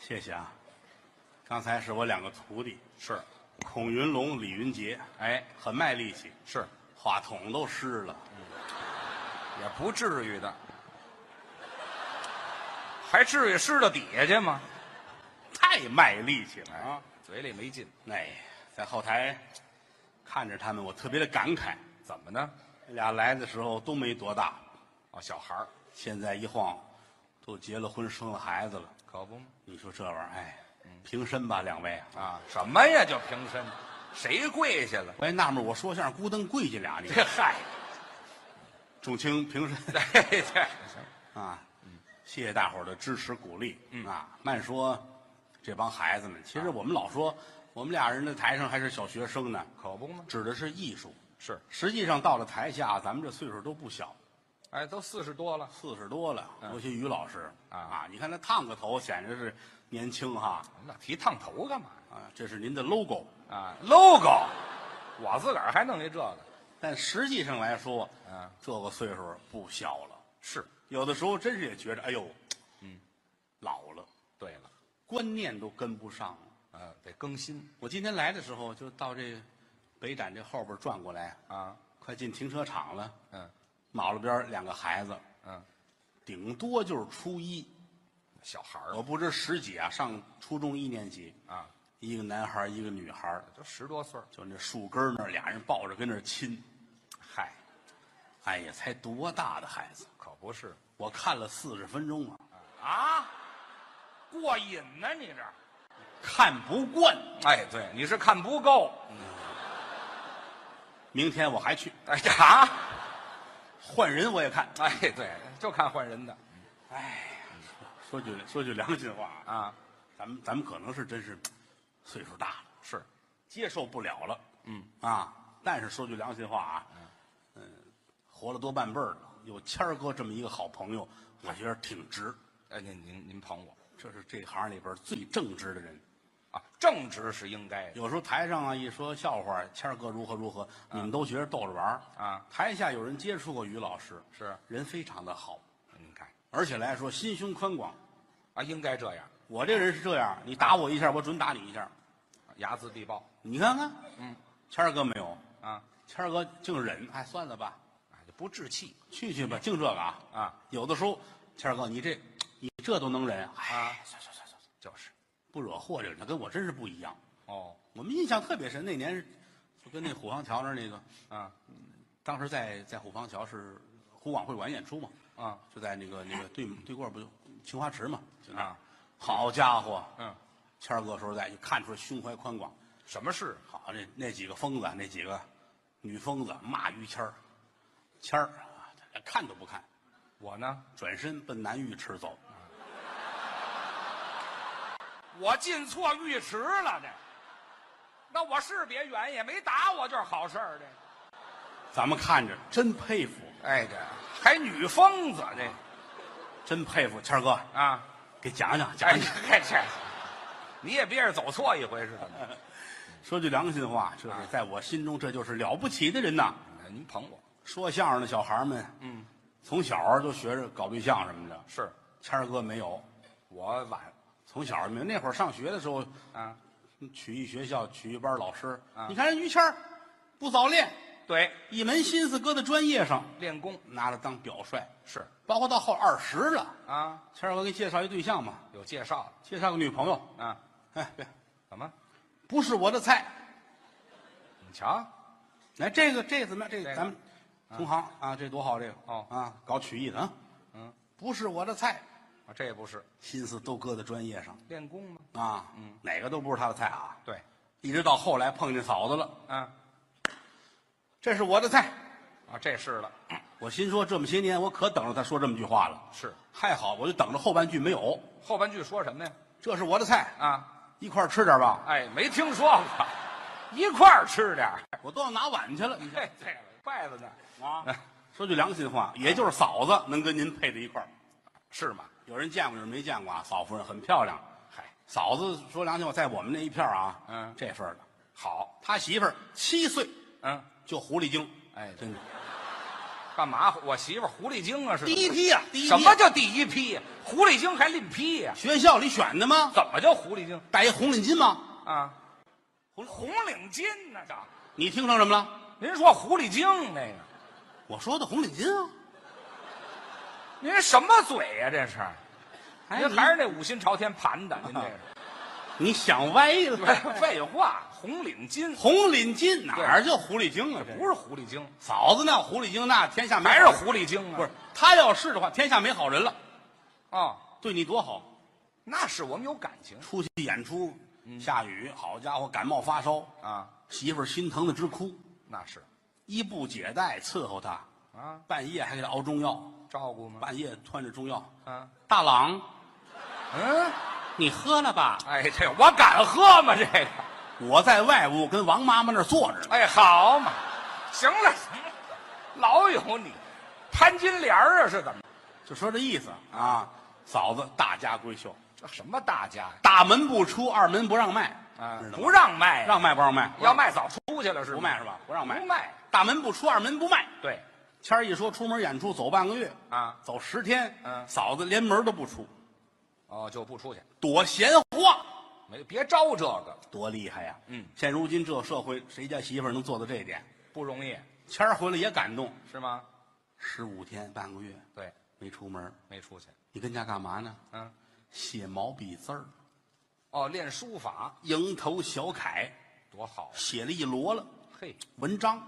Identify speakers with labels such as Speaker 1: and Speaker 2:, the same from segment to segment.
Speaker 1: 谢谢啊。刚才是我两个徒弟，
Speaker 2: 是，
Speaker 1: 孔云龙、李云杰，
Speaker 2: 哎，
Speaker 1: 很卖力气，
Speaker 2: 是，
Speaker 1: 话筒都湿了。
Speaker 2: 也不至于的，还至于湿到底下去吗？
Speaker 1: 太卖力气
Speaker 2: 哎
Speaker 1: 了啊！
Speaker 2: 嘴里没劲，
Speaker 1: 哎，在后台看着他们，我特别的感慨。
Speaker 2: 怎么呢？
Speaker 1: 这俩来的时候都没多大，
Speaker 2: 哦，小孩儿，
Speaker 1: 现在一晃都结了婚，生了孩子了。
Speaker 2: 可不吗？
Speaker 1: 你说这玩意儿，哎，平身吧，两位啊！
Speaker 2: 嗯啊，什么呀？叫平身，谁跪下了？
Speaker 1: 我也纳闷，我说相声咕噔跪下俩，你
Speaker 2: 这嗨，
Speaker 1: 重轻平身
Speaker 2: 对对，
Speaker 1: 啊！谢谢大伙儿的支持鼓励
Speaker 2: 嗯
Speaker 1: 啊！慢说这帮孩子们，其
Speaker 2: 啊
Speaker 1: 实我们老说我们俩人在台上还是小学生呢，
Speaker 2: 可不吗？
Speaker 1: 指的是艺术。
Speaker 2: 是，
Speaker 1: 实际上到了台下，咱们这岁数都不小，
Speaker 2: 哎，都四十多了，
Speaker 1: 四十多了，尤其于老师
Speaker 2: 嗯啊
Speaker 1: 你看他烫个头，显然是年轻哈
Speaker 2: 我们俩提烫头干嘛呀？
Speaker 1: 啊，这是您的 logo，
Speaker 2: 啊，logo，我自个儿还弄一这个，
Speaker 1: 但实际上来说，
Speaker 2: 啊，
Speaker 1: 这个岁数不小了，
Speaker 2: 是，
Speaker 1: 有的时候真是也觉得，哎呦，嗯，老了，
Speaker 2: 对了，
Speaker 1: 观念都跟不上了。
Speaker 2: 呃，得更新
Speaker 1: 我今天来的时候就到这北展这后边转过来，
Speaker 2: 啊，
Speaker 1: 快进停车场了，
Speaker 2: 嗯
Speaker 1: 马路边两个孩子，
Speaker 2: 嗯，
Speaker 1: 顶多就是初一，
Speaker 2: 小孩儿
Speaker 1: 我不知十几啊，上初中一年级，
Speaker 2: 啊，
Speaker 1: 一个男孩儿一个女孩儿，
Speaker 2: 都十多岁儿
Speaker 1: 就那树根儿那儿俩人抱着跟那儿亲，
Speaker 2: 嗨，
Speaker 1: 哎呀，才多大的孩子！
Speaker 2: 可不是
Speaker 1: 我看了四十分钟啊，
Speaker 2: 啊，过瘾呢、你这，
Speaker 1: 看不惯。
Speaker 2: 哎，对，你是看不够，
Speaker 1: 明天我还去
Speaker 2: 哎呀，
Speaker 1: 换人我也看。
Speaker 2: 哎，对，就看换人的
Speaker 1: 说句说句良心话啊，
Speaker 2: 啊，
Speaker 1: 咱们咱们可能是真是岁数大了，
Speaker 2: 是，
Speaker 1: 接受不了了。嗯啊，但是说句良心话啊，嗯，活了多半辈儿了，有谦儿哥这么一个好朋友，我觉得挺值。
Speaker 2: 哎，您您您捧我
Speaker 1: 这是这行里边最正直的人。
Speaker 2: 啊，正直是应该的，
Speaker 1: 有时候台上啊一说笑话，谦儿哥如何如何，你们都觉得逗着玩儿
Speaker 2: 啊。
Speaker 1: 台下有人接触过于老师，
Speaker 2: 是
Speaker 1: 人非常的好，
Speaker 2: 你看
Speaker 1: 而且来说心胸宽广。
Speaker 2: 啊，应该这样，
Speaker 1: 我这人是这样，你打我一下，我准打你一下。
Speaker 2: 睚眦必报
Speaker 1: 你看看，嗯，谦儿哥没有，
Speaker 2: 啊，
Speaker 1: 谦儿哥净忍，哎，算了吧，
Speaker 2: 啊，就不置气
Speaker 1: 去去吧，净这个啊
Speaker 2: 啊。
Speaker 1: 有的时候，谦儿哥，你这你这都能忍，哎，
Speaker 2: 啊，算算算算，就是，
Speaker 1: 不惹祸这人，他跟我真是不一样。
Speaker 2: 哦，
Speaker 1: 我们印象特别深，那年是就跟那虎坊桥那儿那个，
Speaker 2: 啊
Speaker 1: 当时在在虎坊桥是虎广会馆演出嘛，
Speaker 2: 啊，
Speaker 1: 就在那个那个对对过儿不就青花池嘛，就那儿
Speaker 2: 啊。
Speaker 1: 好家伙，
Speaker 2: 嗯，
Speaker 1: 谦儿哥说实在就看出来胸怀宽广。
Speaker 2: 什么事？
Speaker 1: 好，那那几个疯子，那几个女疯子骂于谦儿，谦儿啊看都不看，
Speaker 2: 我呢？
Speaker 1: 转身奔南浴池走。
Speaker 2: 我进错浴池了，这。那我是别圆也没打我，就是好事儿。这，
Speaker 1: 咱们看着真佩服，
Speaker 2: 哎，这还女疯子这
Speaker 1: 真佩服，谦儿哥
Speaker 2: 啊！
Speaker 1: 给讲讲
Speaker 2: 哎
Speaker 1: 讲讲。，
Speaker 2: 这这，你也憋着走错一回是怎么着？
Speaker 1: 说句良心话，这是在我心中这就是了不起的人呐。
Speaker 2: 哎您捧我
Speaker 1: 说相声的小孩儿们，嗯，从小儿都学着搞对象什么的。
Speaker 2: 是，
Speaker 1: 谦儿哥没有，
Speaker 2: 我晚
Speaker 1: 从小儿没有。那会儿上学的时候，
Speaker 2: 啊，
Speaker 1: 曲艺学校曲艺班老师，你看人于谦儿不早恋，
Speaker 2: 对，
Speaker 1: 一门心思搁在专业上，
Speaker 2: 练功
Speaker 1: 拿着当表率。
Speaker 2: 是
Speaker 1: 包括到后二十了，
Speaker 2: 啊，
Speaker 1: 谦儿哥给你介绍一对象嘛，
Speaker 2: 有介绍
Speaker 1: 介绍个女朋友，
Speaker 2: 啊，
Speaker 1: 哎，别
Speaker 2: 怎么？
Speaker 1: 不是我的菜。
Speaker 2: 你瞧，
Speaker 1: 来，哎这个这个怎么样？这
Speaker 2: 这
Speaker 1: 个
Speaker 2: 个
Speaker 1: 咱们同行啊，这多好，这个
Speaker 2: 哦
Speaker 1: 啊，搞曲艺的啊，
Speaker 2: 嗯，
Speaker 1: 不是我的菜，
Speaker 2: 啊这也不是
Speaker 1: 心思都搁在专业上
Speaker 2: 练功吗？
Speaker 1: 啊，嗯，哪个都不是他的菜啊。
Speaker 2: 对，
Speaker 1: 一直到后来碰见嫂子了，
Speaker 2: 啊
Speaker 1: 这是我的菜。
Speaker 2: 啊，这是了，
Speaker 1: 我心说这么些年，我可等着他说这么句话了。
Speaker 2: 是
Speaker 1: 还好，我就等着后半句没有，
Speaker 2: 后半句说什么呀？
Speaker 1: 这是我的菜，
Speaker 2: 啊，
Speaker 1: 一块儿吃点吧。
Speaker 2: 哎，没听说过，一块儿吃点儿。
Speaker 1: 我都要拿碗去了，你
Speaker 2: 嘿，对了，筷子呢？
Speaker 1: 看嗯啊。说句良心话，也就是嫂子能跟您配在一块儿。
Speaker 2: 是吗？
Speaker 1: 有人见过，有人没见过啊。嫂夫人很漂亮，
Speaker 2: 嗨，
Speaker 1: 嫂子说良心话，在我们那一片儿啊，
Speaker 2: 嗯
Speaker 1: 这份儿的。
Speaker 2: 好，
Speaker 1: 他媳妇儿七岁
Speaker 2: 嗯，
Speaker 1: 就狐狸精，
Speaker 2: 哎
Speaker 1: 真的，
Speaker 2: 干嘛？我媳妇儿狐狸精啊，是
Speaker 1: 第一批呀、第一批
Speaker 2: 什么叫第一批呀？狐狸精还另批呀？
Speaker 1: 学校里选的吗？
Speaker 2: 怎么叫狐狸精
Speaker 1: 戴一红领巾吗？
Speaker 2: 啊？红红领巾呢？这
Speaker 1: 你听成什么了？
Speaker 2: 您说狐狸精那个，
Speaker 1: 我说的红领巾啊，
Speaker 2: 您什么嘴呀、这是，
Speaker 1: 哎
Speaker 2: 您还是那五心朝天盘的， 您这是。
Speaker 1: 你想歪 了。
Speaker 2: 废话，红领巾
Speaker 1: 红领巾哪儿叫狐狸精啊？这
Speaker 2: 不是狐狸精，
Speaker 1: 嫂子那狐狸精那天下没
Speaker 2: 还是
Speaker 1: 好人
Speaker 2: 狐狸精啊？
Speaker 1: 不是他要是的话，天下没好人了。
Speaker 2: 啊，
Speaker 1: 对你多好，
Speaker 2: 那是我们有感情
Speaker 1: 出去演出，
Speaker 2: 嗯
Speaker 1: 下雨，好家伙，感冒发烧，
Speaker 2: 啊，
Speaker 1: 媳妇儿心疼的直哭，
Speaker 2: 那是
Speaker 1: 衣不解带伺候他，
Speaker 2: 啊，
Speaker 1: 半夜还给他熬中药，
Speaker 2: 照顾吗？
Speaker 1: 半夜穿着中药，
Speaker 2: 啊，
Speaker 1: 大郎，
Speaker 2: 嗯，
Speaker 1: 你喝了吧？
Speaker 2: 哎，这我敢喝吗？这个，
Speaker 1: 我在外屋跟王妈妈那儿坐着呢，
Speaker 2: 哎，好嘛，行了行了，老有你，潘金莲儿啊是怎么？
Speaker 1: 就说这意思啊。嫂子大家闺秀，
Speaker 2: 这什么大家呀？
Speaker 1: 大门不出，二门不让迈，
Speaker 2: 啊
Speaker 1: 知，道吗
Speaker 2: 不让卖呀，
Speaker 1: 让卖不让卖？
Speaker 2: 要卖早出去了是吗
Speaker 1: 不卖是吧？不让卖
Speaker 2: 不，卖，
Speaker 1: 大门不出，二门不迈。
Speaker 2: 对，
Speaker 1: 谦儿一说出门演出走半个月
Speaker 2: 啊
Speaker 1: 走十天，
Speaker 2: 嗯
Speaker 1: 嫂子连门都不出，
Speaker 2: 哦，就不出去，
Speaker 1: 躲闲话，
Speaker 2: 没别招这个，
Speaker 1: 多厉害呀！
Speaker 2: 嗯，
Speaker 1: 现如今这社会，谁家媳妇儿能做到这一点？
Speaker 2: 不容易
Speaker 1: 谦儿回来也感动，
Speaker 2: 是吗？
Speaker 1: 十五天半个月
Speaker 2: 对，
Speaker 1: 没出门，
Speaker 2: 没出去，
Speaker 1: 你跟家干嘛呢？
Speaker 2: 嗯，
Speaker 1: 写毛笔字儿，
Speaker 2: 哦，练书法
Speaker 1: 蝇头小楷
Speaker 2: 多好，啊
Speaker 1: 写了一摞了
Speaker 2: 嘿，
Speaker 1: 文章，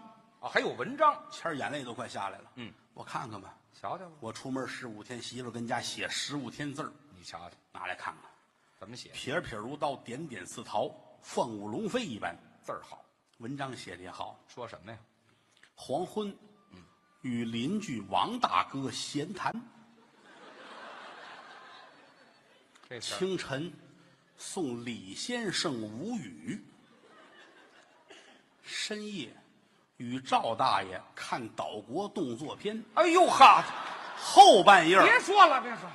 Speaker 2: 哦，还有文章，
Speaker 1: 谦儿眼泪都快下来了。
Speaker 2: 嗯，
Speaker 1: 我看看吧，
Speaker 2: 瞧瞧吧，
Speaker 1: 我出门十五天，媳妇儿跟家写十五天字儿，
Speaker 2: 你瞧瞧
Speaker 1: 拿来看看，
Speaker 2: 怎么写，
Speaker 1: 撇儿撇儿如刀，点点似桃，凤舞龙飞一般。
Speaker 2: 字儿好，
Speaker 1: 文章写的也好。
Speaker 2: 说什么呀？
Speaker 1: 黄昏，与邻居王大哥闲谈；
Speaker 2: 这词儿
Speaker 1: 清晨，送李先生无语；深夜，与赵大爷看岛国动作片。
Speaker 2: 哎呦哈，
Speaker 1: 后半夜儿，
Speaker 2: 别说了，别说了，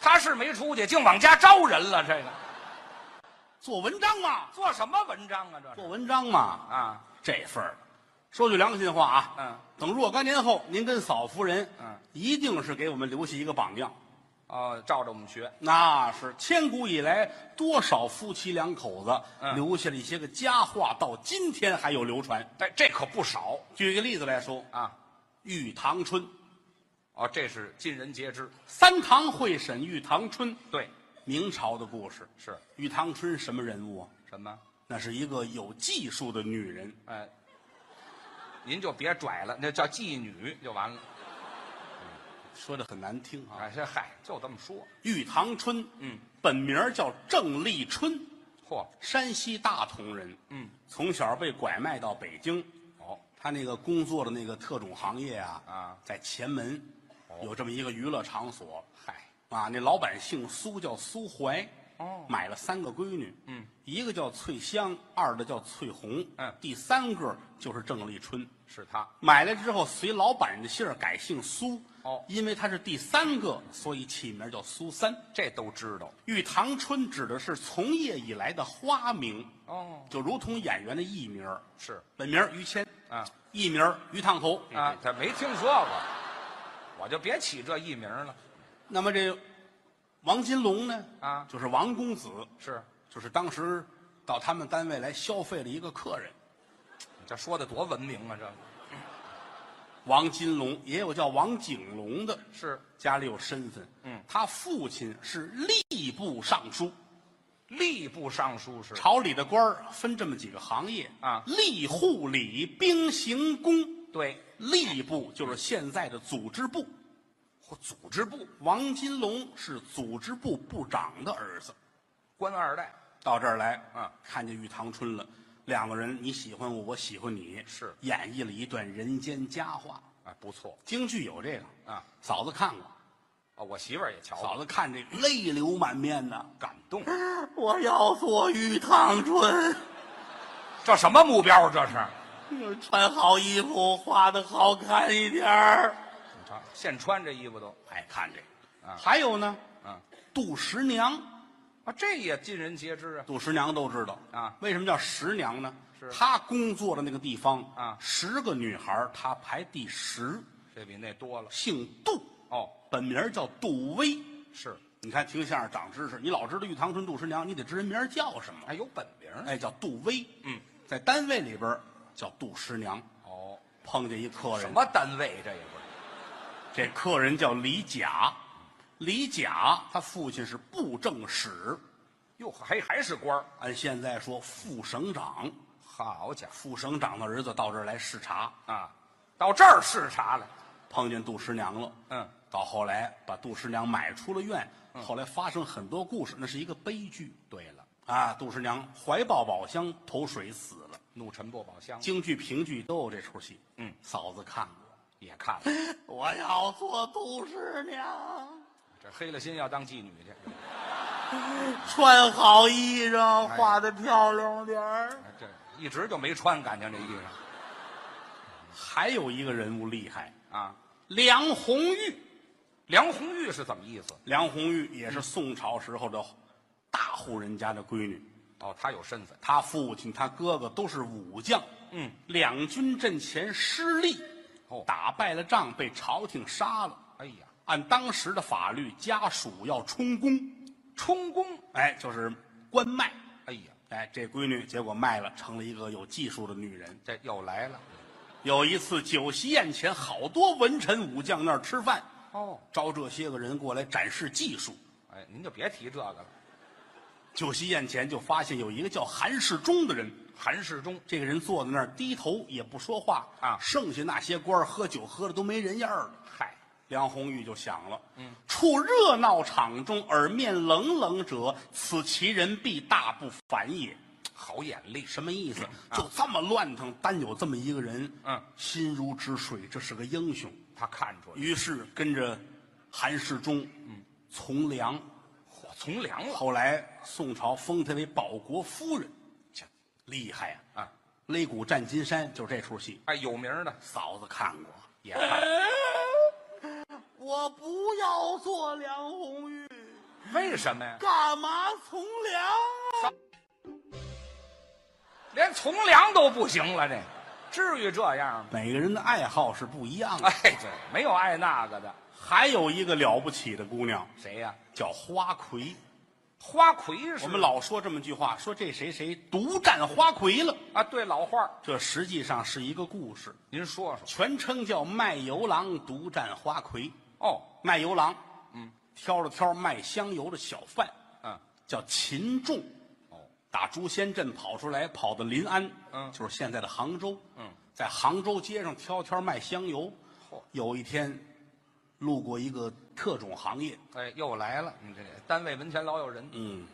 Speaker 2: 他是没出去，净往家招人了，这个
Speaker 1: 做文章嘛，
Speaker 2: 做什么文章啊？这是
Speaker 1: 做文章嘛，
Speaker 2: 啊，
Speaker 1: 这份儿。说句良心话啊，
Speaker 2: 嗯，
Speaker 1: 等若干年后，您跟嫂夫人，
Speaker 2: 嗯，
Speaker 1: 一定是给我们留下一个榜样。
Speaker 2: 哦，照着我们学，
Speaker 1: 那是千古以来，多少夫妻两口子
Speaker 2: 嗯
Speaker 1: 留下了一些个佳话，到今天还有流传。
Speaker 2: 但哎这可不少
Speaker 1: 举个例子来说，
Speaker 2: 啊，
Speaker 1: 玉堂春，
Speaker 2: 哦，这是尽人皆知，
Speaker 1: 三堂会审玉堂春，
Speaker 2: 对，
Speaker 1: 明朝的故事。
Speaker 2: 是
Speaker 1: 玉堂春什么人物啊？
Speaker 2: 什么？
Speaker 1: 那是一个有技术的女人，
Speaker 2: 哎，您就别拽了，那叫妓女就完了。
Speaker 1: 说的很难听啊。
Speaker 2: 哎，这嗨，就这么说。
Speaker 1: 玉堂春，
Speaker 2: 嗯，
Speaker 1: 本名叫郑立春，
Speaker 2: 嚯，
Speaker 1: 山西大同人。
Speaker 2: 嗯，
Speaker 1: 从小被拐卖到北京，
Speaker 2: 哦，
Speaker 1: 他那个工作的那个特种行业啊，
Speaker 2: 啊哦
Speaker 1: 在前门有这么一个娱乐场所
Speaker 2: 嗨，
Speaker 1: 啊，那老板姓苏，叫苏怀，
Speaker 2: 哦
Speaker 1: 买了三个闺女，
Speaker 2: 嗯，
Speaker 1: 一个叫翠香，二的叫翠红，
Speaker 2: 嗯
Speaker 1: 第三个就是郑立春。
Speaker 2: 是他。
Speaker 1: 买来之后，随老板的姓儿改姓苏，
Speaker 2: 哦
Speaker 1: 因为他是第三个，所以起名叫苏三。
Speaker 2: 这都知道。
Speaker 1: 玉堂春指的是从业以来的花名，
Speaker 2: 哦，
Speaker 1: 就如同演员的艺名儿，
Speaker 2: 是
Speaker 1: 本名儿于谦，
Speaker 2: 啊
Speaker 1: 艺名儿于烫头
Speaker 2: 啊，他没听说过，我就别起这艺名了。
Speaker 1: 那么这王金龙呢？
Speaker 2: 啊
Speaker 1: 就是王公子，
Speaker 2: 是，
Speaker 1: 就是当时到他们单位来消费了一个客人。
Speaker 2: 你这说的多文明啊！这
Speaker 1: 王金龙也有叫王景龙的，
Speaker 2: 是
Speaker 1: 家里有身份。
Speaker 2: 嗯，
Speaker 1: 他父亲是吏部尚书，
Speaker 2: 吏部尚书是
Speaker 1: 朝里的官儿分这么几个行业
Speaker 2: 啊
Speaker 1: 吏、户、礼、兵、刑、工。
Speaker 2: 对
Speaker 1: 吏部就是现在的组织部，
Speaker 2: 或组织部
Speaker 1: 王金龙是组织部部长的儿子。
Speaker 2: 官二代
Speaker 1: 到这儿来，啊
Speaker 2: 嗯，
Speaker 1: 看见玉堂春了，两个人你喜欢我，我喜欢你，
Speaker 2: 是
Speaker 1: 演绎了一段人间佳话。
Speaker 2: 啊，不错
Speaker 1: 京剧有这个
Speaker 2: 啊，
Speaker 1: 嫂子看过，
Speaker 2: 啊！我媳妇儿也瞧
Speaker 1: 嫂子看这个泪流满面呐，
Speaker 2: 感动，
Speaker 1: 我要做玉堂春，
Speaker 2: 这什么目标啊？这是
Speaker 1: 穿好衣服，画的好看一点儿。
Speaker 2: 你瞧，现穿这衣服都
Speaker 1: 哎，看这个，
Speaker 2: 啊
Speaker 1: 还有呢，
Speaker 2: 嗯
Speaker 1: 杜十娘，
Speaker 2: 啊，这也尽人皆知啊。
Speaker 1: 杜十娘都知道
Speaker 2: 啊
Speaker 1: 为什么叫十娘呢？
Speaker 2: 是
Speaker 1: 她工作的那个地方
Speaker 2: 啊
Speaker 1: 十个女孩儿她排第十。
Speaker 2: 这这比那多了。
Speaker 1: 姓杜，
Speaker 2: 哦，
Speaker 1: 本名叫杜威。
Speaker 2: 是，
Speaker 1: 你看听相声长知识，你老知道玉堂春、杜十娘，你得知人名儿叫什么。
Speaker 2: 哎，有本名。
Speaker 1: 哎，叫杜威。
Speaker 2: 嗯，
Speaker 1: 在单位里边儿叫杜十娘。
Speaker 2: 哦，
Speaker 1: 碰见一客人
Speaker 2: 什，么单位这也不是？
Speaker 1: 这客人叫李甲，李甲他父亲是布政使，
Speaker 2: 哟，还还是官儿
Speaker 1: 按现在说副省长。
Speaker 2: 好家伙
Speaker 1: 副省长的儿子到这儿来视察，
Speaker 2: 啊，到这儿视察了。
Speaker 1: 碰见杜十娘了。
Speaker 2: 嗯，
Speaker 1: 到后来把杜十娘买出了院，后来发生很多故事，那是一个悲剧
Speaker 2: 对了，
Speaker 1: 啊。杜十娘怀抱宝箱投水死了，
Speaker 2: 怒沉不宝箱
Speaker 1: 京剧、评剧都有这出戏。
Speaker 2: 嗯，
Speaker 1: 嫂子看过，
Speaker 2: 也看了，
Speaker 1: 我要做杜十娘，
Speaker 2: 这黑了心要当妓女去。
Speaker 1: 穿好衣裳，画的漂亮点儿。
Speaker 2: 哎这一直就没穿，感情这衣裳
Speaker 1: 还有一个人物厉害，
Speaker 2: 啊。
Speaker 1: 梁红玉。
Speaker 2: 梁红玉是怎么意思？
Speaker 1: 梁红玉也是宋朝时候的大户人家的闺女。
Speaker 2: 哦，她有身份。
Speaker 1: 他父亲、他哥哥都是武将，
Speaker 2: 嗯，
Speaker 1: 两军阵前失利，
Speaker 2: 哦
Speaker 1: 打败了仗，被朝廷杀了。
Speaker 2: 哎呀，
Speaker 1: 按当时的法律，家属要充公，
Speaker 2: 充公。
Speaker 1: 哎，就是官卖。
Speaker 2: 哎呀，
Speaker 1: 哎，这闺女结果卖了，成了一个有技术的女人。
Speaker 2: 这又来了。
Speaker 1: 有一次酒席宴前，好多文臣武将那儿吃饭，
Speaker 2: 哦，
Speaker 1: 招这些个人过来展示技术。
Speaker 2: 哎，您就别提这个了。
Speaker 1: 酒席宴前就发现有一个叫韩世忠的人，
Speaker 2: 韩世忠
Speaker 1: 这个人坐在那儿低头也不说话
Speaker 2: 啊
Speaker 1: 剩下那些官儿喝酒喝的都没人样儿了。
Speaker 2: 嗨，
Speaker 1: 梁红玉就想了，嗯，处热闹场中耳面冷冷者，此其人必大不凡也。
Speaker 2: 好眼力。
Speaker 1: 什么意思？就这么乱腾，单有这么一个人，
Speaker 2: 嗯，
Speaker 1: 心如止水，这是个英雄。
Speaker 2: 他看出来，
Speaker 1: 于是跟着韩世忠，嗯，从良。
Speaker 2: 嚯，从良了。
Speaker 1: 后来宋朝封她为保国夫人，
Speaker 2: 切
Speaker 1: 厉害啊！
Speaker 2: 啊，
Speaker 1: 擂鼓战金山就是这出戏。
Speaker 2: 哎，有名儿的
Speaker 1: 嫂子看过，
Speaker 2: 也看。
Speaker 1: 哎我不要做梁红玉，
Speaker 2: 为什么呀？
Speaker 1: 干嘛从良？啊
Speaker 2: 连从良都不行了，这至于这样吗？
Speaker 1: 每个人的爱好是不一样的。
Speaker 2: 哎，这没有爱那个的。
Speaker 1: 还有一个了不起的姑娘
Speaker 2: 谁呀、
Speaker 1: 叫花魁，
Speaker 2: 花魁是
Speaker 1: 我们老说这么句话，说这谁谁独占花魁了。
Speaker 2: 啊，对老话儿
Speaker 1: 这实际上是一个故事，
Speaker 2: 您说说。
Speaker 1: 全称叫卖油郎独占花魁。
Speaker 2: 哦，
Speaker 1: 卖油郎，嗯，挑了挑卖香油的小贩，
Speaker 2: 嗯，
Speaker 1: 叫秦仲，
Speaker 2: 哦，
Speaker 1: 打朱仙镇跑出来，跑到临安，
Speaker 2: 嗯
Speaker 1: 就是现在的杭州，
Speaker 2: 嗯，
Speaker 1: 在杭州街上挑挑卖香油。
Speaker 2: 嚯
Speaker 1: 有一天，路过一个特种行业，
Speaker 2: 哎，又来了，你这个单位门前老有人。
Speaker 1: 嗯，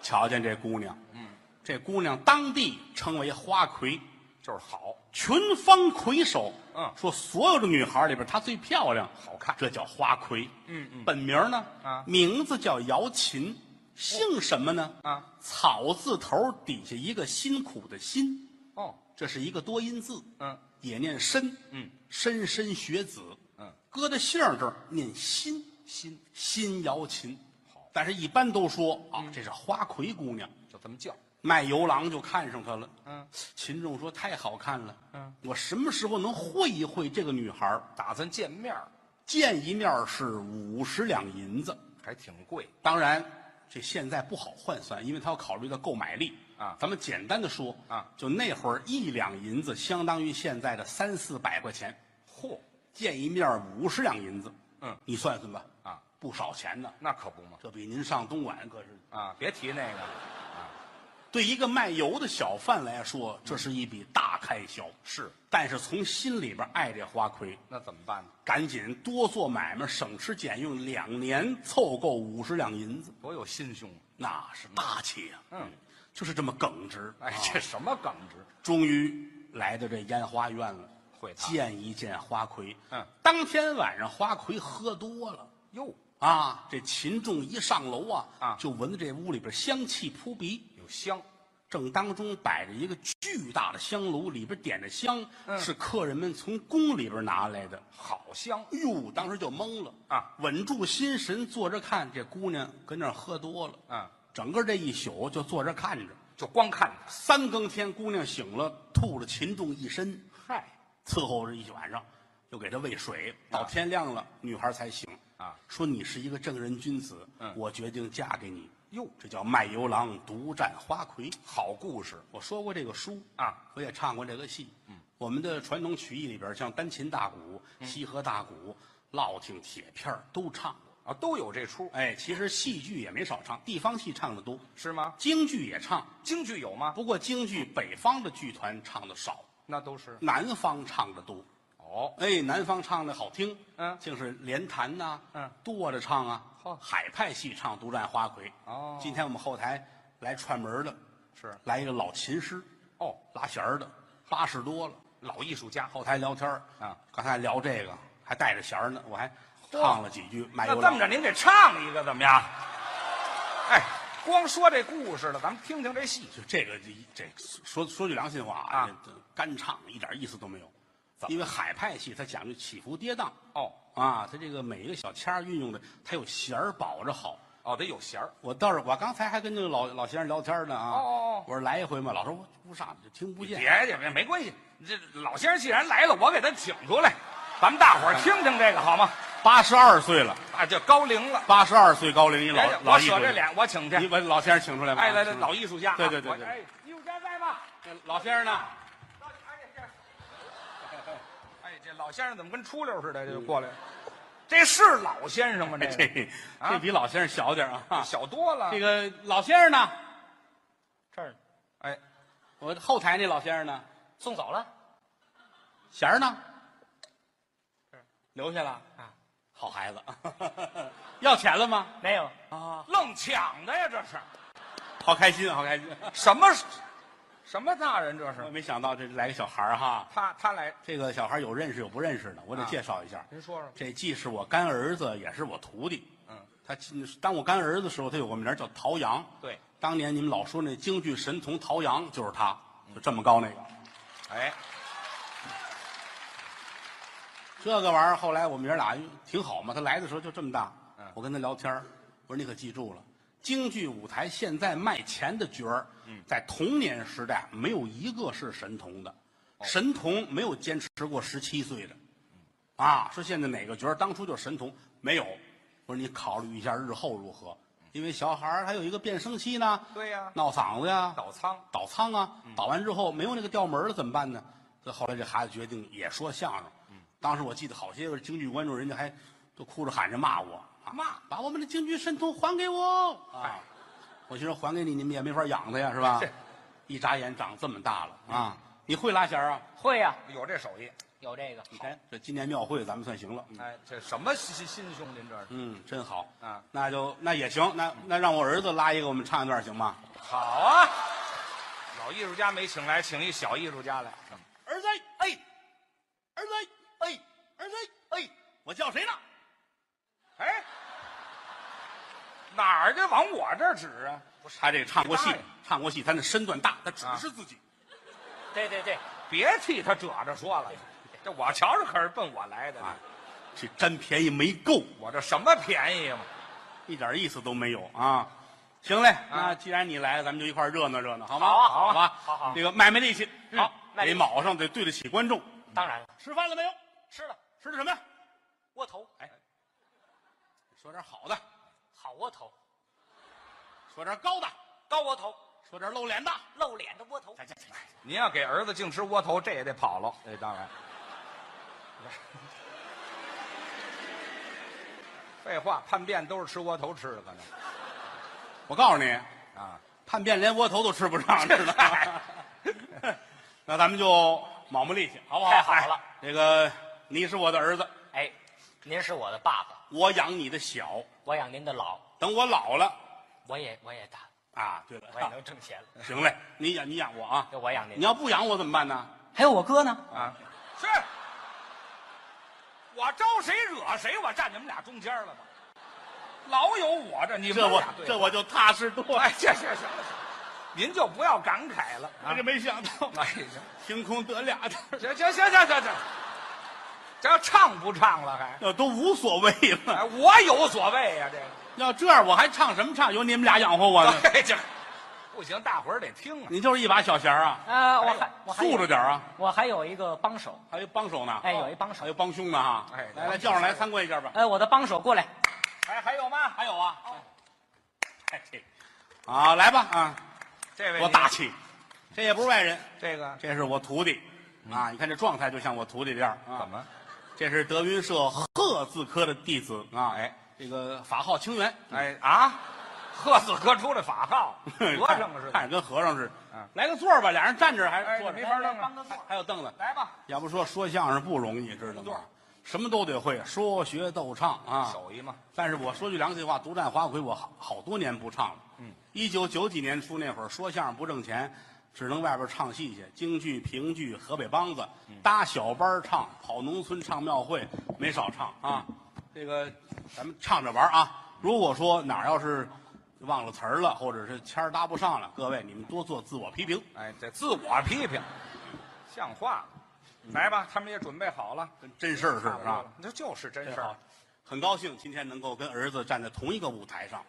Speaker 1: 瞧见这姑娘，嗯，这姑娘当地称为花魁，
Speaker 2: 就是好，
Speaker 1: 群芳魁首，
Speaker 2: 嗯
Speaker 1: 说所有的女孩里边她最漂亮，
Speaker 2: 好看
Speaker 1: 这叫花魁，
Speaker 2: 嗯嗯，
Speaker 1: 本名呢，
Speaker 2: 啊
Speaker 1: 名字叫姚琴，姓什么呢？
Speaker 2: 啊，
Speaker 1: 草字头底下一个辛苦的辛，
Speaker 2: 哦，
Speaker 1: 这是一个多音字，
Speaker 2: 嗯，
Speaker 1: 也念申，
Speaker 2: 嗯，
Speaker 1: 莘莘学子，
Speaker 2: 嗯，
Speaker 1: 搁在姓儿这儿念辛，
Speaker 2: 心
Speaker 1: 辛瑶琴。
Speaker 2: 好，嗯
Speaker 1: 但是一般都说啊，这是花魁姑娘。
Speaker 2: 就这么叫，
Speaker 1: 卖油郎就看上她了。
Speaker 2: 嗯，
Speaker 1: 秦仲说太好看了。
Speaker 2: 嗯，
Speaker 1: 我什么时候能会一会这个女孩儿？
Speaker 2: 打算见面儿
Speaker 1: 见一面是五十两银子，
Speaker 2: 还挺贵，
Speaker 1: 当然这现在不好换算，因为他要考虑到购买力
Speaker 2: 啊
Speaker 1: 咱们简单的说
Speaker 2: 啊，
Speaker 1: 就那会儿一两银子相当于现在的三四百块钱，
Speaker 2: 嚯，
Speaker 1: 见一面五十两银子。
Speaker 2: 嗯，
Speaker 1: 你算算吧，
Speaker 2: 啊，
Speaker 1: 不少钱呢。
Speaker 2: 那可不嘛，
Speaker 1: 这比您上东莞可是
Speaker 2: 啊，别提那个了，
Speaker 1: 对一个卖油的小贩来说，这是一笔大开销。
Speaker 2: 是，
Speaker 1: 但是从心里边爱这花魁，
Speaker 2: 那怎么办呢？
Speaker 1: 赶紧多做买卖，省吃俭用，两年凑够五十两银子，
Speaker 2: 多有心胸啊，
Speaker 1: 那是大气呀、
Speaker 2: 嗯，
Speaker 1: 就是这么耿直。
Speaker 2: 哎
Speaker 1: 啊，
Speaker 2: 这什么耿直？
Speaker 1: 终于来到这烟花院了，
Speaker 2: 会他
Speaker 1: 见一见花魁。
Speaker 2: 嗯，
Speaker 1: 当天晚上花魁喝多了
Speaker 2: 哟，
Speaker 1: 啊，这秦仲一上楼啊，
Speaker 2: 啊
Speaker 1: 就闻着这屋里边香气扑鼻。
Speaker 2: 有香，
Speaker 1: 正当中摆着一个巨大的香炉，里边点着香，
Speaker 2: 嗯
Speaker 1: 是客人们从宫里边拿来的。
Speaker 2: 好香，
Speaker 1: 哟，当时就懵了
Speaker 2: 啊！
Speaker 1: 稳住心神，坐着看这姑娘跟那儿喝多了，
Speaker 2: 啊，
Speaker 1: 整个这一宿就坐着看着。
Speaker 2: 就光看它，
Speaker 1: 三更天，姑娘醒了，吐了秦仲一身，
Speaker 2: 嗨，
Speaker 1: 伺候着一晚上，又给他喂水，到天亮了，女孩才醒。
Speaker 2: 啊，
Speaker 1: 说你是一个正人君子，
Speaker 2: 嗯
Speaker 1: 我决定嫁给你。
Speaker 2: 哟
Speaker 1: 这叫卖油郎独占花魁。
Speaker 2: 好故事
Speaker 1: 我说过这个书
Speaker 2: 啊，
Speaker 1: 我也唱过这个戏。嗯，我们的传统曲艺里边，像单琴大鼓、
Speaker 2: 嗯
Speaker 1: 西河大鼓、烙挺、铁片儿都唱过。
Speaker 2: 啊，都有这出
Speaker 1: 哎，其实戏剧也没少唱，地方戏唱的多，
Speaker 2: 是吗？
Speaker 1: 京剧也唱。
Speaker 2: 京剧有吗？
Speaker 1: 不过京剧北方的剧团唱的少，
Speaker 2: 那都是
Speaker 1: 南方唱的多。
Speaker 2: 哦，
Speaker 1: 哎，南方唱的好听，
Speaker 2: 嗯
Speaker 1: 竟是连弹呐、
Speaker 2: 嗯，
Speaker 1: 剁着唱啊，
Speaker 2: 嚯
Speaker 1: 海派戏唱独占花魁。
Speaker 2: 哦
Speaker 1: 今天我们后台来串门的，
Speaker 2: 是
Speaker 1: 来一个老琴师，
Speaker 2: 哦，
Speaker 1: 拉弦儿的，八十多了，
Speaker 2: 老艺术家，
Speaker 1: 后台聊天儿
Speaker 2: 啊，
Speaker 1: 刚才聊这个还带着弦儿呢，我还唱了几句卖
Speaker 2: 那
Speaker 1: 油
Speaker 2: 这么着，
Speaker 1: 郎。
Speaker 2: 您给唱一个怎么样？哎，光说这故事了，咱们听听这戏。
Speaker 1: 就这个这这说说句良心话
Speaker 2: 啊，
Speaker 1: 这这干唱一点意思都没有，
Speaker 2: 怎么
Speaker 1: 因为海派戏它讲究起伏跌宕。
Speaker 2: 哦
Speaker 1: 啊，它这个每一个小腔儿运用的，它有弦儿保着好，
Speaker 2: 哦，得有弦儿
Speaker 1: 我倒是，我刚才还跟那个老老先生聊天呢啊。
Speaker 2: 哦哦哦
Speaker 1: 我说来一回嘛，老说我不上，就听不
Speaker 2: 别
Speaker 1: 见。
Speaker 2: 别别，没关系。这老先生既然来了，我给他请出来，咱们大伙
Speaker 1: 嗯
Speaker 2: 儿听听这个好吗？
Speaker 1: 八十二岁了，
Speaker 2: 啊，这高龄了，
Speaker 1: 八十二岁高龄，你老
Speaker 2: 哎
Speaker 1: 老
Speaker 2: 我
Speaker 1: 艺
Speaker 2: 舍
Speaker 1: 术
Speaker 2: 这
Speaker 1: 家，
Speaker 2: 脸，我请
Speaker 1: 你
Speaker 2: 去。
Speaker 1: 把老先生请出来吧。
Speaker 2: 哎，来来，
Speaker 1: 请出
Speaker 2: 老艺术家啊，
Speaker 1: 对对对
Speaker 2: 我
Speaker 1: 对
Speaker 2: 哎，艺术家在吗？
Speaker 1: 老先生呢？
Speaker 2: 哎这 哎，这老先生怎么跟出溜似的就过来了？这是老先生吗？
Speaker 1: 哎
Speaker 2: 这个
Speaker 1: 这
Speaker 2: 啊
Speaker 1: 这比老先生小点儿啊。
Speaker 2: 小多了。
Speaker 1: 这个老先生呢？
Speaker 2: 这儿，哎，
Speaker 1: 我后台那老先生呢？
Speaker 2: 送走了。
Speaker 1: 弦儿呢
Speaker 2: 这儿？
Speaker 1: 留下了
Speaker 2: 啊，
Speaker 1: 好孩子， 要钱了吗？
Speaker 2: 没有，
Speaker 1: 啊，
Speaker 2: 愣抢的呀，这是
Speaker 1: 好开心，好开心！
Speaker 2: 什么什么大人？这
Speaker 1: 我
Speaker 2: 是
Speaker 1: 没想到这来个小孩儿哈，
Speaker 2: 他他来，
Speaker 1: 这个小孩儿有认识有不认识的，我
Speaker 2: 啊
Speaker 1: 得介绍一下。
Speaker 2: 您说说。
Speaker 1: 这既是我干儿子，也是我徒弟。
Speaker 2: 嗯，
Speaker 1: 他进当我干儿子的时候，他有个名儿叫陶阳。
Speaker 2: 对，
Speaker 1: 当年你们老说那京剧神童陶阳就是他，就这么高那个。
Speaker 2: 哎，
Speaker 1: 这个玩意儿后来我们爷俩哎挺好嘛，他来的时候就这么大。
Speaker 2: 嗯
Speaker 1: 我跟他聊天儿我说你可记住了，京剧舞台现在卖钱的角儿，
Speaker 2: 嗯
Speaker 1: 在童年时代没有一个是神童的，
Speaker 2: 哦
Speaker 1: 神童没有坚持过十七岁的。
Speaker 2: 嗯
Speaker 1: 啊，说现在哪个角儿当初就是神童没有？我说你考虑一下日后如何，因为小孩儿还有一个变声期呢，
Speaker 2: 嗯对呀
Speaker 1: 闹嗓子呀，
Speaker 2: 倒仓
Speaker 1: 倒仓啊，倒完之后没有那个调门儿了怎么办呢？这后来这孩子决定也说相声，当时我记得好些个京剧观众，人家还都哭着喊着骂我，啊
Speaker 2: 骂
Speaker 1: 把我们的京剧神童还给我啊
Speaker 2: 哎！
Speaker 1: 我寻思还给你，你们也没法养他呀，是吧
Speaker 2: 是？
Speaker 1: 一眨眼长这么大了啊！你会拉弦儿啊？
Speaker 3: 会呀、
Speaker 2: 有这手艺。
Speaker 3: 有这个。
Speaker 1: 你看这今年庙会咱们算行了，嗯
Speaker 2: 哎，这什么心心胸？您这是
Speaker 1: 嗯，真好
Speaker 2: 啊
Speaker 1: 那就那也行，那那让我儿子拉一个，我们唱一段行吗？
Speaker 2: 好啊！老艺术家没请来，请一小艺术家来。
Speaker 1: 儿子，哎，儿子，哎，儿子，哎，我叫谁呢？
Speaker 2: 哎，哪儿的往我这儿指啊？
Speaker 1: 不是他这个唱过戏
Speaker 2: 你
Speaker 3: 哎
Speaker 2: 大爷，
Speaker 1: 唱过戏，他那身段大，他只
Speaker 2: 啊
Speaker 1: 是自己。
Speaker 3: 对对对，
Speaker 2: 别替他褶着说了，这我瞧着可是奔我来的，
Speaker 1: 啊这占便宜没够，
Speaker 2: 我这什么便宜嘛？
Speaker 1: 一点意思都没有啊！行嘞，那既然你来了，咱们就一块儿热闹热闹，好吗？
Speaker 3: 好啊
Speaker 1: 好
Speaker 3: 好啊
Speaker 1: 吧，
Speaker 3: 好好
Speaker 1: 这个卖卖力气，
Speaker 3: 嗯
Speaker 1: 好，
Speaker 3: 卖力
Speaker 1: 得
Speaker 3: 气
Speaker 1: 卯上，得对得起观众。
Speaker 3: 当然了，
Speaker 1: 吃饭了没有？
Speaker 3: 吃了
Speaker 1: 吃的什么呀？
Speaker 3: 窝头，哎，
Speaker 1: 说点好的，
Speaker 3: 好窝头，
Speaker 1: 说点高的，
Speaker 3: 高窝头，
Speaker 1: 说点露脸的。
Speaker 3: 露脸的窝头。
Speaker 1: 哎这这
Speaker 2: 您要给儿子净吃窝头，这也得跑了。哎，当然。 废话，叛变都是吃窝头吃的，可能
Speaker 1: 我告诉你，
Speaker 2: 啊。
Speaker 1: 叛变连窝头都吃不上，知道吗？ 那咱们就卯磨力气，好不好？
Speaker 3: 太好了
Speaker 1: 哎，这个你是我的儿子，
Speaker 3: 哎，您是我的爸爸，
Speaker 1: 我养你的小，
Speaker 3: 我养您的老，
Speaker 1: 等我老了
Speaker 3: 我也我也大，
Speaker 1: 啊，对了，
Speaker 3: 我也能挣钱 了。
Speaker 1: 行嘞，你养你养我啊，
Speaker 3: 就我养您
Speaker 1: 你要不养我怎么办呢？
Speaker 3: 还有我哥呢，
Speaker 2: 啊，是，我招谁惹谁，我站你们俩中间了吧？老有我这，你们
Speaker 1: 这我
Speaker 2: 俩对
Speaker 1: 这我就踏实多了
Speaker 2: 哎，，行行行了，您就不要感慨了
Speaker 1: 我
Speaker 2: 啊！
Speaker 1: 就没想 到
Speaker 2: 哎，
Speaker 1: 凭
Speaker 2: 行
Speaker 1: 空得俩字儿，
Speaker 2: 行行行行行行，这要唱不唱了还？
Speaker 1: 这都无所谓了。
Speaker 2: 哎， 我有所谓呀、这个
Speaker 1: 要这样我还唱什么唱？有你们俩养活我呢。
Speaker 2: 哎，这不行，大伙儿得听啊。
Speaker 1: 你就是一把小弦儿啊，
Speaker 3: 啊，我
Speaker 2: 还
Speaker 3: 还
Speaker 2: 有
Speaker 3: 我还有
Speaker 1: 素着点儿啊，
Speaker 3: 我还有一个帮手，
Speaker 1: 还有帮手呢，
Speaker 3: 哎，有一帮
Speaker 1: 还
Speaker 3: 手
Speaker 1: 有，帮凶呢哈。
Speaker 2: 哎
Speaker 1: 来来，叫上来参观一下吧。
Speaker 3: 哎，我的帮手过来，
Speaker 2: 还哎还有吗？
Speaker 1: 还有啊，
Speaker 2: 哎这
Speaker 1: 啊，来吧啊，
Speaker 2: 这位
Speaker 1: 多
Speaker 2: 你
Speaker 1: 大气，这也不是外人，
Speaker 2: 这个
Speaker 1: 这是我徒弟啊，你看这状态就像我徒弟这样啊。
Speaker 2: 嗯怎么？
Speaker 1: 这是德云社贺字科的弟子啊，
Speaker 2: 哎，
Speaker 1: 这个法号清源，
Speaker 2: 哎啊，贺四哥出来法 号， 和尚似
Speaker 1: 看 着
Speaker 2: 的。
Speaker 1: 跟和尚似
Speaker 2: 嗯
Speaker 1: 的。来个座儿吧，俩人站着还
Speaker 2: 哎
Speaker 1: 是坐着
Speaker 2: 没法弄啊
Speaker 3: 帮个座，
Speaker 1: 还有凳子。
Speaker 2: 来吧，
Speaker 1: 要不说说相声不容易，知道
Speaker 2: 对
Speaker 1: 吗？什么都得会，说学逗唱啊。
Speaker 2: 手艺嘛，
Speaker 1: 但是我说句良心话，独占花魁我好好多年不唱了。
Speaker 2: 嗯，
Speaker 1: 一九九几年初那会儿，说相声不挣钱，只能外边唱戏去，京剧、评剧、河北梆子，
Speaker 2: 嗯
Speaker 1: 搭小班儿唱，跑农村唱庙会，没少唱啊。这个咱们唱着玩儿啊。如果说哪儿要是忘了词儿了，或者是腔儿搭不上了，各位你们多做自我批评，
Speaker 2: 哎，这自我批评，像话吗？来吧，他们也准备好了，
Speaker 1: 跟真事儿似
Speaker 2: 差
Speaker 1: 的
Speaker 2: 不
Speaker 1: 嗯是
Speaker 2: 多
Speaker 1: 吧
Speaker 2: 了？，这就是真
Speaker 1: 真
Speaker 2: 事儿。。
Speaker 1: 很高兴今天能够跟儿子站在同一个舞台上，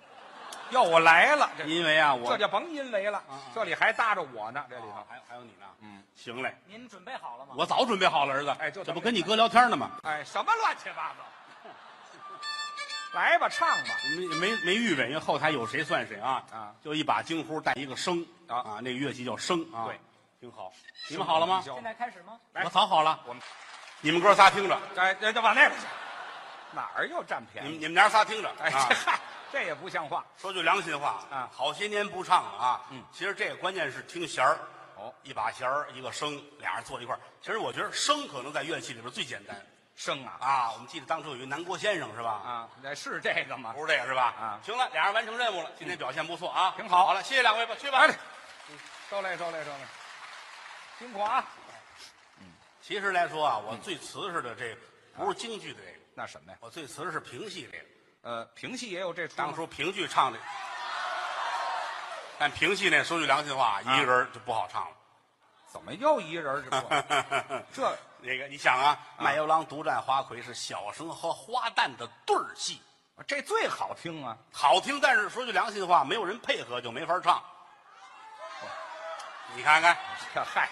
Speaker 2: 要我来了，这
Speaker 1: 因为啊，我
Speaker 2: 这就甭因为了
Speaker 1: 啊啊，
Speaker 2: 这里还搭着我呢，这里头
Speaker 1: 啊。还有还有你呢，
Speaker 2: 嗯，
Speaker 1: 行嘞。
Speaker 3: 您准备好了吗？
Speaker 1: 我早准备好了，儿子。
Speaker 2: 哎就咱
Speaker 1: 这
Speaker 2: 们
Speaker 1: 不跟你哥聊天呢吗？
Speaker 2: 哎，什么乱七八糟？来吧，唱吧。
Speaker 1: 没没没预备，因为后台有谁算谁啊！
Speaker 2: 啊，
Speaker 1: 就一把京胡带一个笙
Speaker 2: 啊
Speaker 1: 那个乐器叫笙啊，
Speaker 2: 对，
Speaker 1: 挺好。你们好了吗？
Speaker 2: 行
Speaker 3: 现在开始吗？
Speaker 2: 来
Speaker 1: 我早好了。
Speaker 2: 我们
Speaker 1: 你们哥仨听着，
Speaker 2: 哎，这就往那边去，哪儿又占便
Speaker 1: 你们
Speaker 2: 宜？
Speaker 1: 你们娘仨听着。
Speaker 2: 哎，
Speaker 1: 嗯啊
Speaker 2: 这嗨，这也不像话。
Speaker 1: 说句良心话
Speaker 2: 啊
Speaker 1: 好些年不唱了啊。
Speaker 2: 嗯，
Speaker 1: 其实这个关键是听弦儿。
Speaker 2: 哦，
Speaker 1: 一把弦儿，一个笙，俩人坐一块儿。其实我觉得笙可能在乐器里边最简单
Speaker 2: 生啊
Speaker 1: 啊。我们记得当初有一南郭先生是吧？啊
Speaker 2: 啊，那是这个吗？
Speaker 1: 不是这个是吧？
Speaker 2: 啊嗯
Speaker 1: 行了，俩人完成任务了，今天表现不错啊，
Speaker 2: 挺好
Speaker 1: 好了，谢谢两位吧，去吧。
Speaker 2: 哎，受累受累受累，辛苦啊。
Speaker 1: 其实来说啊，
Speaker 2: 嗯
Speaker 1: 我最瓷实的这个不是京剧的这个，
Speaker 2: 那什么呀？
Speaker 1: 我最瓷实是评戏这个。
Speaker 2: 呃，评戏也有这出吗
Speaker 1: 当初评剧唱的，但评戏那说句良心话，
Speaker 2: 啊
Speaker 1: 一个人就不好 唱
Speaker 2: 怎么又一人儿这 不？
Speaker 1: 了。
Speaker 2: 这
Speaker 1: 那个，你想啊，卖油郎独占花魁是小生和花旦的对儿戏，
Speaker 2: 这最好听啊！
Speaker 1: 好听，但是说句良心话，没有人配合就没法唱。你看看，
Speaker 2: 这嗨，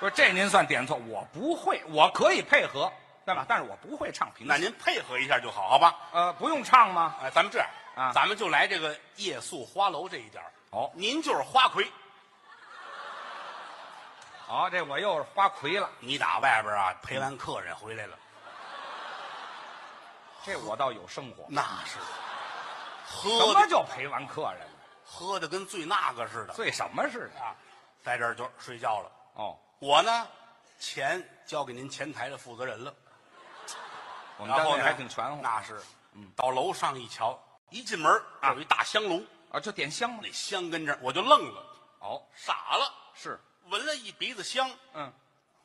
Speaker 2: 说这您算点错，我不会，我可以配合，对吧？但是我不会唱评
Speaker 1: 那
Speaker 2: 戏。
Speaker 1: 您配合一下就好，好吧？
Speaker 2: 呃，不用唱吗？
Speaker 1: 哎，咱们这样
Speaker 2: 啊
Speaker 1: 咱们就来这个夜宿花楼这一点儿
Speaker 2: 哦
Speaker 1: 您就是花魁，
Speaker 2: 好、这我又是花魁了，
Speaker 1: 你打外边啊陪完客人回来了，
Speaker 2: 这我倒有生活。
Speaker 1: 那是
Speaker 2: 什
Speaker 1: 喝
Speaker 2: 么
Speaker 1: 的
Speaker 2: 叫陪完客人了？
Speaker 1: 喝的跟醉那个似的
Speaker 2: 醉什么似的？
Speaker 1: 啊，在这儿就睡觉了。
Speaker 2: 哦，
Speaker 1: 我呢，钱交给您前台的负责人了，
Speaker 2: 我们
Speaker 1: 然
Speaker 2: 单
Speaker 1: 后
Speaker 2: 位
Speaker 1: 呢
Speaker 2: 还挺全乎
Speaker 1: 那是，到楼上一瞧，一进门
Speaker 2: 嗯啊
Speaker 1: 有一大香炉，
Speaker 2: 啊，就点香嘛
Speaker 1: 那。香跟这儿我就愣了，
Speaker 2: 哦，
Speaker 1: 傻了，
Speaker 2: 是，
Speaker 1: 闻了一鼻子香，
Speaker 2: 嗯，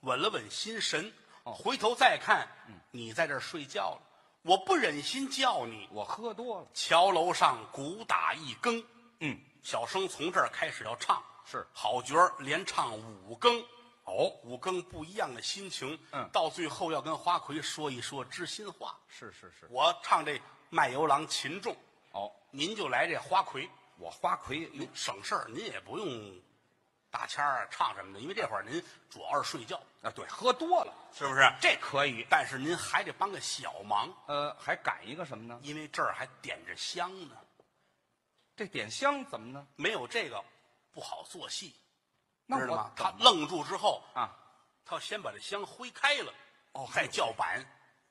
Speaker 1: 稳了稳心神，
Speaker 2: 哦嗯
Speaker 1: 回头再看，你在这儿睡觉了，我不忍心叫你。
Speaker 2: 我喝多了。
Speaker 1: 桥楼上鼓打一更，
Speaker 2: 嗯，
Speaker 1: 小生从这儿开始要唱，
Speaker 2: 是
Speaker 1: 好角儿连唱五更，
Speaker 2: 哦，
Speaker 1: 五更不一样的心情，
Speaker 2: 嗯
Speaker 1: 到最后要跟花魁说一说知心话。
Speaker 2: 是是是。
Speaker 1: 我唱这卖油郎秦仲，
Speaker 2: 哦，
Speaker 1: 您就来这花魁，
Speaker 2: 我花魁
Speaker 1: 您省事儿，您也不用搭腔儿啊唱什么的，因为这会儿您主要是睡觉，
Speaker 2: 啊，对，喝多了，
Speaker 1: 是不是？
Speaker 2: 这可以。
Speaker 1: 但是您还得帮个小忙，
Speaker 2: 呃，还赶一个什么呢？
Speaker 1: 因为这儿还点着香呢，
Speaker 2: 这点香怎么呢？
Speaker 1: 没有这个不好做戏，
Speaker 2: 那
Speaker 1: 知道吗
Speaker 2: 我？
Speaker 1: 他愣住之后，
Speaker 2: 啊，
Speaker 1: 他要先把这香挥开了，
Speaker 2: 哦还
Speaker 1: 再
Speaker 2: 有
Speaker 1: 叫板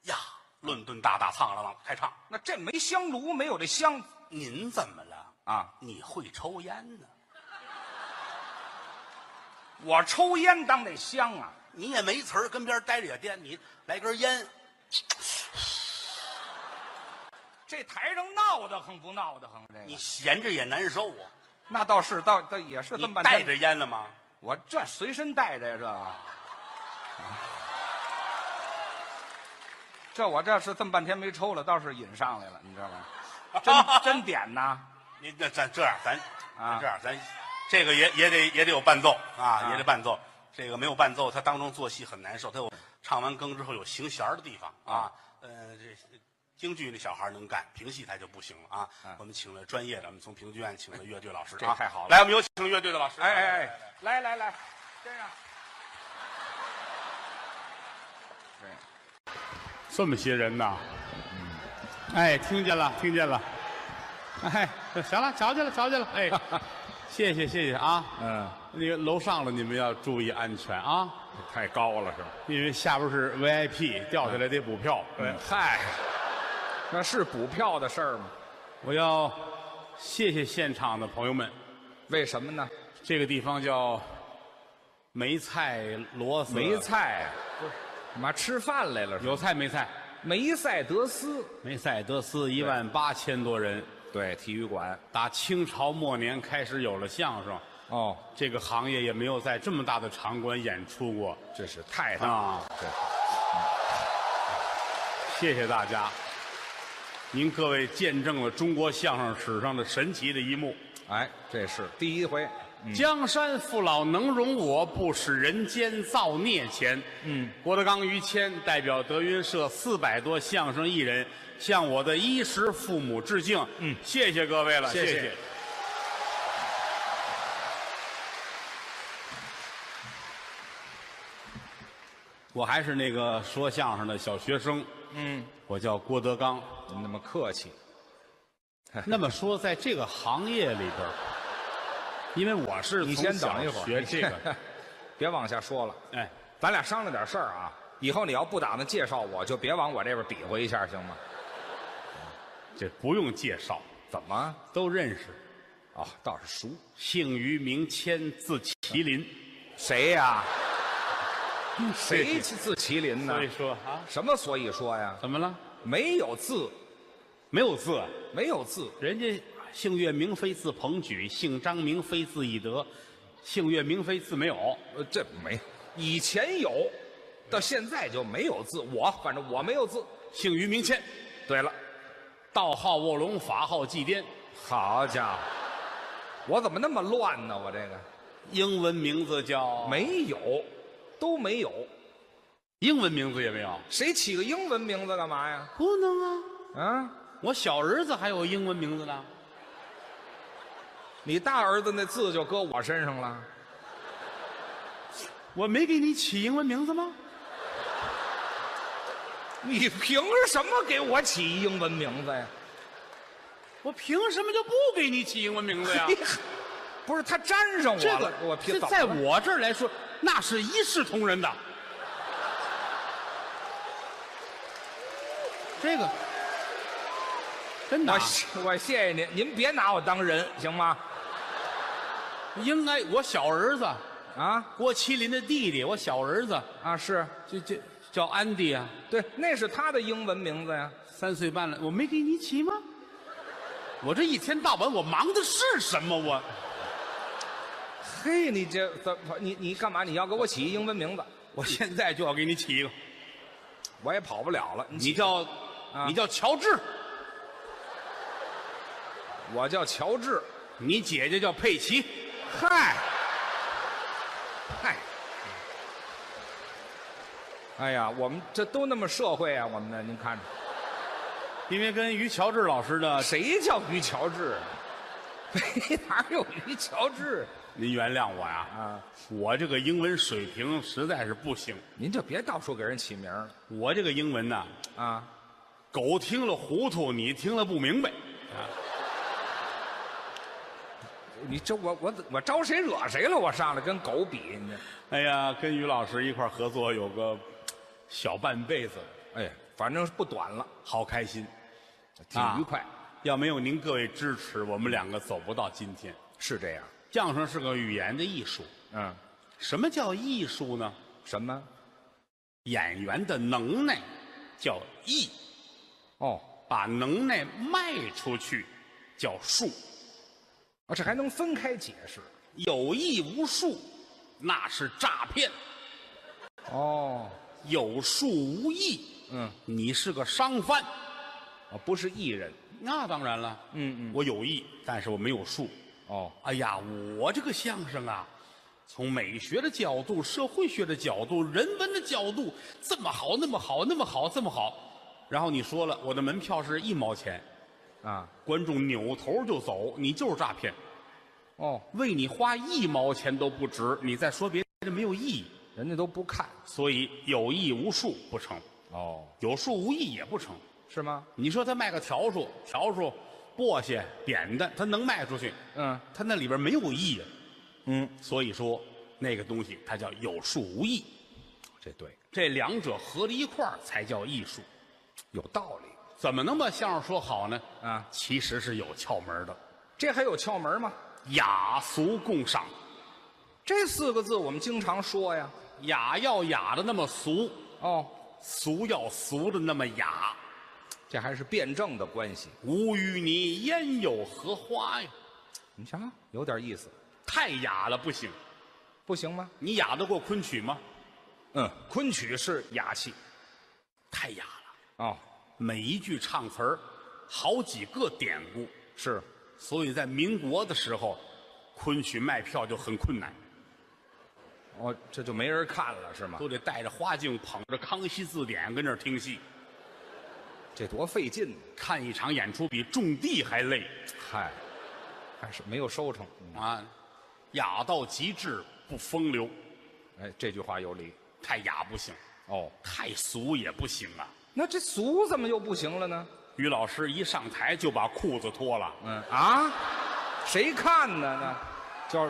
Speaker 1: 呀，论顿大大唱了，开唱。
Speaker 2: 那这没香炉，没有这香
Speaker 1: 您怎么了？
Speaker 2: 啊！
Speaker 1: 你会抽烟呢？
Speaker 2: 我抽烟当这香啊，
Speaker 1: 你也没词儿，跟边儿待着也颠，你来根烟，
Speaker 2: 这台上闹得很不闹得很？这个
Speaker 1: 你闲着也难受 啊。
Speaker 2: 那倒是，倒倒也是这
Speaker 1: 你
Speaker 2: 么半
Speaker 1: 带
Speaker 2: 天。
Speaker 1: 着烟了吗？
Speaker 2: 我这随身带着呀，这个。这我这是这么半天没抽了，倒是瘾上来了，你知道吗？ 真真点呐！
Speaker 1: 您那咱这样，咱
Speaker 2: 啊
Speaker 1: 咱这样，咱这个也也得也得有伴奏啊，
Speaker 2: 啊
Speaker 1: 也得伴奏。这个没有伴奏，他
Speaker 2: 啊
Speaker 1: 当中做戏很难受。他有唱完更之后有行弦儿的地方啊，呃，这京剧那小孩能干，评戏他就不行了啊。
Speaker 2: 嗯
Speaker 1: 我们请了专业的，我们从评剧院请了乐队老师啊，
Speaker 2: 这太好了
Speaker 1: 来，我们有请乐队的老师。
Speaker 2: 哎哎哎，来来来，先生，
Speaker 4: 这么些人呐，哎，听见了，听见了，哎，行了，瞧见了，瞧见了， 哎，谢谢，谢谢啊，
Speaker 2: 嗯，
Speaker 4: 那个楼上了，你们要注意安全啊，
Speaker 2: 太高了是吗？
Speaker 4: 因为下边是 VIP，掉下来得补票。哎
Speaker 2: 嗨，那是补票的事儿吗？
Speaker 4: 我要谢谢现场的朋友们，
Speaker 2: 为什么呢？
Speaker 4: 这个地方叫梅菜螺丝，
Speaker 2: 梅菜，不是，妈吃饭来了是吗？
Speaker 4: 有菜没菜？
Speaker 2: 梅赛德斯，
Speaker 4: 梅赛德斯一万八千多人，
Speaker 2: 对，体育馆。
Speaker 4: 打清朝末年开始有了相声。
Speaker 2: 哦，
Speaker 4: 这个行业也没有在这么大的场馆演出过
Speaker 2: 这是太大了，
Speaker 4: 啊！
Speaker 2: 这是
Speaker 4: 谢谢大家，您各位见证了中国相声史上的神奇的一幕。
Speaker 2: 哎，这是第一回。
Speaker 4: 江山父老能容我，不使人间造孽钱。嗯，郭德纲、于谦代表德云社四百多相声艺人，向我的衣食父母致敬。嗯，谢谢各位了，
Speaker 2: 谢谢
Speaker 4: 谢我还是那个说相声的小学生，
Speaker 2: 嗯，
Speaker 4: 我叫郭德纲。
Speaker 2: 您那么客气，
Speaker 4: 那么说，在这个行业里边儿，因为我是
Speaker 2: 你
Speaker 4: 从
Speaker 2: 先等
Speaker 4: 小
Speaker 2: 一会儿。
Speaker 4: 学这 个，
Speaker 2: 别往下说了，
Speaker 4: 哎，
Speaker 2: 咱俩商量点事儿啊。以后你要不打算介绍我，就别往我这边比划一下，行吗？
Speaker 4: 这不用介绍，
Speaker 2: 怎么？
Speaker 4: 都认识。
Speaker 2: 哦，倒是熟。
Speaker 4: 姓于名谦，字麒麟。
Speaker 2: 谁呀、嗯谁
Speaker 4: 对
Speaker 2: 字麒麟呢
Speaker 4: 所？以说啊，
Speaker 2: 什么所以说呀？
Speaker 4: 怎么了？
Speaker 2: 没有字，
Speaker 4: 没有字，
Speaker 2: 没有字。
Speaker 4: 人家姓岳名飞，字鹏举；姓张名飞，字翼德；姓岳名飞，字没有。
Speaker 2: 呃，这没，以前有，到现在就没有字。我反正我没有字。
Speaker 4: 姓于名谦，
Speaker 2: 对了，
Speaker 4: 道号卧龙，法号祭奠。
Speaker 2: 好家伙，我怎么那么乱呢？我这个
Speaker 4: 英文名字叫，
Speaker 2: 没有，都没有。
Speaker 4: 英文名字也没有。
Speaker 2: 谁起个英文名字干嘛呀？
Speaker 4: 不能啊，
Speaker 2: 啊，
Speaker 4: 我小儿子还有英文名字呢。
Speaker 2: 你大儿子那字就搁我身上了。
Speaker 4: 我没给你起英文名字吗？
Speaker 2: 你凭什么给我起英文名字呀？
Speaker 4: 我凭什么就不给你起英文名字呀？
Speaker 2: 不是他沾上我
Speaker 4: 啊这
Speaker 2: 了
Speaker 4: 个，
Speaker 2: 我凭
Speaker 4: 这
Speaker 2: 怎么
Speaker 4: 在
Speaker 2: 了
Speaker 4: 我这儿来说，那是一视同仁的。 这个真的啊、
Speaker 2: 我谢我谢谢您，您别拿我当人行吗？
Speaker 4: 应该我小儿子
Speaker 2: 啊
Speaker 4: 郭麒麟的弟弟，我小儿子
Speaker 2: 啊是，
Speaker 4: 就就叫安迪啊，
Speaker 2: 对，那是他的英文名字呀。
Speaker 4: 三岁半了，我没给你起吗？我这一天到晚我忙的是什么？我
Speaker 2: 嘿，你这怎么你你干嘛？你要给我起一英文名字，
Speaker 4: 我现在就要给你起一个，
Speaker 2: 我也跑不了了。
Speaker 4: 你叫、
Speaker 2: 啊
Speaker 4: 你叫乔治，
Speaker 2: 我叫乔治，
Speaker 4: 你姐姐叫佩奇，
Speaker 2: 嗨，哎嗨，哎呀，我们这都那么社会啊，我们呢，您看着，呃
Speaker 4: 因为跟于乔治老师的
Speaker 2: 谁叫于乔治？没哪有于乔治？
Speaker 4: 您原谅我呀，
Speaker 2: 啊，
Speaker 4: 我这个英文水平实在是不行，
Speaker 2: 您就别到处给人起名儿了
Speaker 4: 我这个英文呐，
Speaker 2: 啊。
Speaker 4: 狗听了糊涂，你听了不明白。
Speaker 2: 你这我我怎我招谁惹谁了？我上来跟狗比，你这，
Speaker 4: 哎呀，跟于老师一块儿合作有个小半辈子，
Speaker 2: 哎，反正是不短了，
Speaker 4: 好开心，
Speaker 2: 挺愉快，
Speaker 4: 啊要没有您各位支持，我们两个走不到今天。
Speaker 2: 是这样。
Speaker 4: 相声是个语言的艺术，
Speaker 2: 嗯，
Speaker 4: 什么叫艺术呢？
Speaker 2: 什么？
Speaker 4: 演员的能耐叫艺，
Speaker 2: 哦，
Speaker 4: 把能耐卖出去叫术。
Speaker 2: 哦这还能分开解释？
Speaker 4: 有意无术，那是诈骗；
Speaker 2: 哦，
Speaker 4: 有术无艺，
Speaker 2: 嗯，
Speaker 4: 你是个商贩。
Speaker 2: 哦，不是艺人。
Speaker 4: 那当然了，嗯嗯，我有意，但是我没有术。
Speaker 2: 哦，
Speaker 4: 哎呀，我这个相声啊，从美学的角度、社会学的角度、人文的角度，这么好，那么好，那么好，这么好，然后你说了，我的门票是一毛钱，
Speaker 2: 啊，
Speaker 4: 观众扭头就走，你就是诈骗，
Speaker 2: 哦，
Speaker 4: 为你花一毛钱都不值，你再说别的没有意义，
Speaker 2: 人家都不看，
Speaker 4: 所以有意无术不成，
Speaker 2: 哦，
Speaker 4: 有术无艺也不成。
Speaker 2: 是吗？
Speaker 4: 你说他卖个笤帚，笤帚、簸箕、扁担，他能卖出去？
Speaker 2: 嗯，
Speaker 4: 他那里边没有意义，
Speaker 2: 嗯，
Speaker 4: 所以说那个东西它叫有术无艺，
Speaker 2: 这对，
Speaker 4: 这两者合在一块儿才叫艺术。
Speaker 2: 有道理。
Speaker 4: 怎么能把相声说好呢？
Speaker 2: 啊
Speaker 4: 其实是有窍门的，
Speaker 2: 这还有窍门吗？
Speaker 4: 雅俗共赏，
Speaker 2: 这四个字我们经常说呀。
Speaker 4: 雅要雅的那么俗，
Speaker 2: 哦，
Speaker 4: 俗要俗的那么雅。
Speaker 2: 这还是辩证的关系。
Speaker 4: 无与你焉有何花呀？
Speaker 2: 你瞧，有点意思，
Speaker 4: 太雅了不行，
Speaker 2: 不行吗？
Speaker 4: 你雅得过昆曲吗？
Speaker 2: 嗯，昆曲是雅戏。
Speaker 4: 太雅了。
Speaker 2: 哦，
Speaker 4: 每一句唱词儿，好几个典故，
Speaker 2: 是，
Speaker 4: 所以在民国的时候，昆曲卖票就很困难，
Speaker 2: 哦，这就没人看了是吗？
Speaker 4: 都得带着花镜，捧着《康熙字典》跟那儿听戏。
Speaker 2: 这多费劲呢。
Speaker 4: 看一场演出比种地还累
Speaker 2: 嗨，还是没有收成。嗯
Speaker 4: 啊！雅到极致不风流，
Speaker 2: 哎，这句话有理。
Speaker 4: 太雅不行，
Speaker 2: 哦，
Speaker 4: 太俗也不行啊！
Speaker 2: 那这俗怎么又不行了呢？
Speaker 4: 于老师一上台就把裤子脱了，
Speaker 2: 嗯啊，谁看呢？那叫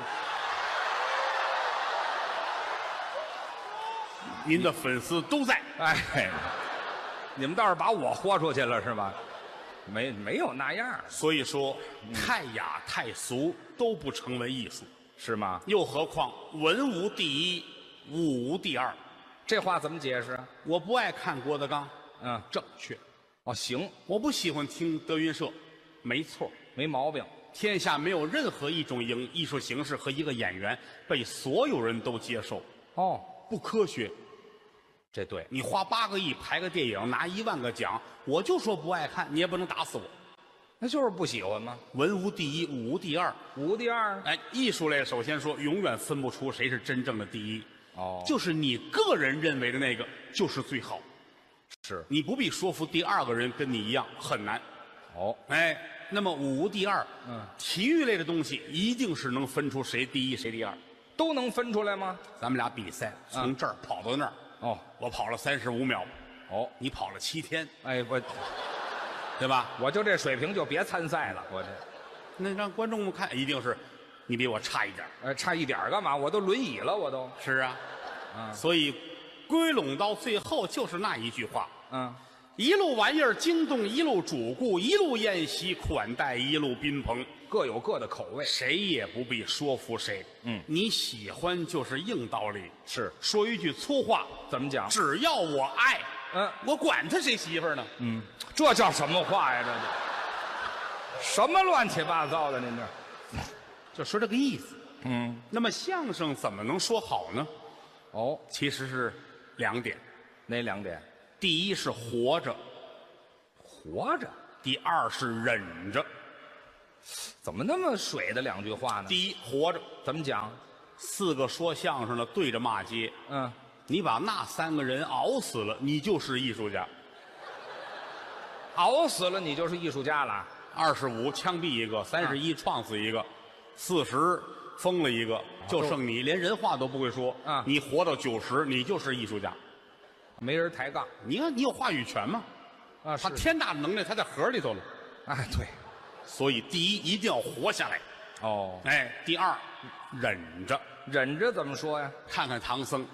Speaker 4: 您的粉丝都在。
Speaker 2: 哎，你们倒是把我豁出去了是吧？没没有那样儿
Speaker 4: 所以说，太雅太俗都不成为艺术。
Speaker 2: 是吗？
Speaker 4: 又何况文无第一，武无第二。
Speaker 2: 这话怎么解释啊？
Speaker 4: 我不爱看郭德纲，
Speaker 2: 嗯，
Speaker 4: 正确；
Speaker 2: 哦，行，
Speaker 4: 我不喜欢听德云社，没错。
Speaker 2: 没毛病。
Speaker 4: 天下没有任何一种影艺术形式和一个演员被所有人都接受，
Speaker 2: 哦，
Speaker 4: 不科学。
Speaker 2: 这对，
Speaker 4: 你花八个亿拍个电影，拿一万个奖，我就说不爱看，你也不能打死我。
Speaker 2: 那就是不喜欢吗？
Speaker 4: 文无第一，武无第二。
Speaker 2: 五第二，
Speaker 4: 哎，艺术类首先说，永远分不出谁是真正的第一。
Speaker 2: 哦
Speaker 4: 就是你个人认为的那个就是最好，
Speaker 2: 是
Speaker 4: 你不必说服第二个人跟你一样很难。
Speaker 2: 哦，
Speaker 4: 哎，那么五无第二，
Speaker 2: 嗯，
Speaker 4: 体育类的东西一定是能分出谁第一谁第二。
Speaker 2: 都能分出来吗？
Speaker 4: 咱们俩比赛，从这儿跑到那儿，
Speaker 2: 哦
Speaker 4: 我跑了三十五秒，
Speaker 2: 哦，
Speaker 4: 你跑了七天，
Speaker 2: 哎，我
Speaker 4: 对吧？
Speaker 2: 我就这水平就别参赛了，我这
Speaker 4: 那让观众们看，一定是你比我差一点儿。
Speaker 2: 哎差一点儿干嘛？我都轮椅了，我都
Speaker 4: 是啊，所以归拢到最后就是那一句话：
Speaker 2: 嗯，
Speaker 4: 一路玩意儿惊动，一路主顾，一路宴席款待，一路宾朋。
Speaker 2: 各有各的口味
Speaker 4: 谁也不必说服谁。
Speaker 2: 嗯
Speaker 4: 你喜欢就是硬道理。
Speaker 2: 是
Speaker 4: 说一句粗话，
Speaker 2: 怎么讲
Speaker 4: 只要我爱，
Speaker 2: 嗯
Speaker 4: 我管他谁媳妇儿呢？
Speaker 2: 嗯，这叫什么话呀？这叫什么乱七八糟的？您这
Speaker 4: 就说这个意思。
Speaker 2: 嗯，
Speaker 4: 那么相声怎么能说好呢？
Speaker 2: 哦，
Speaker 4: 其实是两点，
Speaker 2: 哪两点？
Speaker 4: 第一是活着，
Speaker 2: 活着
Speaker 4: 第二是忍着。
Speaker 2: 怎么那么水的两句话呢？
Speaker 4: 第一，活着，
Speaker 2: 怎么讲？
Speaker 4: 四个说相声的对着骂街，
Speaker 2: 嗯，
Speaker 4: 你把那三个人熬死了，你就是艺术家。
Speaker 2: 熬死了你就是艺术家了。
Speaker 4: 二十五枪毙一个，三十一撞死一个，四十封了一个，就剩你连人话都不会说。
Speaker 2: 啊
Speaker 4: 你活到九十，你就是艺术家。
Speaker 2: 没人抬杠
Speaker 4: 你看，你有话语权吗？
Speaker 2: 啊！
Speaker 4: 他天大的能耐，他在盒里头了。
Speaker 2: 哎，对，
Speaker 4: 所以，第一一定要活下来。
Speaker 2: 哦，
Speaker 4: 哎，第二，忍着，
Speaker 2: 忍着怎么说呀？
Speaker 4: 看看唐僧，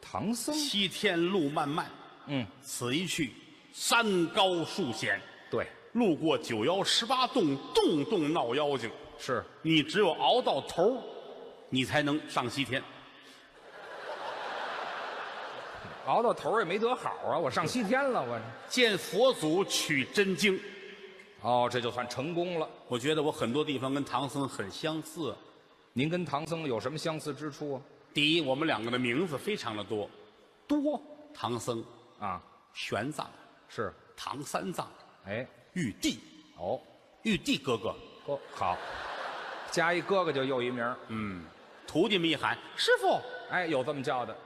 Speaker 2: 唐僧，
Speaker 4: 西天路漫漫，
Speaker 2: 嗯，
Speaker 4: 此一去山高树险，
Speaker 2: 对，
Speaker 4: 路过九妖十八洞，洞洞闹妖精。
Speaker 2: 是
Speaker 4: 你只有熬到头儿，你才能上西天。
Speaker 2: 熬到头儿也没得好啊！我上西天了，我这
Speaker 4: 见佛祖取真经，
Speaker 2: 哦，这就算成功了。
Speaker 4: 我觉得我很多地方跟唐僧很相似。
Speaker 2: 您跟唐僧有什么相似之处啊？
Speaker 4: 第一，我们两个的名字非常的多，
Speaker 2: 多
Speaker 4: 唐僧、
Speaker 2: 啊，
Speaker 4: 玄奘、
Speaker 2: 是，
Speaker 4: 唐三藏、
Speaker 2: 哎，
Speaker 4: 玉帝、
Speaker 2: 哦，
Speaker 4: 玉帝哥哥。
Speaker 2: 哥好，加一哥哥就又一名儿，
Speaker 4: 嗯，徒弟们一喊师傅，
Speaker 2: 哎，有这么叫的，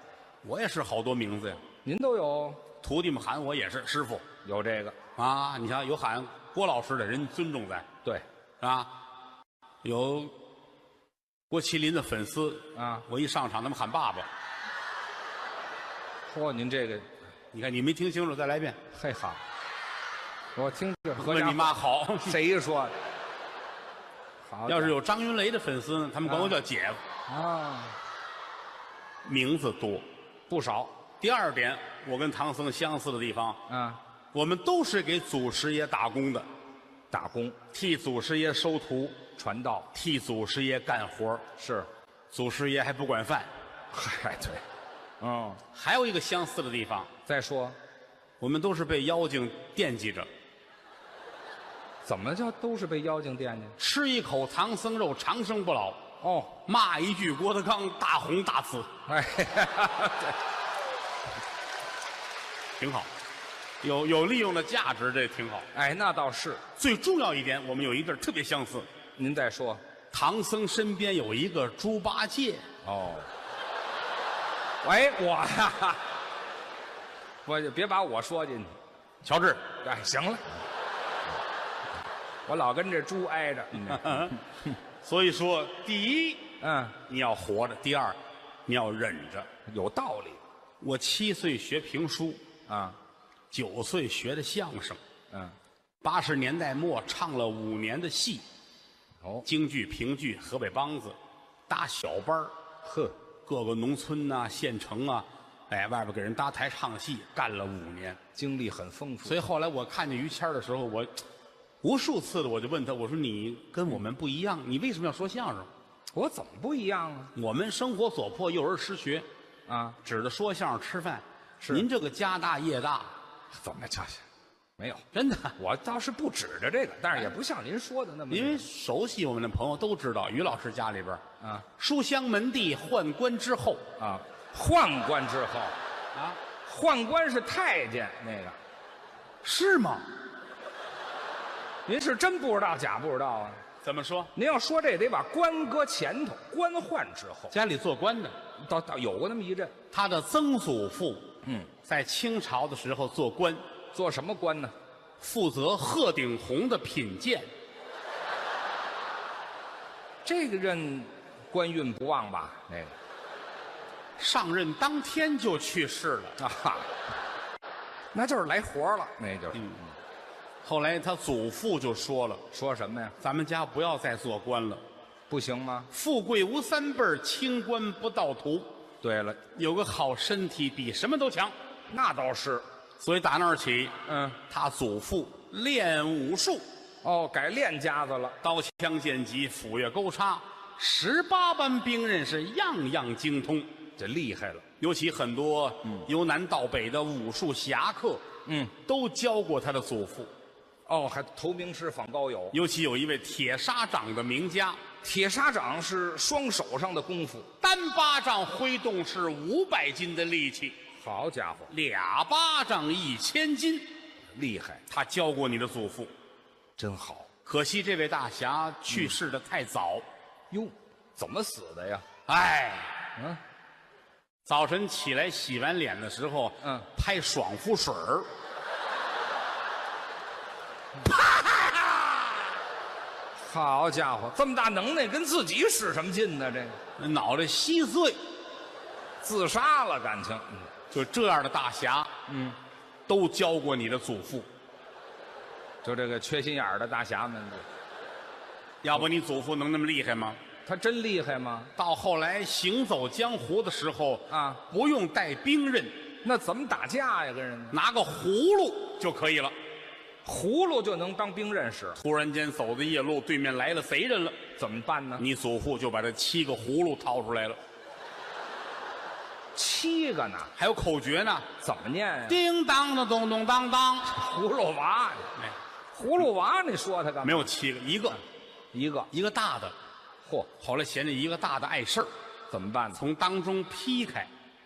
Speaker 4: 我也是好多名字呀。
Speaker 2: 您都有
Speaker 4: 徒弟们喊我也是师傅，
Speaker 2: 有这个，
Speaker 4: 啊！你瞧，有喊郭老师的人尊重在
Speaker 2: 对，
Speaker 4: 啊，有郭麒麟的粉丝
Speaker 2: 啊
Speaker 4: 我一上场他们喊爸爸，
Speaker 2: 嚯，您这个，
Speaker 4: 你看你没听清楚，再来一遍，
Speaker 2: 嘿好，我听着合
Speaker 4: 问
Speaker 2: 家
Speaker 4: 你妈好。
Speaker 2: 谁说的？好
Speaker 4: 要是有张云雷的粉丝呢，他们管我叫姐夫，
Speaker 2: 啊，
Speaker 4: 名字多。
Speaker 2: 不少
Speaker 4: 第二点，我跟唐僧相似的地方，
Speaker 2: 啊，
Speaker 4: 我们都是给祖师爷打工的，
Speaker 2: 打工
Speaker 4: 替祖师爷收徒，
Speaker 2: 传道
Speaker 4: 替祖师爷干活儿
Speaker 2: 是，
Speaker 4: 祖师爷还不管饭。
Speaker 2: 嗨对，嗯，
Speaker 4: 还有一个相似的地方，
Speaker 2: 再说
Speaker 4: 我们都是被妖精惦记着，
Speaker 2: 怎么叫都是被妖精惦记？
Speaker 4: 吃一口唐僧肉长生不老，
Speaker 2: 哦，
Speaker 4: 骂一句郭德纲大红大紫，
Speaker 2: 哎，
Speaker 4: 挺好，有有利用的价值，这挺好。
Speaker 2: 哎，那倒是，
Speaker 4: 最重要一点，我们有一地儿特别相似，
Speaker 2: 您再说
Speaker 4: 唐僧身边有一个猪八戒，
Speaker 2: 哦。喂，我呀，我就别把我说进去。
Speaker 4: 乔治。
Speaker 2: 哎，行了，我老跟这猪挨着。
Speaker 4: 嗯所以说，第一
Speaker 2: 嗯，
Speaker 4: 你要活着，第二你要忍着。
Speaker 2: 有道理
Speaker 4: 我七岁学评书，
Speaker 2: 啊。
Speaker 4: 九岁学的相声，
Speaker 2: 嗯，
Speaker 4: 八十年代末唱了五年的戏，
Speaker 2: 哦，
Speaker 4: 京剧、评剧、河北梆子，搭小班儿，
Speaker 2: 呵，
Speaker 4: 各个农村呐、县城啊，哎，外边给人搭台唱戏，干了五年。
Speaker 2: 经历很丰富。
Speaker 4: 所以后来我看见于谦儿的时候，我无数次的我就问他，我说你跟我们不一样，你为什么要说相声？
Speaker 2: 我怎么不一样了？
Speaker 4: 我们生活所迫，幼儿失学，
Speaker 2: 啊，
Speaker 4: 指着说相声吃饭。
Speaker 2: 是
Speaker 4: 您这个家大业大，
Speaker 2: 怎么这是？没有，
Speaker 4: 真的，
Speaker 2: 我倒是不指着这个，但是也不像您说的那么。
Speaker 4: 因为熟悉我们的朋友都知道，于老师家里边儿
Speaker 2: 啊
Speaker 4: 书香门第，宦官之后
Speaker 2: 啊，宦官之后，
Speaker 4: 啊，
Speaker 2: 宦官是太监那个。
Speaker 4: 是吗？
Speaker 2: 您是真不知道假不知道啊？
Speaker 4: 怎么说？
Speaker 2: 您要说这得把官搁前头，官宦之后，
Speaker 4: 家里做官的，
Speaker 2: 倒倒有过那么一阵。
Speaker 4: 他的曾祖父
Speaker 2: 嗯，
Speaker 4: 在清朝的时候做官，
Speaker 2: 做什么官呢？
Speaker 4: 负责鹤顶红的品鉴。
Speaker 2: 这个任官运不旺吧？那个
Speaker 4: 上任当天就去世了。
Speaker 2: 啊哈，那就是来活了，嗯那就是、
Speaker 4: 后来他祖父就说了
Speaker 2: 说什么呀？：“
Speaker 4: 咱们家不要再做官了，
Speaker 2: 不行吗？
Speaker 4: 富贵无三辈儿，清官不到途。
Speaker 2: 对了，
Speaker 4: 有个好身体比什么都强。
Speaker 2: 那倒是，”
Speaker 4: 所以打那儿起，
Speaker 2: 嗯，
Speaker 4: 他祖父练武术，
Speaker 2: 哦，改练家子了，
Speaker 4: 刀枪剑戟、斧钺钩叉，十八般兵刃是样样精通。
Speaker 2: 这厉害了。
Speaker 4: 尤其很多由南到北的武术侠客，
Speaker 2: 嗯，
Speaker 4: 都教过他的祖父。
Speaker 2: 哦，还投名师访高友，
Speaker 4: 尤其有一位铁砂掌的名家，
Speaker 2: 铁砂掌是双手上的功夫。
Speaker 4: 单巴掌挥动是五百斤的力气，
Speaker 2: 好家伙，
Speaker 4: 俩巴掌一千斤。
Speaker 2: 厉害，
Speaker 4: 他教过你的祖父，
Speaker 2: 真好。
Speaker 4: 可惜这位大侠去世的太早。
Speaker 2: 嗯哟，怎么死的呀？
Speaker 4: 哎，
Speaker 2: 嗯，
Speaker 4: 早晨起来洗完脸的时候，
Speaker 2: 嗯
Speaker 4: 拍爽肤水儿，
Speaker 2: 好家伙，这么大能耐，跟自己使什么劲呢？这个
Speaker 4: 脑袋稀碎。
Speaker 2: 自杀了，感情。
Speaker 4: 就这样的大侠，
Speaker 2: 嗯，
Speaker 4: 都教过你的祖父。
Speaker 2: 就这个缺心眼儿的大侠们，
Speaker 4: 要不你祖父能那么厉害吗？
Speaker 2: 他真厉害吗？
Speaker 4: 到后来行走江湖的时候
Speaker 2: 啊，
Speaker 4: 不用带兵刃，
Speaker 2: 那怎么打架呀？跟人家
Speaker 4: 拿个葫芦就可以了。
Speaker 2: 葫芦就能当兵刃使，
Speaker 4: 突然间走在夜路，对面来了贼人了，
Speaker 2: 怎么办呢？
Speaker 4: 你祖父就把这七个葫芦掏出来了，
Speaker 2: 七个呢？
Speaker 4: 还有口诀呢，
Speaker 2: 怎么念呀？
Speaker 4: 叮当的咚咚当当，
Speaker 2: 葫芦娃，
Speaker 4: 哎，
Speaker 2: 葫芦娃，你说他干嘛？
Speaker 4: 没有七个，一个
Speaker 2: 一个，
Speaker 4: 一个大的。
Speaker 2: 嚯，
Speaker 4: 后来嫌这一个大的碍事儿，
Speaker 2: 怎么办呢？
Speaker 4: 从当中劈开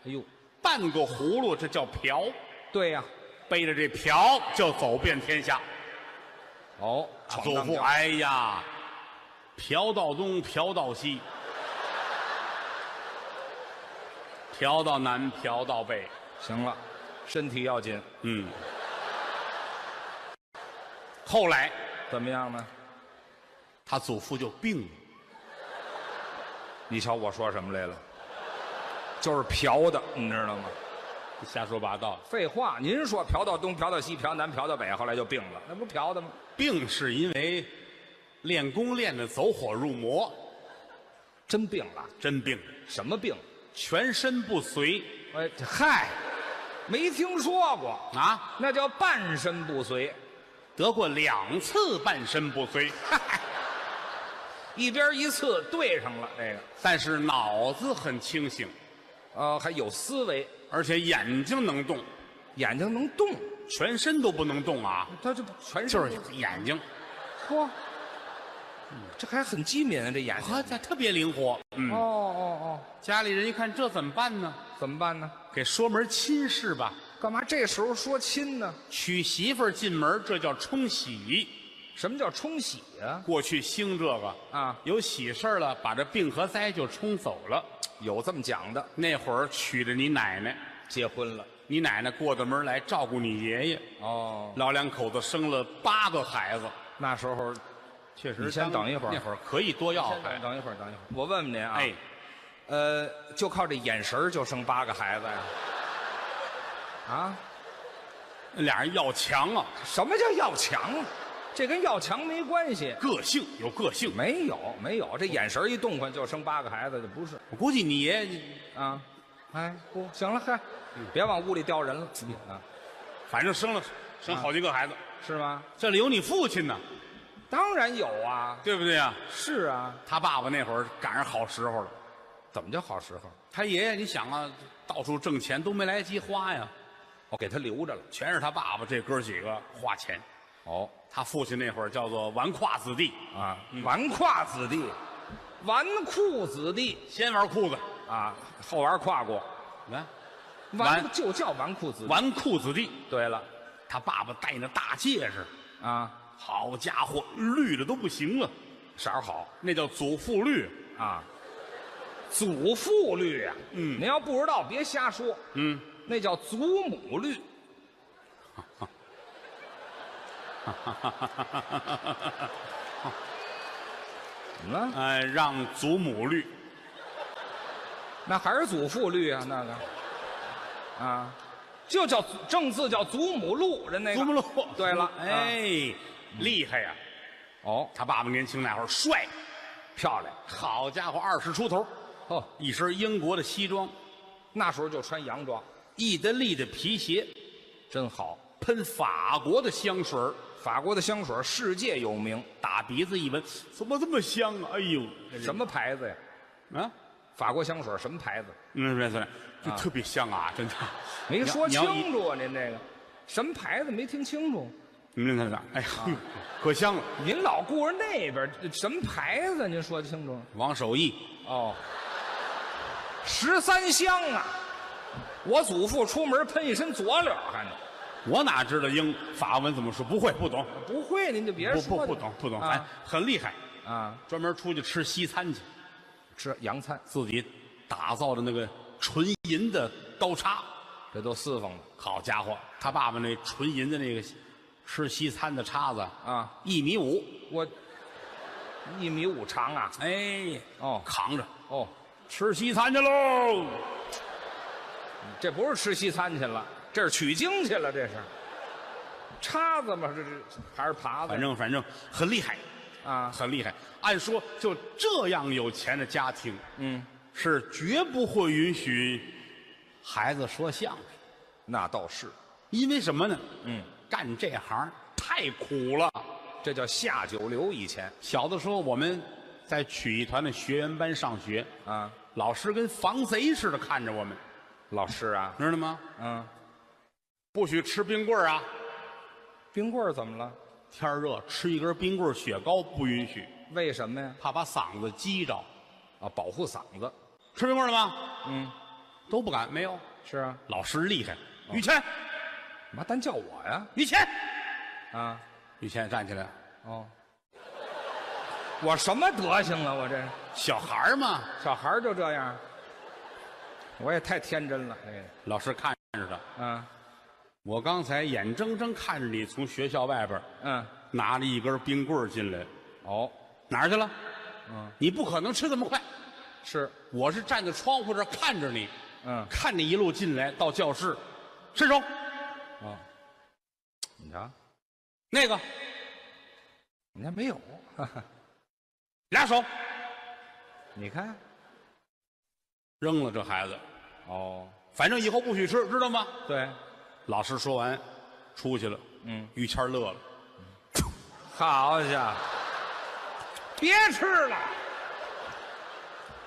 Speaker 2: 哎呦，
Speaker 4: 半个葫芦，这叫瓢，
Speaker 2: 对呀、
Speaker 4: 背着这瓢就走遍天下。
Speaker 2: 哦，
Speaker 4: 啊
Speaker 2: 闯
Speaker 4: 祖
Speaker 2: 荡
Speaker 4: 父，
Speaker 2: 江湖
Speaker 4: 哎呀，嫖到东，嫖到西，嫖到南，嫖到北，
Speaker 2: 行了，身体要紧，
Speaker 4: 嗯，后来
Speaker 2: 怎么样呢？
Speaker 4: 他祖父就病了，
Speaker 2: 你瞧我说什么来了？就是嫖的，你知道吗？
Speaker 4: 瞎说八道。
Speaker 2: 废话，您说嫖到东，嫖到西，嫖南，嫖到北，后来就病了，那不是嫖的吗？
Speaker 4: 病是因为练功练的走火入魔，
Speaker 2: 真病了，
Speaker 4: 真病，
Speaker 2: 什么病？
Speaker 4: 全身不遂
Speaker 2: 哎，嗨，没听说过，
Speaker 4: 啊，
Speaker 2: 那叫半身不遂，
Speaker 4: 得过两次半身不遂，
Speaker 2: 一边一次对上了这个，
Speaker 4: 但是脑子很清醒，
Speaker 2: 呃，还有思维，
Speaker 4: 而且眼睛能动，
Speaker 2: 眼睛能动，
Speaker 4: 全身都不能动啊，
Speaker 2: 他这全
Speaker 4: 就是
Speaker 2: 是
Speaker 4: 眼睛，
Speaker 2: 嚯，嗯这还很机敏啊，这眼睛。
Speaker 4: 啊，这特别灵活。嗯，
Speaker 2: 哦哦
Speaker 4: 家里人一看这怎么办呢？
Speaker 2: 哦，怎么办呢？
Speaker 4: 给说门亲事吧，
Speaker 2: 干嘛这时候说亲呢？
Speaker 4: 娶媳妇儿进门，这叫冲喜。
Speaker 2: 什么叫冲喜啊呀、
Speaker 4: 过去兴这个
Speaker 2: 啊
Speaker 4: 有喜事儿了，把这病和灾就冲走了。
Speaker 2: 有这么讲的，
Speaker 4: 那会儿娶着你奶奶，
Speaker 2: 结婚了。
Speaker 4: 你奶奶过到门来照顾你爷爷，
Speaker 2: 哦，
Speaker 4: 老两口子生了八个孩子，
Speaker 2: 那时候
Speaker 4: 确实。
Speaker 2: 你先等一会儿
Speaker 4: 那会儿可以多要
Speaker 2: 先
Speaker 4: 孩
Speaker 2: 等
Speaker 4: 子。
Speaker 2: 等一会儿，等一会儿，我问问您啊，
Speaker 4: 哎，
Speaker 2: 呃，就靠这眼神儿就生八个孩子呀？啊，
Speaker 4: 俩人要强啊，
Speaker 2: 什么叫要强？啊这跟要强没关系。
Speaker 4: 个性有个性。
Speaker 2: 没有，没有，这眼神儿一动换就生八个孩子，这不是
Speaker 4: 我估计你爷爷，
Speaker 2: 啊？哎，不行了，嗨，
Speaker 4: 嗯
Speaker 2: 别往屋里叼人了、啊，
Speaker 4: 反正生了生好几个孩子，
Speaker 2: 是吗？
Speaker 4: 这里有你父亲呢，
Speaker 2: 当然有啊，
Speaker 4: 对不对啊？
Speaker 2: 是啊，
Speaker 4: 他爸爸那会儿赶上好时候了，
Speaker 2: 怎么叫好时候？
Speaker 4: 他爷爷你想啊，到处挣钱都没来得及花呀，
Speaker 2: 我给他留着了。
Speaker 4: 全是他爸爸这哥几个花钱。
Speaker 2: 哦，
Speaker 4: 他父亲那会儿叫做纨绔子弟，
Speaker 2: 啊，
Speaker 4: 嗯
Speaker 2: 纨绔子弟，纨绔子弟
Speaker 4: 先玩裤子，
Speaker 2: 啊，后玩跨过，
Speaker 4: 你看纨
Speaker 2: 纨就叫纨绔子弟。
Speaker 4: 纨绔子弟。
Speaker 2: 对了，
Speaker 4: 他爸爸戴那大戒指，
Speaker 2: 啊，
Speaker 4: 好家伙，绿的都不行了，
Speaker 2: 色儿好
Speaker 4: 那叫祖父绿。
Speaker 2: 啊，祖父绿啊，
Speaker 4: 嗯
Speaker 2: 您要不知道别瞎说，
Speaker 4: 嗯，
Speaker 2: 那叫祖母 嗯绿。怎么了？
Speaker 4: 呃，让祖母绿，
Speaker 2: 那还是祖父绿啊，那个，啊，就叫正字叫祖母绿，人那个
Speaker 4: 祖母绿。
Speaker 2: 对了，哎，
Speaker 4: 哎，厉害呀！
Speaker 2: 哦，
Speaker 4: 他爸爸年轻那会儿帅，
Speaker 2: 漂亮，
Speaker 4: 好家伙，二十出头，
Speaker 2: 哦，
Speaker 4: 一身英国的西装，
Speaker 2: 那时候就穿洋装，
Speaker 4: 意大利的皮鞋，
Speaker 2: 真好。
Speaker 4: 喷法国的香水儿
Speaker 2: 法国的香水世界有名，
Speaker 4: 打鼻子一闻，怎么这么香啊？哎呦，
Speaker 2: 什么牌子呀？
Speaker 4: 啊？
Speaker 2: 法国香水什么牌子？
Speaker 4: 嗯，别别，就
Speaker 2: 啊
Speaker 4: 特别香啊，真的。
Speaker 2: 没说
Speaker 4: 你要你要
Speaker 2: 清楚啊，您这个什么牌子没听清楚？
Speaker 4: 您看看，哎呀，
Speaker 2: 啊
Speaker 4: 可香了。
Speaker 2: 您老顾着那边这什么牌子？您说清楚。啊
Speaker 4: 王守义，
Speaker 2: 哦，十三香啊！我祖父出门喷一身佐料，看着
Speaker 4: 我哪知道英法文怎么说？不会，不懂，
Speaker 2: 不会您就别
Speaker 4: 不
Speaker 2: 说
Speaker 4: 不
Speaker 2: 了
Speaker 4: 不懂，不懂，哎
Speaker 2: 啊，
Speaker 4: 很厉害，
Speaker 2: 啊！
Speaker 4: 专门出去吃西餐去，
Speaker 2: 吃洋餐，
Speaker 4: 自己打造的那个纯银的刀叉。
Speaker 2: 这都侍奉了。
Speaker 4: 好家伙，他爸爸那纯银的那个吃西餐的叉子
Speaker 2: 啊，
Speaker 4: 一米五，
Speaker 2: 我一米五长啊！
Speaker 4: 哎，
Speaker 2: 哦
Speaker 4: 扛着
Speaker 2: 哦，
Speaker 4: 吃西餐去喽。
Speaker 2: 这不是吃西餐去了，这是取经去了，这是叉子嘛？这是还是耙子？
Speaker 4: 反正反正很厉害，
Speaker 2: 啊，
Speaker 4: 很厉害。按说就这样有钱的家庭，
Speaker 2: 嗯，
Speaker 4: 是绝不会允许孩子说相声，
Speaker 2: 那倒是，
Speaker 4: 因为什么呢？
Speaker 2: 嗯，
Speaker 4: 干这行太苦了。
Speaker 2: 这叫下九流。以前
Speaker 4: 小的时候我们在曲艺团的学员班上学，
Speaker 2: 啊，
Speaker 4: 老师跟防贼似的看着我们，
Speaker 2: 老师啊，
Speaker 4: 知道吗？
Speaker 2: 嗯，
Speaker 4: 不许吃冰棍儿啊！
Speaker 2: 冰棍儿怎么了？
Speaker 4: 天儿热，吃一根冰棍儿雪糕不允许，
Speaker 2: 为什么呀？
Speaker 4: 怕把嗓子激着。
Speaker 2: 啊，保护嗓子。
Speaker 4: 吃冰棍儿了吗？
Speaker 2: 嗯，
Speaker 4: 都不敢，没有。
Speaker 2: 是啊，
Speaker 4: 老师厉害，于谦，
Speaker 2: 妈单叫我呀？
Speaker 4: 于谦，
Speaker 2: 啊，
Speaker 4: 于谦站起来，
Speaker 2: 哦，我什么德行啊？我这
Speaker 4: 小孩儿嘛，
Speaker 2: 小孩儿就这样，我也太天真了。这个，哎
Speaker 4: 老师看着他，
Speaker 2: 嗯、啊，
Speaker 4: 我刚才眼睁睁看着你从学校外边儿
Speaker 2: 嗯，
Speaker 4: 拿着一根冰棍儿进来，
Speaker 2: 哦，
Speaker 4: 哪儿去了？
Speaker 2: 嗯，
Speaker 4: 你不可能吃那么快。
Speaker 2: 是，
Speaker 4: 我是站在窗户这儿看着你，
Speaker 2: 嗯
Speaker 4: 看你一路进来到教室，伸手
Speaker 2: 啊，你瞧，
Speaker 4: 那个
Speaker 2: 你看没有？
Speaker 4: 俩手
Speaker 2: 你看，
Speaker 4: 扔了这孩子，
Speaker 2: 哦，
Speaker 4: 反正以后不许吃，知道吗？
Speaker 2: 对，
Speaker 4: 老师说完，出去了。
Speaker 2: 嗯，
Speaker 4: 于谦儿乐了，
Speaker 2: 好家伙，别吃了，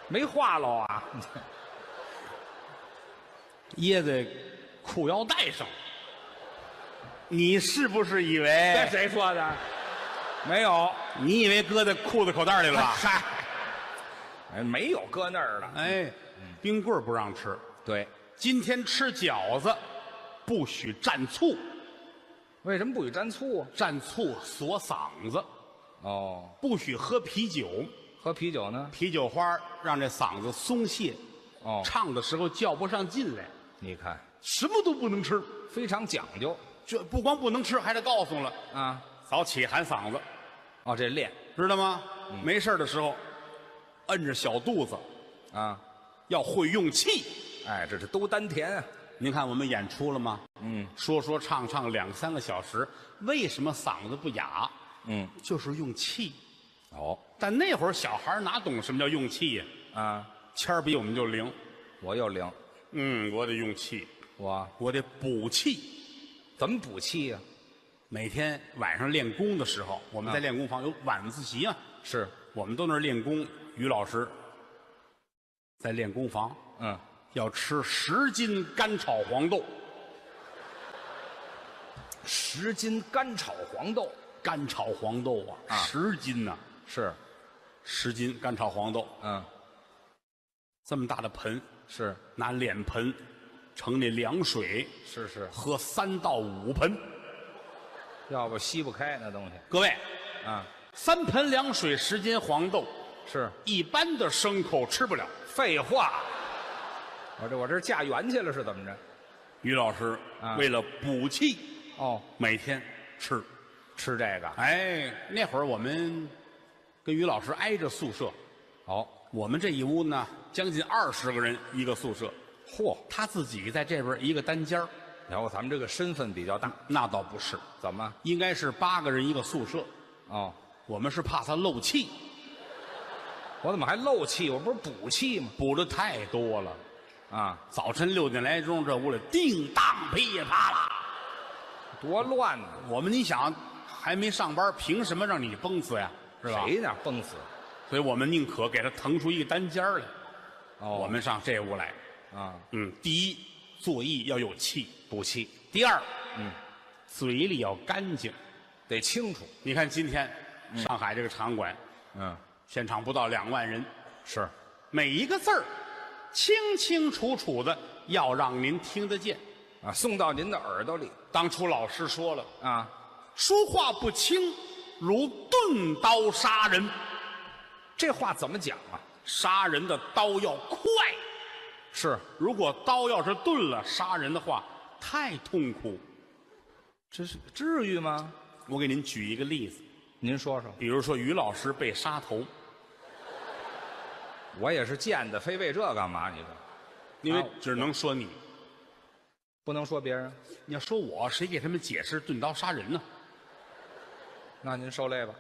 Speaker 2: 没话喽啊！
Speaker 4: 掖在裤腰带上。你是不是以
Speaker 2: 这
Speaker 4: 为？
Speaker 2: 谁说的？没有，
Speaker 4: 你以为搁在裤子口袋里了吧？
Speaker 2: 嗨，哎，没有搁那儿的。
Speaker 4: 哎，冰棍儿不让吃，
Speaker 2: 对，
Speaker 4: 今天吃饺子不许蘸醋，
Speaker 2: 为什么不许沾醋啊？
Speaker 4: 蘸醋锁嗓子，
Speaker 2: 哦，
Speaker 4: 不许喝啤酒，
Speaker 2: 喝啤酒呢？
Speaker 4: 啤酒花儿让这嗓子松懈，
Speaker 2: 哦
Speaker 4: 唱的时候叫不上劲来，
Speaker 2: 你看，
Speaker 4: 什么都不能吃，
Speaker 2: 非常讲究
Speaker 4: 这不光不能吃，还得告诉了，
Speaker 2: 啊。
Speaker 4: 早起喊嗓子，
Speaker 2: 哦，这练
Speaker 4: 知道吗？没事儿的时候，摁着小肚子，
Speaker 2: 啊，
Speaker 4: 要会用气。
Speaker 2: 哎，这是都丹田啊。
Speaker 4: 您看我们演出了吗？
Speaker 2: 嗯
Speaker 4: 说说唱唱两三个小时，为什么嗓子不哑？
Speaker 2: 嗯，
Speaker 4: 就是用气。
Speaker 2: 哦
Speaker 4: 但那会儿小孩儿哪懂什么叫用气呀、
Speaker 2: 啊，
Speaker 4: 谦儿比我们就灵。
Speaker 2: 我又灵，
Speaker 4: 嗯，我得用气，
Speaker 2: 我
Speaker 4: 我得补气。
Speaker 2: 怎么补气呀、
Speaker 4: 每天晚上练功的时候，我们在练功房有晚自习啊，
Speaker 2: 是，
Speaker 4: 我们都那儿练功。于老师在练功房
Speaker 2: 嗯，
Speaker 4: 要吃十斤干炒黄豆，
Speaker 2: 十斤干炒黄豆
Speaker 4: 干炒黄豆
Speaker 2: 啊
Speaker 4: 啊，十斤呐、
Speaker 2: 是，
Speaker 4: 十斤干炒黄豆，
Speaker 2: 嗯，
Speaker 4: 这么大的盆，
Speaker 2: 是
Speaker 4: 拿脸盆盛那凉水，
Speaker 2: 是是，
Speaker 4: 喝三到五盆。
Speaker 2: 要不吸不开那东西
Speaker 4: 各位，
Speaker 2: 啊，
Speaker 4: 三盆凉水，十斤黄豆，
Speaker 2: 是
Speaker 4: 一般的牲口吃不了。
Speaker 2: 废话。我这我这驾圆去了是怎么着？
Speaker 4: 于老师
Speaker 2: 啊
Speaker 4: 为了补气，
Speaker 2: 哦，
Speaker 4: 每天吃。
Speaker 2: 吃这个，
Speaker 4: 哎，那会儿我们跟于老师挨着宿舍，
Speaker 2: 哦，
Speaker 4: 我们这一屋呢将近二十个人一个宿舍，
Speaker 2: 嚯，
Speaker 4: 他自己在这边一个单间儿
Speaker 2: 然后咱们这个身份比较大，
Speaker 4: 那倒不是，
Speaker 2: 怎么？
Speaker 4: 应该是八个人一个宿舍。
Speaker 2: 哦，
Speaker 4: 我们是怕他漏气，
Speaker 2: 我怎么还漏气？我不是补气吗？
Speaker 4: 补的太多了。
Speaker 2: 啊，
Speaker 4: 早晨六点来钟，这屋里叮当噼里啪啦。
Speaker 2: 多乱呢、
Speaker 4: 我们你想，还没上班，凭什么让你崩死呀？是吧？
Speaker 2: 谁呢？崩死！
Speaker 4: 所以我们宁可给他腾出一个单间儿来，
Speaker 2: 哦
Speaker 4: 我们上这屋来。
Speaker 2: 啊，
Speaker 4: 嗯，第一，坐椅要有气；
Speaker 2: 补气
Speaker 4: 第二，
Speaker 2: 嗯，
Speaker 4: 嘴里要干净。
Speaker 2: 得清楚。
Speaker 4: 你看今天、上海这个场馆，
Speaker 2: 嗯，
Speaker 4: 现场不到两万人，
Speaker 2: 是
Speaker 4: 每一个字儿清清楚楚的，要让您听得见。
Speaker 2: 啊，送到您的耳朵里
Speaker 4: 当初老师说了，
Speaker 2: 啊。
Speaker 4: 说话不清，如钝刀杀人，
Speaker 2: 这话怎么讲啊？
Speaker 4: 杀人的刀要快。
Speaker 2: 是
Speaker 4: 如果刀要是钝了，杀人的话太痛苦。
Speaker 2: 这是至于吗？
Speaker 4: 我给您举一个例子，
Speaker 2: 您说说，
Speaker 4: 比如说于老师被杀头，
Speaker 2: 我也是贱的，非为这干嘛？你说
Speaker 4: 因为
Speaker 2: 啊
Speaker 4: 只能说你，
Speaker 2: 不能说别人，
Speaker 4: 你要说我，谁给他们解释钝刀杀人呢？
Speaker 2: 那您受累吧。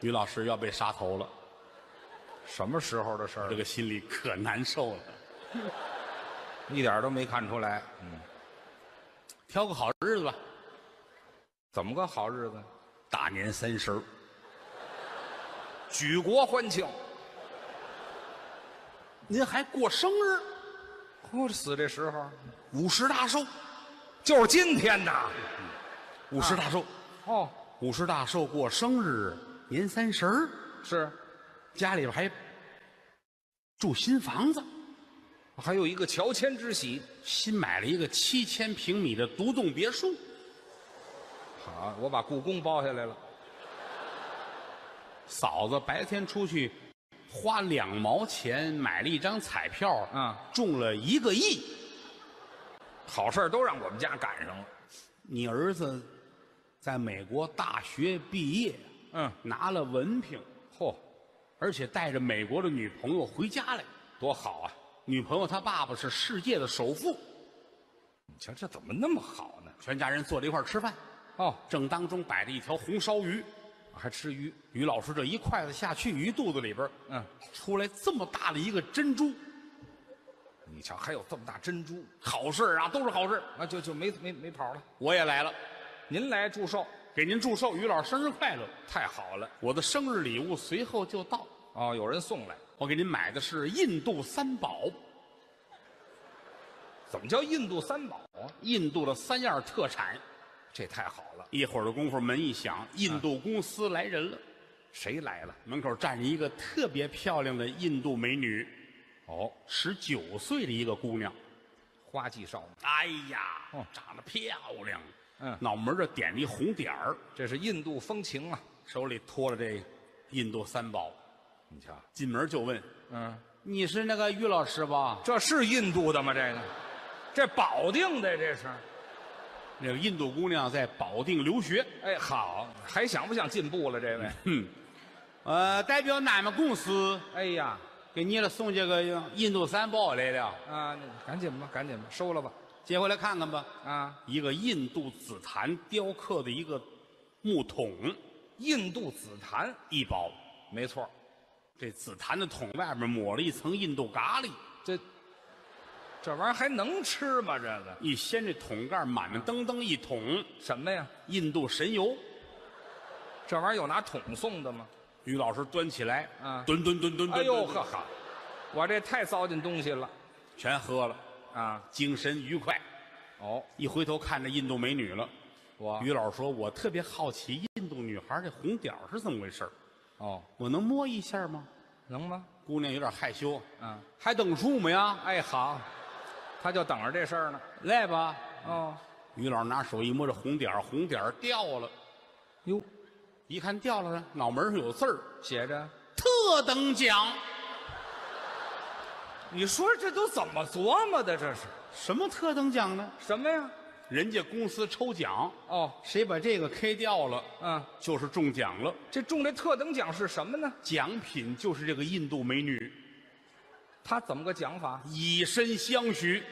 Speaker 4: 于老师要被杀头了，
Speaker 2: 什么时候的事儿
Speaker 4: 这？个心里可难受了。
Speaker 2: 一点都没看出来。嗯
Speaker 4: 挑个好日子吧，
Speaker 2: 怎么个好日子？
Speaker 4: 大年三十儿
Speaker 2: 举国欢庆。
Speaker 4: 哦您还过生日，
Speaker 2: 嚯，死这时候
Speaker 4: 五十大寿，
Speaker 2: 就是今天呐！
Speaker 4: 五十大寿。
Speaker 2: 哦，
Speaker 4: 五十大寿过生日，年三十儿
Speaker 2: 是，
Speaker 4: 家里边还住新房子，
Speaker 2: 还有一个乔迁之喜。
Speaker 4: 新买了一个七千平米的独栋别墅。
Speaker 2: 好，我把故宫包下来了。
Speaker 4: 嫂子白天出去花两毛钱买了一张彩票，
Speaker 2: 嗯
Speaker 4: 中了一个亿。
Speaker 2: 好事儿都让我们家赶上了。
Speaker 4: 你儿子在美国大学毕业，
Speaker 2: 嗯，
Speaker 4: 拿了文凭，
Speaker 2: 嚯，
Speaker 4: 而且带着美国的女朋友回家来。
Speaker 2: 多好啊！
Speaker 4: 女朋友她爸爸是世界的首富，
Speaker 2: 你瞧这怎么那么好呢？
Speaker 4: 全家人坐在一块儿吃饭，
Speaker 2: 哦，
Speaker 4: 正当中摆着一条红烧鱼，
Speaker 2: 还吃鱼，
Speaker 4: 于老师这一筷子下去，鱼肚子里边儿
Speaker 2: 嗯，
Speaker 4: 出来这么大的一个珍珠，
Speaker 2: 你瞧还有这么大珍珠，
Speaker 4: 好事儿啊，都是好事儿。
Speaker 2: 啊，就就没没没跑了。
Speaker 4: 我也来了，
Speaker 2: 您来祝寿，
Speaker 4: 给您祝寿，于老师生日快乐！
Speaker 2: 太好了。
Speaker 4: 我的生日礼物随后就到，
Speaker 2: 哦，有人送来，
Speaker 4: 我给您买的是印度三宝，
Speaker 2: 怎么叫印度三宝啊？
Speaker 4: 印度的三样特产。
Speaker 2: 这太好了。
Speaker 4: 一会儿的功夫，门一响，印度公司来人了，
Speaker 2: 谁来了？
Speaker 4: 门口站着一个特别漂亮的印度美女，
Speaker 2: 哦，
Speaker 4: 十九岁的一个姑娘。
Speaker 2: 花季少女，
Speaker 4: 哎呀
Speaker 2: 哦，
Speaker 4: 长得漂亮，
Speaker 2: 嗯
Speaker 4: 脑门这点着一红点儿，
Speaker 2: 这是印度风情啊。
Speaker 4: 手里托着这印度三宝，
Speaker 2: 你瞧，
Speaker 4: 进门就问
Speaker 2: 嗯，：“
Speaker 4: 你是那个于老师吧
Speaker 2: 这是印度的吗？这个，这保定的这是。？”
Speaker 4: 那个印度姑娘在保定留学，
Speaker 2: 哎，好，还想不想进步了？这位，
Speaker 4: 呃，代表俺们公司
Speaker 2: 哎呀，
Speaker 4: 给你了送这个印度三宝来了，
Speaker 2: 啊，那赶紧吧，赶紧吧，收了吧。
Speaker 4: 接回来看看吧。
Speaker 2: 啊，
Speaker 4: 一个印度紫檀雕刻的一个木桶，
Speaker 2: 印度紫檀，
Speaker 4: 一宝。
Speaker 2: 没错，
Speaker 4: 这紫檀的桶外面抹了一层印度咖喱，
Speaker 2: 这这玩意儿还能吃吗？这个
Speaker 4: 一掀这桶盖，满满登登一桶
Speaker 2: 什么呀？
Speaker 4: 印度神油。
Speaker 2: 这玩意儿有拿桶送的吗？
Speaker 4: 于老师端起来，
Speaker 2: 啊
Speaker 4: 吨吨吨吨吨，
Speaker 2: 哎呦
Speaker 4: 吨
Speaker 2: 呵，呵，我这太糟践东西了
Speaker 4: 全喝了，
Speaker 2: 啊！
Speaker 4: 精神愉快。
Speaker 2: 哦，
Speaker 4: 一回头看着印度美女了，
Speaker 2: 我
Speaker 4: 于老师说：“我特别好奇印度女孩这红点儿是怎么回事儿
Speaker 2: 哦，
Speaker 4: 我能摸一下吗
Speaker 2: 能吗？？”
Speaker 4: 姑娘有点害羞，
Speaker 2: 啊，
Speaker 4: 还等数么呀？
Speaker 2: 哎好，他就等着这事儿呢。
Speaker 4: 来吧。
Speaker 2: 哦，
Speaker 4: 于老师拿手一摸这红点儿，红点儿掉了，
Speaker 2: 哟，
Speaker 4: 一看掉了，脑门上有字儿，
Speaker 2: 写着，
Speaker 4: 特等奖。
Speaker 2: 你说这都怎么琢磨的？这是
Speaker 4: 什么特等奖呢？
Speaker 2: 什么呀？
Speaker 4: 人家公司抽奖，
Speaker 2: 哦，
Speaker 4: 谁把这个 K 掉了，
Speaker 2: 嗯，
Speaker 4: 就是中奖了。
Speaker 2: 这中这特等奖是什么呢？
Speaker 4: 奖品就是这个印度美女，
Speaker 2: 他怎么个讲法？
Speaker 4: 以身相许，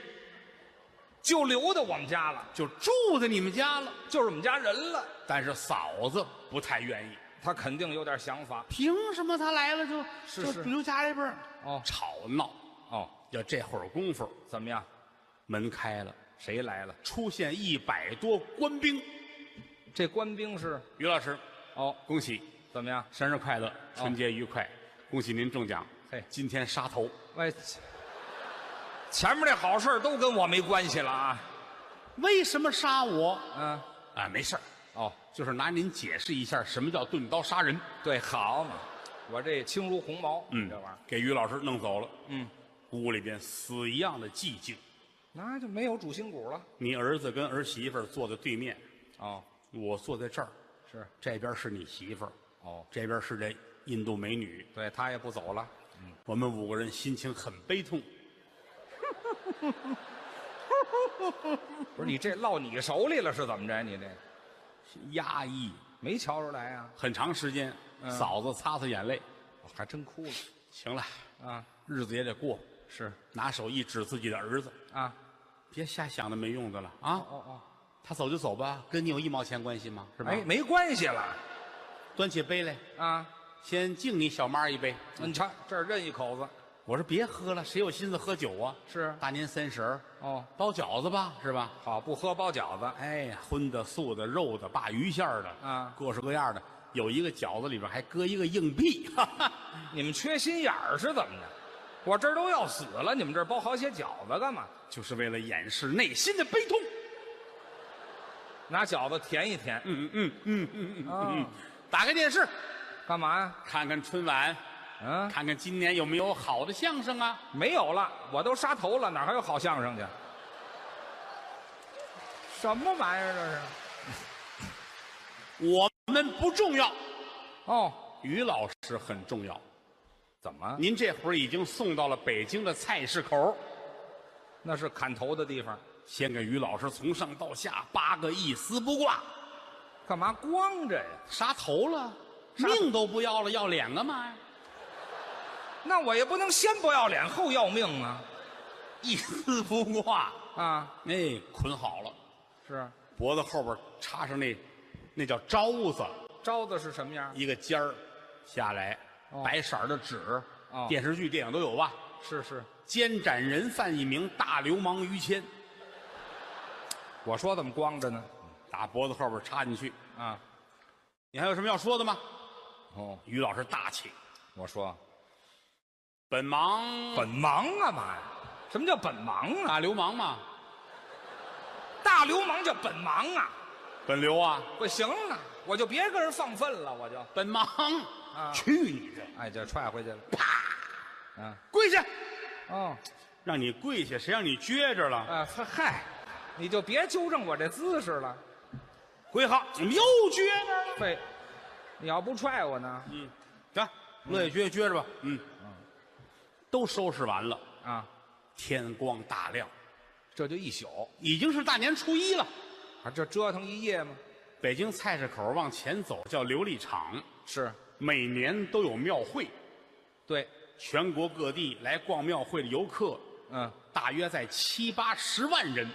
Speaker 2: 就留到我们家了，
Speaker 4: 就住在你们家了。
Speaker 2: 就是我们家人了。
Speaker 4: 但是嫂子不太愿意，
Speaker 2: 他肯定有点想法。
Speaker 4: 凭什么她来了就是就是留家里边儿
Speaker 2: 哦
Speaker 4: 吵闹？
Speaker 2: 哦，
Speaker 4: 要这会儿功夫，
Speaker 2: 怎么样？
Speaker 4: 门开了，
Speaker 2: 谁来了？
Speaker 4: 出现一百多官兵。
Speaker 2: 这官兵是？
Speaker 4: 于老师，
Speaker 2: 哦，
Speaker 4: 恭喜
Speaker 2: 怎么样？
Speaker 4: 生日快乐，春节愉快，恭喜您中奖。
Speaker 2: 嘿
Speaker 4: 今天杀头，
Speaker 2: 喂，前面这好事儿都跟我没关系了啊。
Speaker 4: 为什么杀我？
Speaker 2: 嗯，
Speaker 4: 啊，没事儿
Speaker 2: 哦，
Speaker 4: 就是拿您解释一下什么叫钝刀杀人。
Speaker 2: 对，好嘛，我这轻如鸿毛，
Speaker 4: 嗯
Speaker 2: 这玩意儿，，
Speaker 4: 给于老师弄走了。
Speaker 2: 嗯，
Speaker 4: 屋里边死一样的寂静。
Speaker 2: 那就没有主心骨了。
Speaker 4: 你儿子跟儿媳妇儿坐在对面，
Speaker 2: 哦，
Speaker 4: 我坐在这儿，
Speaker 2: 是，
Speaker 4: 这边是你媳妇儿，
Speaker 2: 哦，
Speaker 4: 这边是这印度美女。
Speaker 2: 对他也不走了，
Speaker 4: 我们五个人心情很悲痛。
Speaker 2: 不是你这落你手里了是怎么着？你这
Speaker 4: 压抑
Speaker 2: 没瞧出来啊？
Speaker 4: 很长时间，
Speaker 2: 嗯
Speaker 4: 嫂子擦擦眼泪，
Speaker 2: 我还真哭了
Speaker 4: 行了，
Speaker 2: 啊！
Speaker 4: 日子也得过。
Speaker 2: 是
Speaker 4: 拿手一指自己的儿子，
Speaker 2: 啊，
Speaker 4: 别瞎想那没用的了啊！
Speaker 2: 哦哦，
Speaker 4: 他走就走吧，跟你有一毛钱关系吗？是吧？
Speaker 2: 哎，没关系了
Speaker 4: 端起杯来，
Speaker 2: 啊！
Speaker 4: 先敬你小妈一杯。
Speaker 2: 你瞧这儿认一口子
Speaker 4: 我说别喝了，谁有心思喝酒啊？
Speaker 2: 是
Speaker 4: 大年三十儿
Speaker 2: 哦，
Speaker 4: 包饺子吧，是吧？
Speaker 2: 好不喝包饺子，
Speaker 4: 哎呀，荤的、素的、肉的、鲅鱼馅儿的，
Speaker 2: 啊
Speaker 4: 各式各样的。有一个饺子里边还搁一个硬币，哈哈。
Speaker 2: 你们缺心眼儿是怎么的？我这儿都要死了，你们这儿包好些饺子干嘛？
Speaker 4: 就是为了掩饰内心的悲痛。
Speaker 2: 拿饺子填一填，
Speaker 4: 嗯嗯嗯嗯嗯
Speaker 2: 啊，
Speaker 4: 打开电视，
Speaker 2: 干嘛呀？
Speaker 4: 看看春晚，
Speaker 2: 嗯，
Speaker 4: 看看今年有没有好的相声啊。
Speaker 2: 没有了，我都杀头了，哪还有好相声去？什么玩意儿这是？
Speaker 4: 我们不重要，
Speaker 2: 哦，
Speaker 4: 于老师很重要。
Speaker 2: 怎么？
Speaker 4: 您这会儿已经送到了北京的菜市口，
Speaker 2: 那是砍头的地方。
Speaker 4: 先给于老师从上到下八个一丝不挂，
Speaker 2: 干嘛光着呀？
Speaker 4: 杀头了，命都不要了，要脸干嘛呀？
Speaker 2: 那我也不能先不要脸后要命啊！
Speaker 4: 一丝不挂，
Speaker 2: 啊，
Speaker 4: 哎，捆好了，
Speaker 2: 是
Speaker 4: 脖子后边插上那那叫招子，
Speaker 2: 招子是什么样？
Speaker 4: 一个尖儿下来，
Speaker 2: 哦
Speaker 4: 白色儿的纸，
Speaker 2: 哦
Speaker 4: 电视剧、电影都有吧？
Speaker 2: 是是，
Speaker 4: 监斩人犯一名大流氓于谦，
Speaker 2: 我说怎么光着呢？
Speaker 4: 打脖子后边插进去。
Speaker 2: 啊，
Speaker 4: 你还有什么要说的吗？
Speaker 2: 哦，
Speaker 4: 于老师大气，
Speaker 2: 我说
Speaker 4: 本忙
Speaker 2: 本忙干嘛呀？什么叫本忙啊？
Speaker 4: 大流氓嘛，
Speaker 2: 大流氓叫本忙啊！
Speaker 4: 本流啊，
Speaker 2: 我行了，我就别跟人放粪了，我就
Speaker 4: 本忙，
Speaker 2: 啊
Speaker 4: 去你的，
Speaker 2: 哎，就踹回去了。啪！啊，
Speaker 4: 跪下，
Speaker 2: 哦，
Speaker 4: 让你跪下，谁让你撅着了？
Speaker 2: 啊，嗨，你就别纠正我这姿势了。
Speaker 4: 跪好，你们又撅着了。
Speaker 2: 废，你要不踹我呢？
Speaker 4: 嗯，行，乐意撅撅着吧。嗯，都收拾完了，
Speaker 2: 啊，
Speaker 4: 天光大亮，
Speaker 2: 这就一宿，
Speaker 4: 已经是大年初一了。
Speaker 2: 啊，这折腾一夜嘛。
Speaker 4: 北京菜市口往前走叫琉璃厂，
Speaker 2: 是，
Speaker 4: 每年都有庙会，
Speaker 2: 对，
Speaker 4: 全国各地来逛庙会的游客
Speaker 2: 嗯，
Speaker 4: 大约在七八十万人，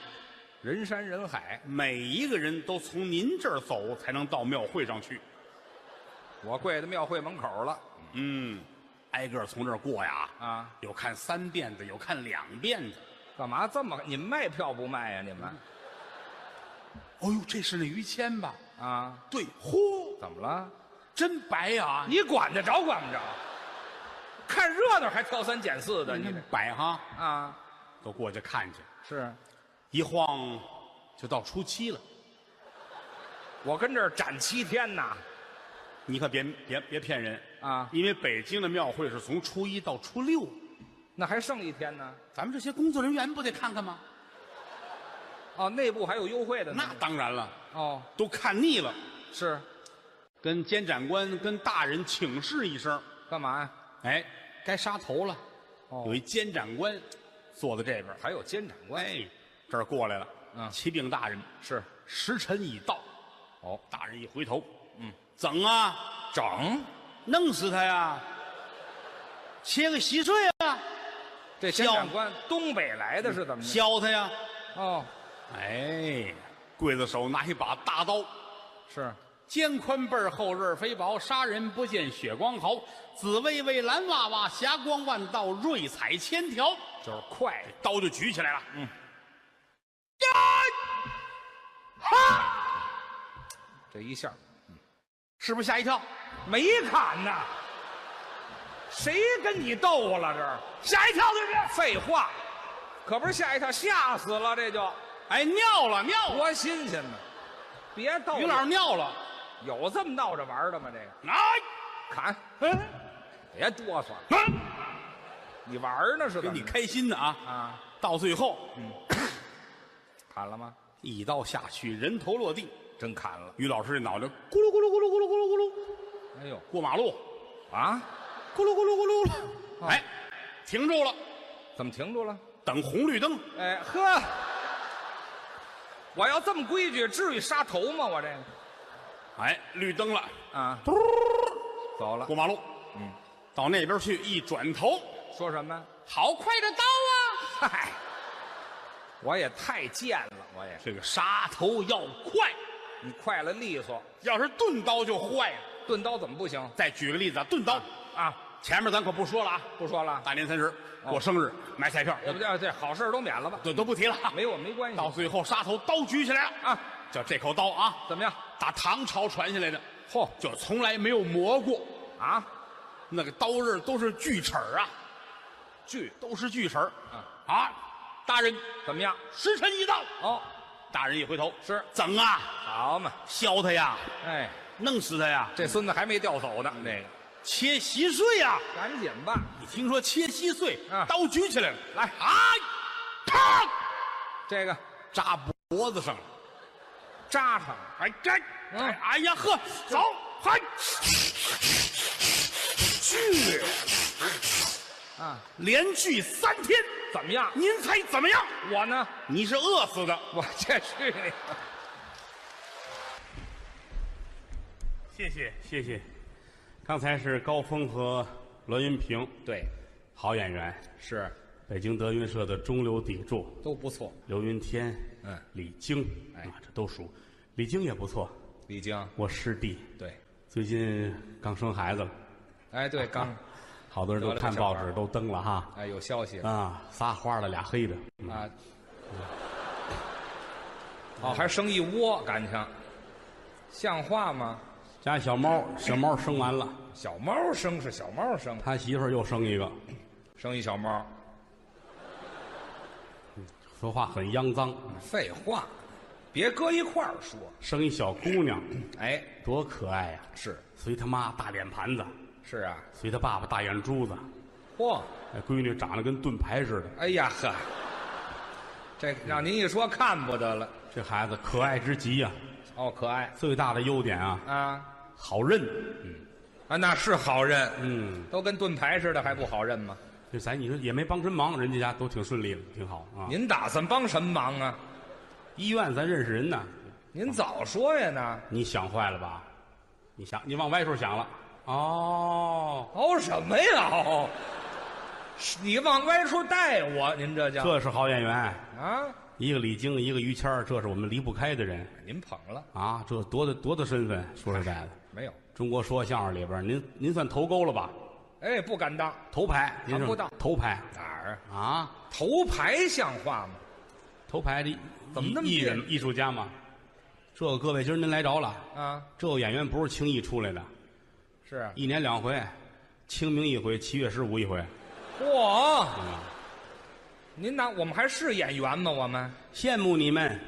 Speaker 2: 人山人海，
Speaker 4: 每一个人都从您这儿走才能到庙会上去。
Speaker 2: 我跪在庙会门口了。
Speaker 4: 嗯，挨个儿从这儿过呀。
Speaker 2: 啊，
Speaker 4: 有看三遍的，有看两遍的。
Speaker 2: 干嘛这么？你们卖票不卖呀、你们
Speaker 4: 哦呦，这是那于谦吧？
Speaker 2: 啊？
Speaker 4: 对，嚯，
Speaker 2: 怎么了？
Speaker 4: 真白啊呀、
Speaker 2: 你管得着管不着？看热闹还挑三拣四的，你这
Speaker 4: 摆哈，
Speaker 2: 啊，
Speaker 4: 都过去看去。
Speaker 2: 是
Speaker 4: 一晃就到初七了，
Speaker 2: 我跟这儿展七天呐。
Speaker 4: 你可别别别骗人
Speaker 2: 啊
Speaker 4: 因为北京的庙会是从初一到初六，
Speaker 2: 那还剩一天呢。
Speaker 4: 咱们这些工作人员不得看看吗？
Speaker 2: 哦，内部还有优惠的呢。
Speaker 4: 那当然了，
Speaker 2: 哦，
Speaker 4: 都看腻了，
Speaker 2: 是
Speaker 4: 跟监斩官、跟大人请示一声，
Speaker 2: 干嘛呀？
Speaker 4: 哎，该杀头了。
Speaker 2: 哦
Speaker 4: 有一监斩官坐在这边，
Speaker 2: 还有监斩官。
Speaker 4: 哎，这儿过来了，
Speaker 2: 嗯
Speaker 4: 启禀大人，
Speaker 2: 是
Speaker 4: 时辰已到。
Speaker 2: 哦，
Speaker 4: 大人一回头，嗯，整啊，
Speaker 2: 整
Speaker 4: 弄死他呀！切个稀碎啊，
Speaker 2: 这监斩官东北来的是怎么着？
Speaker 4: 削他呀！
Speaker 2: 哦，
Speaker 4: 哎，刽子手拿一把大刀，
Speaker 2: 是
Speaker 4: 肩宽背儿厚，刃肥薄，杀人不见血光毫。紫薇薇，蓝娃娃，霞光万道，瑞彩千条。
Speaker 2: 就是快
Speaker 4: 刀就举起来了，嗯，
Speaker 2: 这一下
Speaker 4: 是不是吓一跳？
Speaker 2: 没砍呐。谁跟你斗了这
Speaker 4: 吓哎一跳就是。
Speaker 2: 是？废话，可不是吓一跳，吓死了这就
Speaker 4: 哎，尿了尿了，
Speaker 2: 多新鲜呢！别逗
Speaker 4: 于老师
Speaker 2: 师
Speaker 4: 尿了。
Speaker 2: 有这么闹着玩儿的吗？这个
Speaker 4: 哎，
Speaker 2: 砍，别哎哆嗦了，你玩儿呢是
Speaker 4: 啊给
Speaker 2: 怎么
Speaker 4: 你
Speaker 2: 着？
Speaker 4: 开心的啊！
Speaker 2: 啊，
Speaker 4: 到最后，
Speaker 2: 砍了吗？
Speaker 4: 一刀下去，人头落地。
Speaker 2: 真砍了！
Speaker 4: 于老师这脑袋咕噜咕噜咕噜咕噜咕噜咕噜
Speaker 2: 哎呦
Speaker 4: 过马路，
Speaker 2: 啊，
Speaker 4: 咕噜咕噜咕噜咕噜，哎，停住了，
Speaker 2: 怎么停住了？
Speaker 4: 等红绿灯。
Speaker 2: 哎呵，我要这么规矩，至于杀头吗？我这个
Speaker 4: 哎，绿灯了，
Speaker 2: 啊，
Speaker 4: 嘟，
Speaker 2: 走了
Speaker 4: 过。马路。
Speaker 2: 嗯，
Speaker 4: 到那边去，一转头，
Speaker 2: 说什么？
Speaker 4: 好快的刀啊！
Speaker 2: 嗨，我也太贱了，我也
Speaker 4: 这个杀头要快，
Speaker 2: 你快了利索，
Speaker 4: 要是钝刀就坏了。
Speaker 2: 钝刀怎么不行
Speaker 4: 再举个例子啊，钝刀，
Speaker 2: 啊？
Speaker 4: 前面咱可不说了啊。
Speaker 2: 不说了，
Speaker 4: 大年三十
Speaker 2: 啊
Speaker 4: 过生日买彩票，
Speaker 2: 要不这这好事儿都免了吧？
Speaker 4: 都都不提了啊。
Speaker 2: 没我没关系
Speaker 4: 到最后，杀头刀举起来了
Speaker 2: 啊，
Speaker 4: 就这口刀啊，
Speaker 2: 怎么样？
Speaker 4: 打唐朝传下来的，
Speaker 2: 嚯
Speaker 4: 就从来没有磨过，
Speaker 2: 啊，
Speaker 4: 那个刀刃都是锯齿儿啊，锯都是锯齿儿
Speaker 2: 啊
Speaker 4: 啊！大人，
Speaker 2: 怎么样？
Speaker 4: 时辰已到。
Speaker 2: 哦，
Speaker 4: 大人一回头，
Speaker 2: 是
Speaker 4: 整啊，
Speaker 2: 好嘛，
Speaker 4: 削他呀，
Speaker 2: 哎，
Speaker 4: 弄死他呀，
Speaker 2: 这孙子还没调走呢，嗯这个
Speaker 4: 切稀碎呀！
Speaker 2: 赶紧吧，
Speaker 4: 你听说切稀碎
Speaker 2: 啊，
Speaker 4: 刀举起来了，来啊，啪，
Speaker 2: 这个
Speaker 4: 扎脖子上了，
Speaker 2: 扎上了。
Speaker 4: 哎这，
Speaker 2: 嗯
Speaker 4: 哎哎呀呵，走，嗨，锯。
Speaker 2: 啊，
Speaker 4: 连续三天，怎么样？
Speaker 5: 您猜怎么样？
Speaker 4: 我呢？
Speaker 5: 你是饿死的。
Speaker 4: 我这去你！
Speaker 5: 谢谢谢谢，刚才是高峰和栾云平，
Speaker 2: 对，
Speaker 5: 好演员，
Speaker 2: 是
Speaker 5: 北京德云社的中流砥柱，
Speaker 2: 都不错。
Speaker 5: 刘云天，
Speaker 2: 嗯
Speaker 5: 李菁，
Speaker 2: 哎
Speaker 5: 啊，这都熟。李菁也不错，
Speaker 2: 李菁，
Speaker 5: 我师弟，
Speaker 2: 对，
Speaker 5: 最近刚生孩子了，
Speaker 2: 哎对，刚
Speaker 5: 好多人都
Speaker 2: 得了个
Speaker 5: 看
Speaker 2: 小
Speaker 5: 报
Speaker 2: 孩
Speaker 5: 纸
Speaker 2: 儿
Speaker 5: 都登了哈，
Speaker 2: 哎有消息
Speaker 5: 啊，仨花了俩黑的，
Speaker 2: 啊。哦，还生一窝，感情像话吗？
Speaker 5: 家小猫，小猫生完了，
Speaker 2: 小猫生是小猫生，
Speaker 5: 他媳妇儿又生一个，
Speaker 2: 生一小猫，
Speaker 5: 说话很肮脏，
Speaker 2: 废话，别搁一块儿说。
Speaker 5: 生一小姑娘，
Speaker 2: 哎，
Speaker 5: 多可爱呀、
Speaker 2: 是
Speaker 5: 随他妈大脸盘子，
Speaker 2: 是啊，
Speaker 5: 随他爸爸大眼珠子，
Speaker 2: 嚯，
Speaker 5: 那闺女长得跟盾牌似的，
Speaker 2: 哎呀呵，这让您一说看不得了。
Speaker 5: 这孩子可爱之极呀、
Speaker 2: 哦，可爱
Speaker 5: 最大的优点啊，
Speaker 2: 啊
Speaker 5: 好认。
Speaker 2: 啊，那是好认，
Speaker 5: 嗯，
Speaker 2: 都跟盾牌似的，还不好认吗？
Speaker 5: 这咱你说也没帮什么忙，人家家都挺顺利的，挺好啊。
Speaker 2: 您打算帮什么忙啊？
Speaker 5: 医院咱认识人呢，
Speaker 2: 您早说呀呢，
Speaker 5: 你想坏了吧？你想，你往歪处想了。哦，
Speaker 2: 熬什么呀熬？是你往歪处带我，您这叫
Speaker 5: 这是好演员，
Speaker 2: 啊？
Speaker 5: 一个李菁，一个于谦儿，这是我们离不开的人
Speaker 2: 您捧了
Speaker 5: 啊。这多大多大身份？说实在的，
Speaker 2: 没有？
Speaker 5: 中国说相声里边儿，您您算头钩了吧？
Speaker 2: 哎，不敢当
Speaker 5: 头牌，您
Speaker 2: 谈不
Speaker 5: 是
Speaker 2: 到
Speaker 5: 头牌
Speaker 2: 哪儿啊？
Speaker 5: 啊？
Speaker 2: 头牌像话吗？
Speaker 5: 头牌的
Speaker 2: 怎么那么
Speaker 5: 艺艺
Speaker 2: 别
Speaker 5: 人艺术家嘛？这个各位今儿您来着了，
Speaker 2: 啊，
Speaker 5: 这个演员不是轻易出来的，
Speaker 2: 是啊，
Speaker 5: 一年两回，清明一回，七月十五一回。
Speaker 2: 嚯！
Speaker 5: 嗯
Speaker 2: 您拿我们还是演员吗？我们
Speaker 5: 羡慕你们，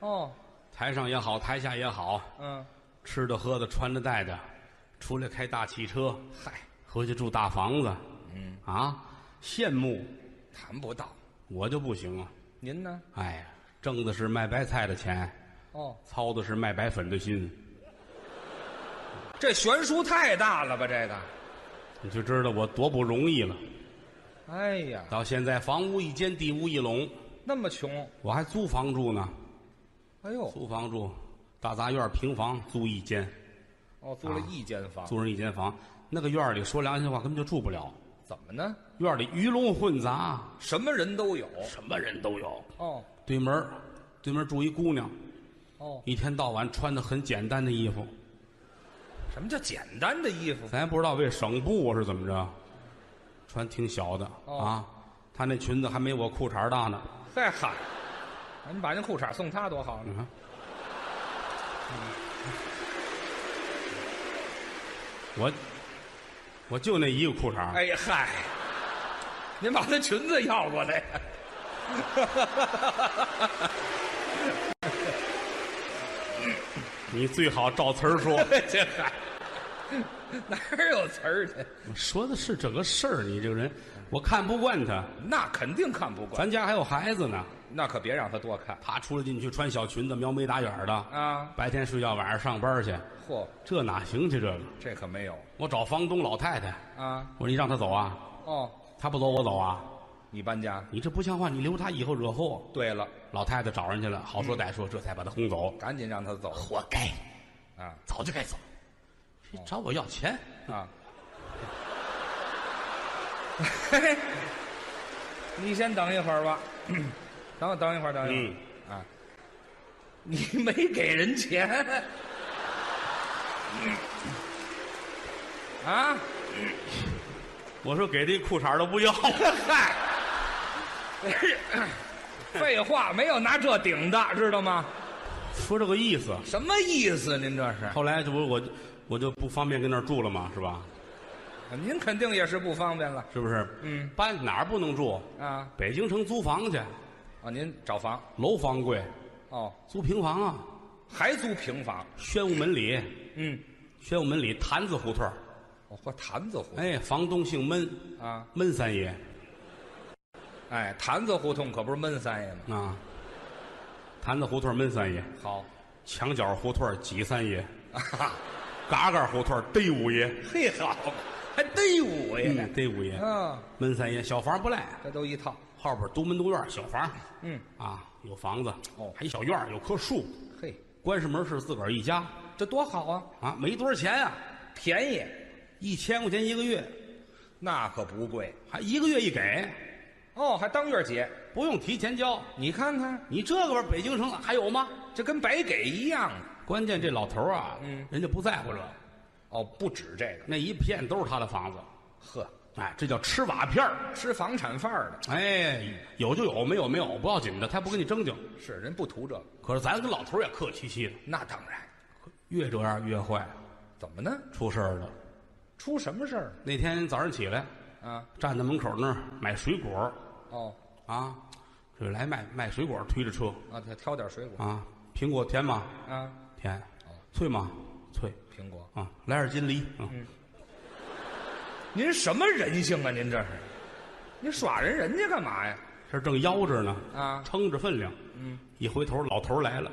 Speaker 2: 哦，
Speaker 5: 台上也好，台下也好，
Speaker 2: 嗯，
Speaker 5: 吃的喝的穿的戴的，出来开大汽车，
Speaker 2: 嗨，
Speaker 5: 回去住大房子，嗯啊，羡慕
Speaker 2: 谈不到。
Speaker 5: 我就不行啊！
Speaker 2: 您呢？
Speaker 5: 哎呀，挣的是卖白菜的钱，
Speaker 2: 哦，
Speaker 5: 操的是卖白粉的心，
Speaker 2: 这悬殊太大了吧？这个，
Speaker 5: 你就知道我多不容易了。
Speaker 2: 哎呀，
Speaker 5: 到现在房屋一间，地屋一垄，
Speaker 2: 那么穷，
Speaker 5: 我还租房住呢，
Speaker 2: 哎呦，
Speaker 5: 租房住，大杂院平房租一间，
Speaker 2: 哦，租了一间房，
Speaker 5: 租人一间房，那个院儿里说良心话根本就住不了，
Speaker 2: 怎么呢？
Speaker 5: 院儿里鱼龙混杂，
Speaker 2: 什么人都有。
Speaker 5: 什么人都有。
Speaker 2: 哦
Speaker 5: 对门儿对门儿住一姑娘，
Speaker 2: 哦，
Speaker 5: 一天到晚穿的很简单的衣服，
Speaker 2: 什么叫简单的衣服？
Speaker 5: 咱也不知道为省布啊是怎么着，穿挺小的、
Speaker 2: 哦
Speaker 5: 啊。她那裙子还没我裤衩儿大呢。
Speaker 2: 再嗯喊，您把那裤衩送他多好
Speaker 5: 你
Speaker 2: 呢。
Speaker 5: 看，我我就那一个裤衩儿，
Speaker 2: 哎呀嗨，您把他裙子要过来。
Speaker 5: 你最好照词 儿说。
Speaker 2: 这嗨，哪儿有词儿去？
Speaker 5: 我说的是这个事儿，你这个人，我看不惯他。
Speaker 2: 那肯定看不惯，
Speaker 5: 咱家还有孩子呢，
Speaker 2: 那可别让他多看
Speaker 5: 他出来进去穿小裙子，描眉打眼儿的
Speaker 2: 啊！
Speaker 5: 白天睡觉，晚上上班去，
Speaker 2: 嚯，
Speaker 5: 这哪行去？这个，
Speaker 2: 这可没有
Speaker 5: 我找房东老太太，
Speaker 2: 啊！
Speaker 5: 我说你让她走啊，
Speaker 2: 哦，
Speaker 5: 她不走我走啊，
Speaker 2: 你搬家？
Speaker 5: 你这不像话，你留她以后惹祸。
Speaker 2: 对了，
Speaker 5: 老太太找人去了，好说歹说，这才把她轰走，
Speaker 2: 赶紧让他走
Speaker 5: 活该，
Speaker 2: 啊
Speaker 5: 早就该走，谁找我要钱？
Speaker 2: 啊！嘿嘿 你先等一会儿吧，等等一会儿，等一会儿、啊！你没给人钱啊？
Speaker 5: 我说给这裤衩儿都不要，
Speaker 2: 嗨， 废话，没有拿这顶的，知道吗？
Speaker 5: 说这个意思。
Speaker 2: 什么意思？您这是？
Speaker 5: 后来这不我就我就不方便跟那儿住了嘛，是吧？
Speaker 2: 您肯定也是不方便了
Speaker 5: 是不是？
Speaker 2: 嗯，
Speaker 5: 搬哪儿不能住？
Speaker 2: 啊！
Speaker 5: 北京城租房去，
Speaker 2: 哦，您找房
Speaker 5: 楼房贵，
Speaker 2: 哦，
Speaker 5: 租平房啊，
Speaker 2: 还租平房？
Speaker 5: 宣武门里，
Speaker 2: 嗯，
Speaker 5: 宣武门里坛子胡同儿。
Speaker 2: 我嚯，坛子胡同、
Speaker 5: 哎，房东姓闷，
Speaker 2: 啊！
Speaker 5: 闷三爷
Speaker 2: 哎，坛子胡同可不是闷三爷吗？
Speaker 5: 啊。坛子胡同闷三爷，
Speaker 2: 好，
Speaker 5: 墙角胡同挤 三爷，嘎嘎胡同逮五爷，
Speaker 2: 嘿好，还逮我呀！
Speaker 5: 嗯，逮五爷，
Speaker 2: 嗯，
Speaker 5: 闷三爷小房不赖，
Speaker 2: 这都一套
Speaker 5: 后边独门独院小房，
Speaker 2: 嗯
Speaker 5: 啊，有房子
Speaker 2: 哦
Speaker 5: 还一小院儿有棵树，
Speaker 2: 嘿，
Speaker 5: 关上门是自个儿一家
Speaker 2: 这多好啊，
Speaker 5: 啊，没多少钱啊，
Speaker 2: 便宜，
Speaker 5: 一千块钱一个月，
Speaker 2: 那可不贵
Speaker 5: 还一个月一给，
Speaker 2: 哦，还当月姐，
Speaker 5: 不用提前交。
Speaker 2: 你看看，
Speaker 5: 你这个玩意儿北京城还有吗？
Speaker 2: 这跟白给一样啊
Speaker 5: 关键这老头儿啊，
Speaker 2: 嗯
Speaker 5: 人家不在乎这个，
Speaker 2: 哦，不止这个，
Speaker 5: 那一片都是他的房子，
Speaker 2: 呵，
Speaker 5: 哎，这叫吃瓦片儿。
Speaker 2: 吃房产范儿的，
Speaker 5: 哎，有就有，没有没有，不要紧的，他不跟你争竞。
Speaker 2: 是人不图这个，
Speaker 5: 可是咱跟老头儿也客气气的，
Speaker 2: 那当然，
Speaker 5: 越这样越坏，
Speaker 2: 怎么呢？
Speaker 5: 出事儿了。
Speaker 2: 出什么事儿
Speaker 5: 那天早上起来，
Speaker 2: 啊？
Speaker 5: 站在门口那儿买水果
Speaker 2: 哦，
Speaker 5: 啊，这来卖卖水果，推着车
Speaker 2: 啊，挑挑点水果
Speaker 5: 啊，苹果甜吗？
Speaker 2: 啊，
Speaker 5: 甜，脆吗？脆
Speaker 2: 苹果，
Speaker 5: 啊，来点金梨，嗯，
Speaker 2: 您什么人性啊？您这是，您耍人人家干嘛呀？
Speaker 5: 这正邀着呢，
Speaker 2: 啊
Speaker 5: 撑着分量，嗯，一回头老头儿来了，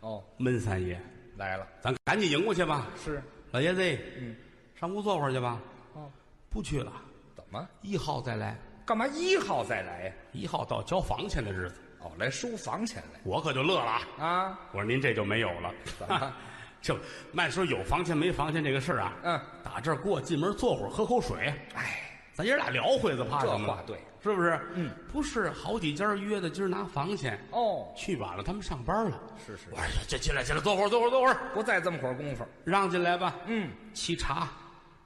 Speaker 2: 哦，
Speaker 5: 闷三爷，
Speaker 2: 来了，
Speaker 5: 咱赶紧迎过去吧，
Speaker 2: 是，
Speaker 5: 老爷子，嗯，上屋坐会儿去吧，
Speaker 2: 哦，
Speaker 5: 不去了，
Speaker 2: 怎么？
Speaker 5: 一号再来，
Speaker 2: 干嘛一号再来呀？
Speaker 5: 一号到交房钱的日子，
Speaker 2: 哦，来收房钱来
Speaker 5: 我可就乐了啊。
Speaker 2: 啊？
Speaker 5: 我说您这就没有了， 就慢说有房钱没房钱这个事儿啊，
Speaker 2: 嗯，
Speaker 5: 打这儿过进门坐会儿喝口水，
Speaker 2: 哎，
Speaker 5: 咱爷俩聊会子，怕什么？
Speaker 2: 这话对，
Speaker 5: 是不是？嗯，不是，好几家约的，今儿拿房钱，
Speaker 2: 哦，
Speaker 5: 去晚了，他们上班了。
Speaker 2: 是是
Speaker 5: 我，说哎呀这进来进来，坐会儿坐会儿坐会儿，
Speaker 2: 不再这么会儿功夫，
Speaker 5: 让进来吧。
Speaker 2: 嗯，
Speaker 5: 沏茶，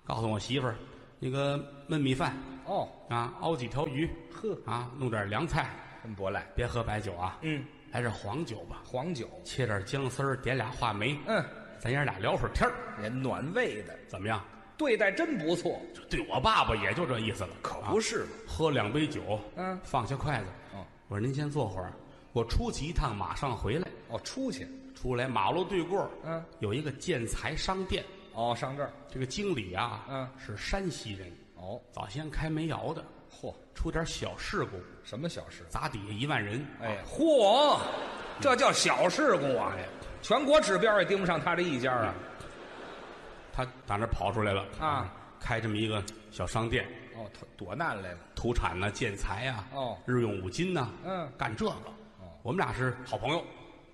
Speaker 5: 告诉我媳妇儿，那个焖米饭
Speaker 2: 哦，
Speaker 5: 啊，熬几条鱼，
Speaker 2: 呵
Speaker 5: 啊，弄点凉菜，
Speaker 2: 真不赖，
Speaker 5: 别喝白酒啊，
Speaker 2: 嗯，
Speaker 5: 来点黄酒吧，
Speaker 2: 黄酒，
Speaker 5: 切点姜丝儿，点俩话梅，
Speaker 2: 嗯，
Speaker 5: 咱爷俩聊会儿天儿。
Speaker 2: 也暖胃的，
Speaker 5: 怎么样？
Speaker 2: 对待真不错，
Speaker 5: 这对我爸爸也就这意思了，可
Speaker 2: 不是嘛
Speaker 5: 喝两杯酒，
Speaker 2: 嗯
Speaker 5: 放下筷子，
Speaker 2: 哦
Speaker 5: 我说您先坐会儿，我出去一趟，马上回来。
Speaker 2: 哦，出去，
Speaker 5: 出来马路对过，
Speaker 2: 嗯，
Speaker 5: 有一个建材商店，
Speaker 2: 哦，上这儿，
Speaker 5: 这个经理啊，
Speaker 2: 嗯
Speaker 5: 是山西人，
Speaker 2: 哦，
Speaker 5: 早先开煤窑的，
Speaker 2: 嚯，
Speaker 5: 出点小事故，
Speaker 2: 什么小事？
Speaker 5: 砸底下一万人，啊
Speaker 2: 哎，嚯，这叫小事故啊！全国指标也盯不上他这一家啊！
Speaker 5: 他打那跑出来了
Speaker 2: 啊，
Speaker 5: 开这么一个小商店，
Speaker 2: 哦，他躲难来了，
Speaker 5: 土产呐、建材啊，
Speaker 2: 哦
Speaker 5: 日用五金呐、
Speaker 2: 嗯
Speaker 5: 干这个，我们俩是好朋友，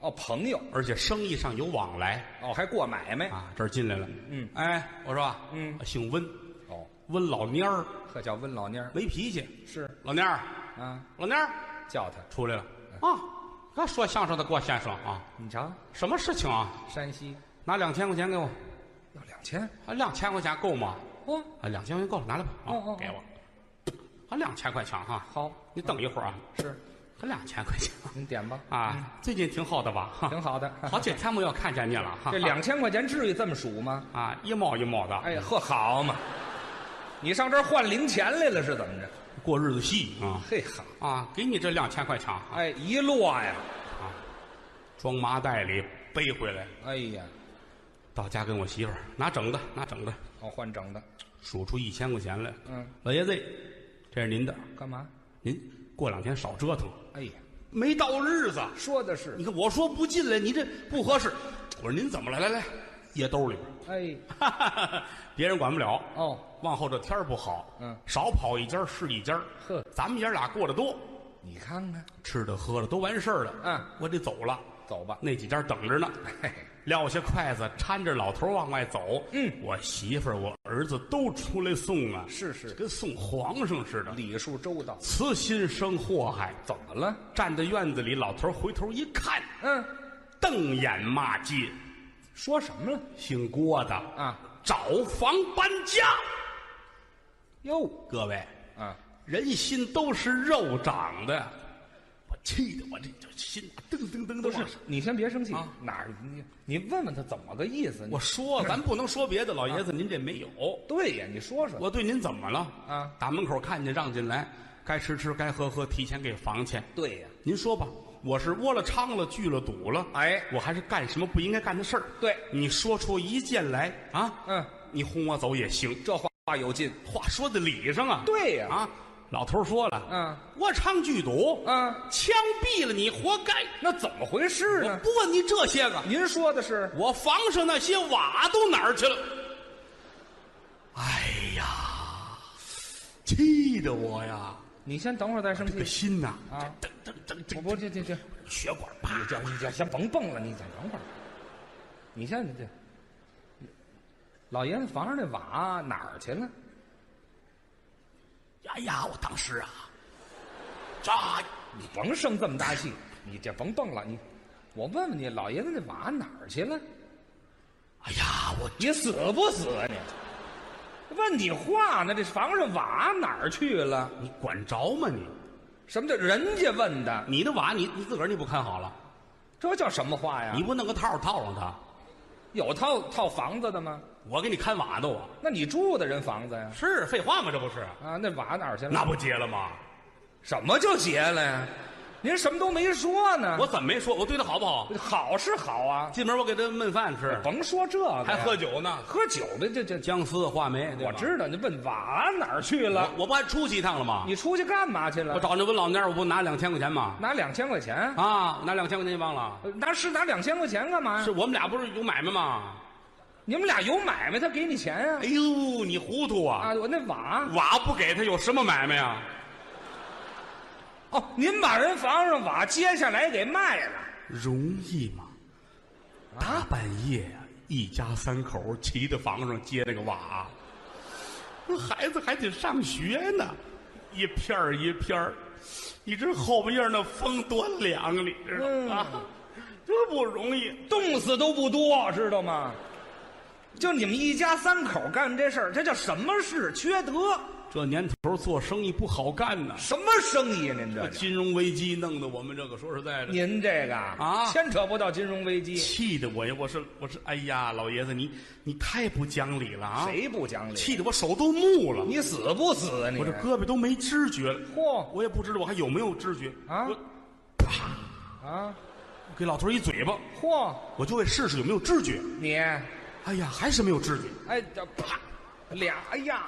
Speaker 2: 哦，朋友，
Speaker 5: 而且生意上有往来。
Speaker 2: 哦，还过买卖，
Speaker 5: 啊，这儿进来了。
Speaker 2: 嗯，
Speaker 5: 哎，我说啊，
Speaker 2: 嗯
Speaker 5: 姓温，
Speaker 2: 哦，
Speaker 5: 温老蔫儿，
Speaker 2: 这叫温老蔫儿，
Speaker 5: 没脾气。
Speaker 2: 是
Speaker 5: 老蔫儿，
Speaker 2: 啊，
Speaker 5: 老蔫儿
Speaker 2: 叫他，
Speaker 5: 出来了
Speaker 2: 哎
Speaker 5: 啊，刚说相声的郭先生啊，
Speaker 2: 你瞧，
Speaker 5: 什么事情啊？
Speaker 2: 山西
Speaker 5: 拿两千块钱给我，
Speaker 2: 要两千，
Speaker 5: 啊，两千块钱够吗？
Speaker 2: 哦，
Speaker 5: 啊，两千块钱够了，拿来吧，啊
Speaker 2: 哦哦哦，
Speaker 5: 给我，啊，两千块钱哈、
Speaker 2: 好，
Speaker 5: 你等一会儿啊，
Speaker 2: 是，
Speaker 5: 还两千块钱
Speaker 2: 您点吧，
Speaker 5: 啊，最近挺好的吧？哈
Speaker 2: 嗯啊挺好的。
Speaker 5: 好几天没有看见你了哈。
Speaker 2: 这两千块钱至于这么数吗？
Speaker 5: 啊，一毛一毛的，
Speaker 2: 哎，呵，好嘛，你上这儿换零钱来了是怎么着？
Speaker 5: 过日子细啊
Speaker 2: 嘿好，
Speaker 5: 啊，给你这两千块钱啊。
Speaker 2: 哎，一落呀，
Speaker 5: 装麻袋里背回来，
Speaker 2: 哎呀，
Speaker 5: 到家跟我媳妇儿拿整的，拿整的，
Speaker 2: 哦，换整的，
Speaker 5: 数出一千块钱来。
Speaker 2: 嗯，
Speaker 5: 老爷子，这是您的，
Speaker 2: 干嘛？
Speaker 5: 您过两天少折腾，
Speaker 2: 哎呀，
Speaker 5: 没到日子。
Speaker 2: 说的是
Speaker 5: 你，看我说不进来，你这不合适。我说您怎么了？来来，掖兜里边
Speaker 2: 哎，
Speaker 5: 儿， 别人管不了。
Speaker 2: 哦，
Speaker 5: 往后这天儿不好，
Speaker 2: 嗯
Speaker 5: 少跑一家是一家。
Speaker 2: 呵，
Speaker 5: 咱们爷俩过得多，
Speaker 2: 你看看，
Speaker 5: 吃的喝的都完事儿了。
Speaker 2: 嗯，
Speaker 5: 我得走了。
Speaker 2: 走吧，
Speaker 5: 那几家等着呢。
Speaker 2: 嘿，
Speaker 5: 撂下筷子，搀着老头儿往外走。
Speaker 2: 嗯，
Speaker 5: 我媳妇儿、我儿子都出来送啊，
Speaker 2: 是是
Speaker 5: 跟送皇上似的。
Speaker 2: 礼数周到，
Speaker 5: 慈心生祸害，
Speaker 2: 怎么了？
Speaker 5: 站在院子里，老头儿回头一看，
Speaker 2: 嗯，
Speaker 5: 瞪眼骂街：“
Speaker 2: 说什么了？
Speaker 5: 姓郭的
Speaker 2: 啊，
Speaker 5: 找房搬家！”
Speaker 2: 哟，
Speaker 5: 各位，
Speaker 2: 啊，
Speaker 5: 人心都是肉长的，我气的我这就心啊噔噔噔
Speaker 2: 不
Speaker 5: 噔
Speaker 2: 是
Speaker 5: 往上。，
Speaker 2: 你先别生气
Speaker 5: 啊
Speaker 2: 哪儿你你问问他怎么个意思？你
Speaker 5: 我说，咱不能说别的，老爷
Speaker 2: 啊
Speaker 5: 子您这没有。
Speaker 2: 对呀，你说说，
Speaker 5: 我对您怎么了？
Speaker 2: 啊，
Speaker 5: 打门口看见让进来，该吃吃，该喝喝，提前给房钱。
Speaker 2: 对呀，
Speaker 5: 您说吧，我是窝了娼了，聚了赌了，
Speaker 2: 哎
Speaker 5: 我还是干什么不应该干的事儿？
Speaker 2: 对
Speaker 5: 你说出一件来啊，
Speaker 2: 嗯，
Speaker 5: 你轰我走也行，
Speaker 2: 这话话有劲，
Speaker 5: 话说的理上啊。
Speaker 2: 对呀
Speaker 5: 啊，老头儿说了，
Speaker 2: 嗯，
Speaker 5: 窝娼聚赌，
Speaker 2: 嗯
Speaker 5: 枪毙了你，活该。
Speaker 2: 那怎么回事
Speaker 5: 我
Speaker 2: 呢？
Speaker 5: 不问你这些个，
Speaker 2: 您说的是
Speaker 5: 我房上那些瓦都哪儿去了？哎呀，气得我呀！
Speaker 2: 你先等会儿再生
Speaker 5: 这个
Speaker 2: 气
Speaker 5: 心呐，
Speaker 2: 啊！
Speaker 5: 这这这这
Speaker 2: 我不这这这，
Speaker 5: 血管啪
Speaker 2: 你这你这先甭蹦了，你再等会儿。你现在这，老爷子房上那瓦哪儿去了？
Speaker 5: 哎呀，我当时啊，扎
Speaker 2: 你甭生这么大气，你这甭蹦了。你，我问问你，老爷子那瓦哪儿去了？
Speaker 5: 哎呀，我
Speaker 2: 你死不死啊你？问你话呢？这房上瓦哪儿去了？
Speaker 5: 你管着吗你？
Speaker 2: 什么叫人家问的？
Speaker 5: 你的瓦你你自个儿你不看好了，
Speaker 2: 这叫什么话呀？
Speaker 5: 你不弄个套儿套上它？
Speaker 2: 有套套房子的吗？
Speaker 5: 我给你看瓦的我
Speaker 2: 那你住的人房子呀？
Speaker 5: 是废话吗？这不是？
Speaker 2: 啊，那瓦哪儿去了？
Speaker 5: 那不结了吗？
Speaker 2: 什么就结了呀？您什么都没说呢。
Speaker 5: 我怎么没说？我对他好不好？
Speaker 2: 好是好啊，
Speaker 5: 进门我给他焖饭吃，
Speaker 2: 甭说这个呀，
Speaker 5: 还喝酒呢，
Speaker 2: 喝酒的这这，
Speaker 5: 姜丝话梅。对吧
Speaker 2: 我知道。你问瓦哪儿去了？
Speaker 5: 我我不还出去一趟了吗？
Speaker 2: 你出去干嘛去了？
Speaker 5: 我找那温老蔫儿，我不拿两千块钱吗？
Speaker 2: 拿两千块钱，
Speaker 5: 啊，拿两千块钱忘了？
Speaker 2: 呃拿是拿两千块钱干嘛呀
Speaker 5: 是？我们俩不是有买卖吗？
Speaker 2: 你们俩有买卖，他给你钱呀、
Speaker 5: 哎呦，你糊涂
Speaker 2: 啊？
Speaker 5: 啊！
Speaker 2: 我那瓦
Speaker 5: 瓦不给他有什么买卖啊呀？
Speaker 2: 哦，您把人房上瓦接下来给卖了，
Speaker 5: 容易吗？大半夜呀、一家三口骑到房上接那个瓦，孩子还得上学呢，一片儿一片儿，你这后半夜那风多凉，你知道吗？啊这不容易。
Speaker 2: 冻死都不多，知道吗？就你们一家三口干这事儿，这叫什么事？缺德！
Speaker 5: 这年头做生意不好干呐，
Speaker 2: 什么生意啊？您这
Speaker 5: 这金融危机弄得我们这个，说实在的，
Speaker 2: 您这个啊牵扯不到金融危机，
Speaker 5: 气得我呀，我是我是，哎呀，老爷子你你太不讲理了啊！
Speaker 2: 谁不讲理？
Speaker 5: 气得我手都木了，
Speaker 2: 你死不死啊你？
Speaker 5: 我这胳膊都没知觉了。
Speaker 2: 嚯
Speaker 5: 我也不知道我还有没有知觉
Speaker 2: 啊
Speaker 5: 我
Speaker 2: 啊
Speaker 5: 给老头儿一嘴巴，
Speaker 2: 嚯！
Speaker 5: 我就为试试有没有知觉。
Speaker 2: 你
Speaker 5: 哎呀，还是没有知觉，
Speaker 2: 哎这啪俩哎呀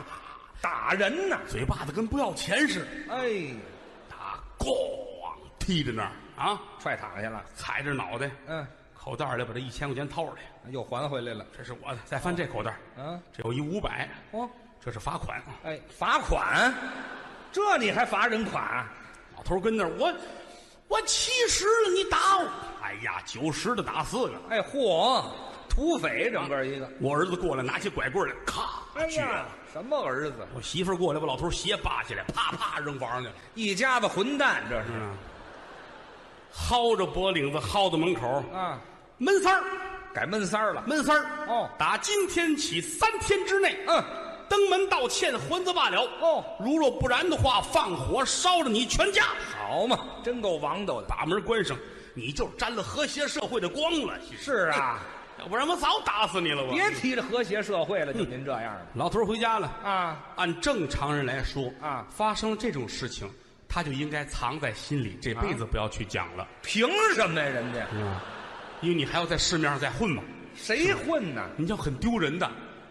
Speaker 2: 打人呐！
Speaker 5: 嘴巴子跟不要钱似的，
Speaker 2: 哎，
Speaker 5: 啊，咣踢在那儿啊，
Speaker 2: 踹躺下了。
Speaker 5: 踩着脑袋，
Speaker 2: 嗯，
Speaker 5: 口袋里把这一千块钱掏出来，
Speaker 2: 又还回来了。
Speaker 5: 这是我的。再翻这口袋，
Speaker 2: 啊，
Speaker 5: 这有一五百，
Speaker 2: 哦，
Speaker 5: 这是罚款。
Speaker 2: 哎，罚款，这你还罚人款？
Speaker 5: 老头儿跟那儿，我我七十了，你打我。哎呀，九十的打四个。
Speaker 2: 哎，嚯，土匪整个一个。
Speaker 5: 我儿子过来拿起拐棍儿来，咔
Speaker 2: 哎
Speaker 5: 撅
Speaker 2: 呀
Speaker 5: 了。，
Speaker 2: 什么儿子？
Speaker 5: 我媳妇儿过来把老头儿鞋扒起来，啪啪扔房上去了。
Speaker 2: 一家子混蛋，这是
Speaker 5: 嗯，薅着脖领子薅到门口，
Speaker 2: 啊！
Speaker 5: 闷三儿，
Speaker 2: 改闷三儿了。
Speaker 5: 闷三儿。
Speaker 2: 哦
Speaker 5: 打今天起三天之内，
Speaker 2: 嗯，
Speaker 5: 登门道歉，还则罢了。
Speaker 2: 哦，
Speaker 5: 如若不然的话，放火烧了你全家，
Speaker 2: 好嘛，真够王道的。
Speaker 5: 把门关上，你就沾了和谐社会的光了。
Speaker 2: 是啊，
Speaker 5: 要不然我早打死你了。我
Speaker 2: 别提这和谐社会了，就您这样的
Speaker 5: 老头儿回家了。
Speaker 2: 啊！
Speaker 5: 按正常人来说
Speaker 2: 啊
Speaker 5: 发生了这种事情，他就应该藏在心里，
Speaker 2: 啊
Speaker 5: 这辈子不要去讲了。
Speaker 2: 凭什么呀？人家
Speaker 5: 啊，因为你还要在市面上再混嘛，
Speaker 2: 谁混呢？
Speaker 5: 你要很丢人的，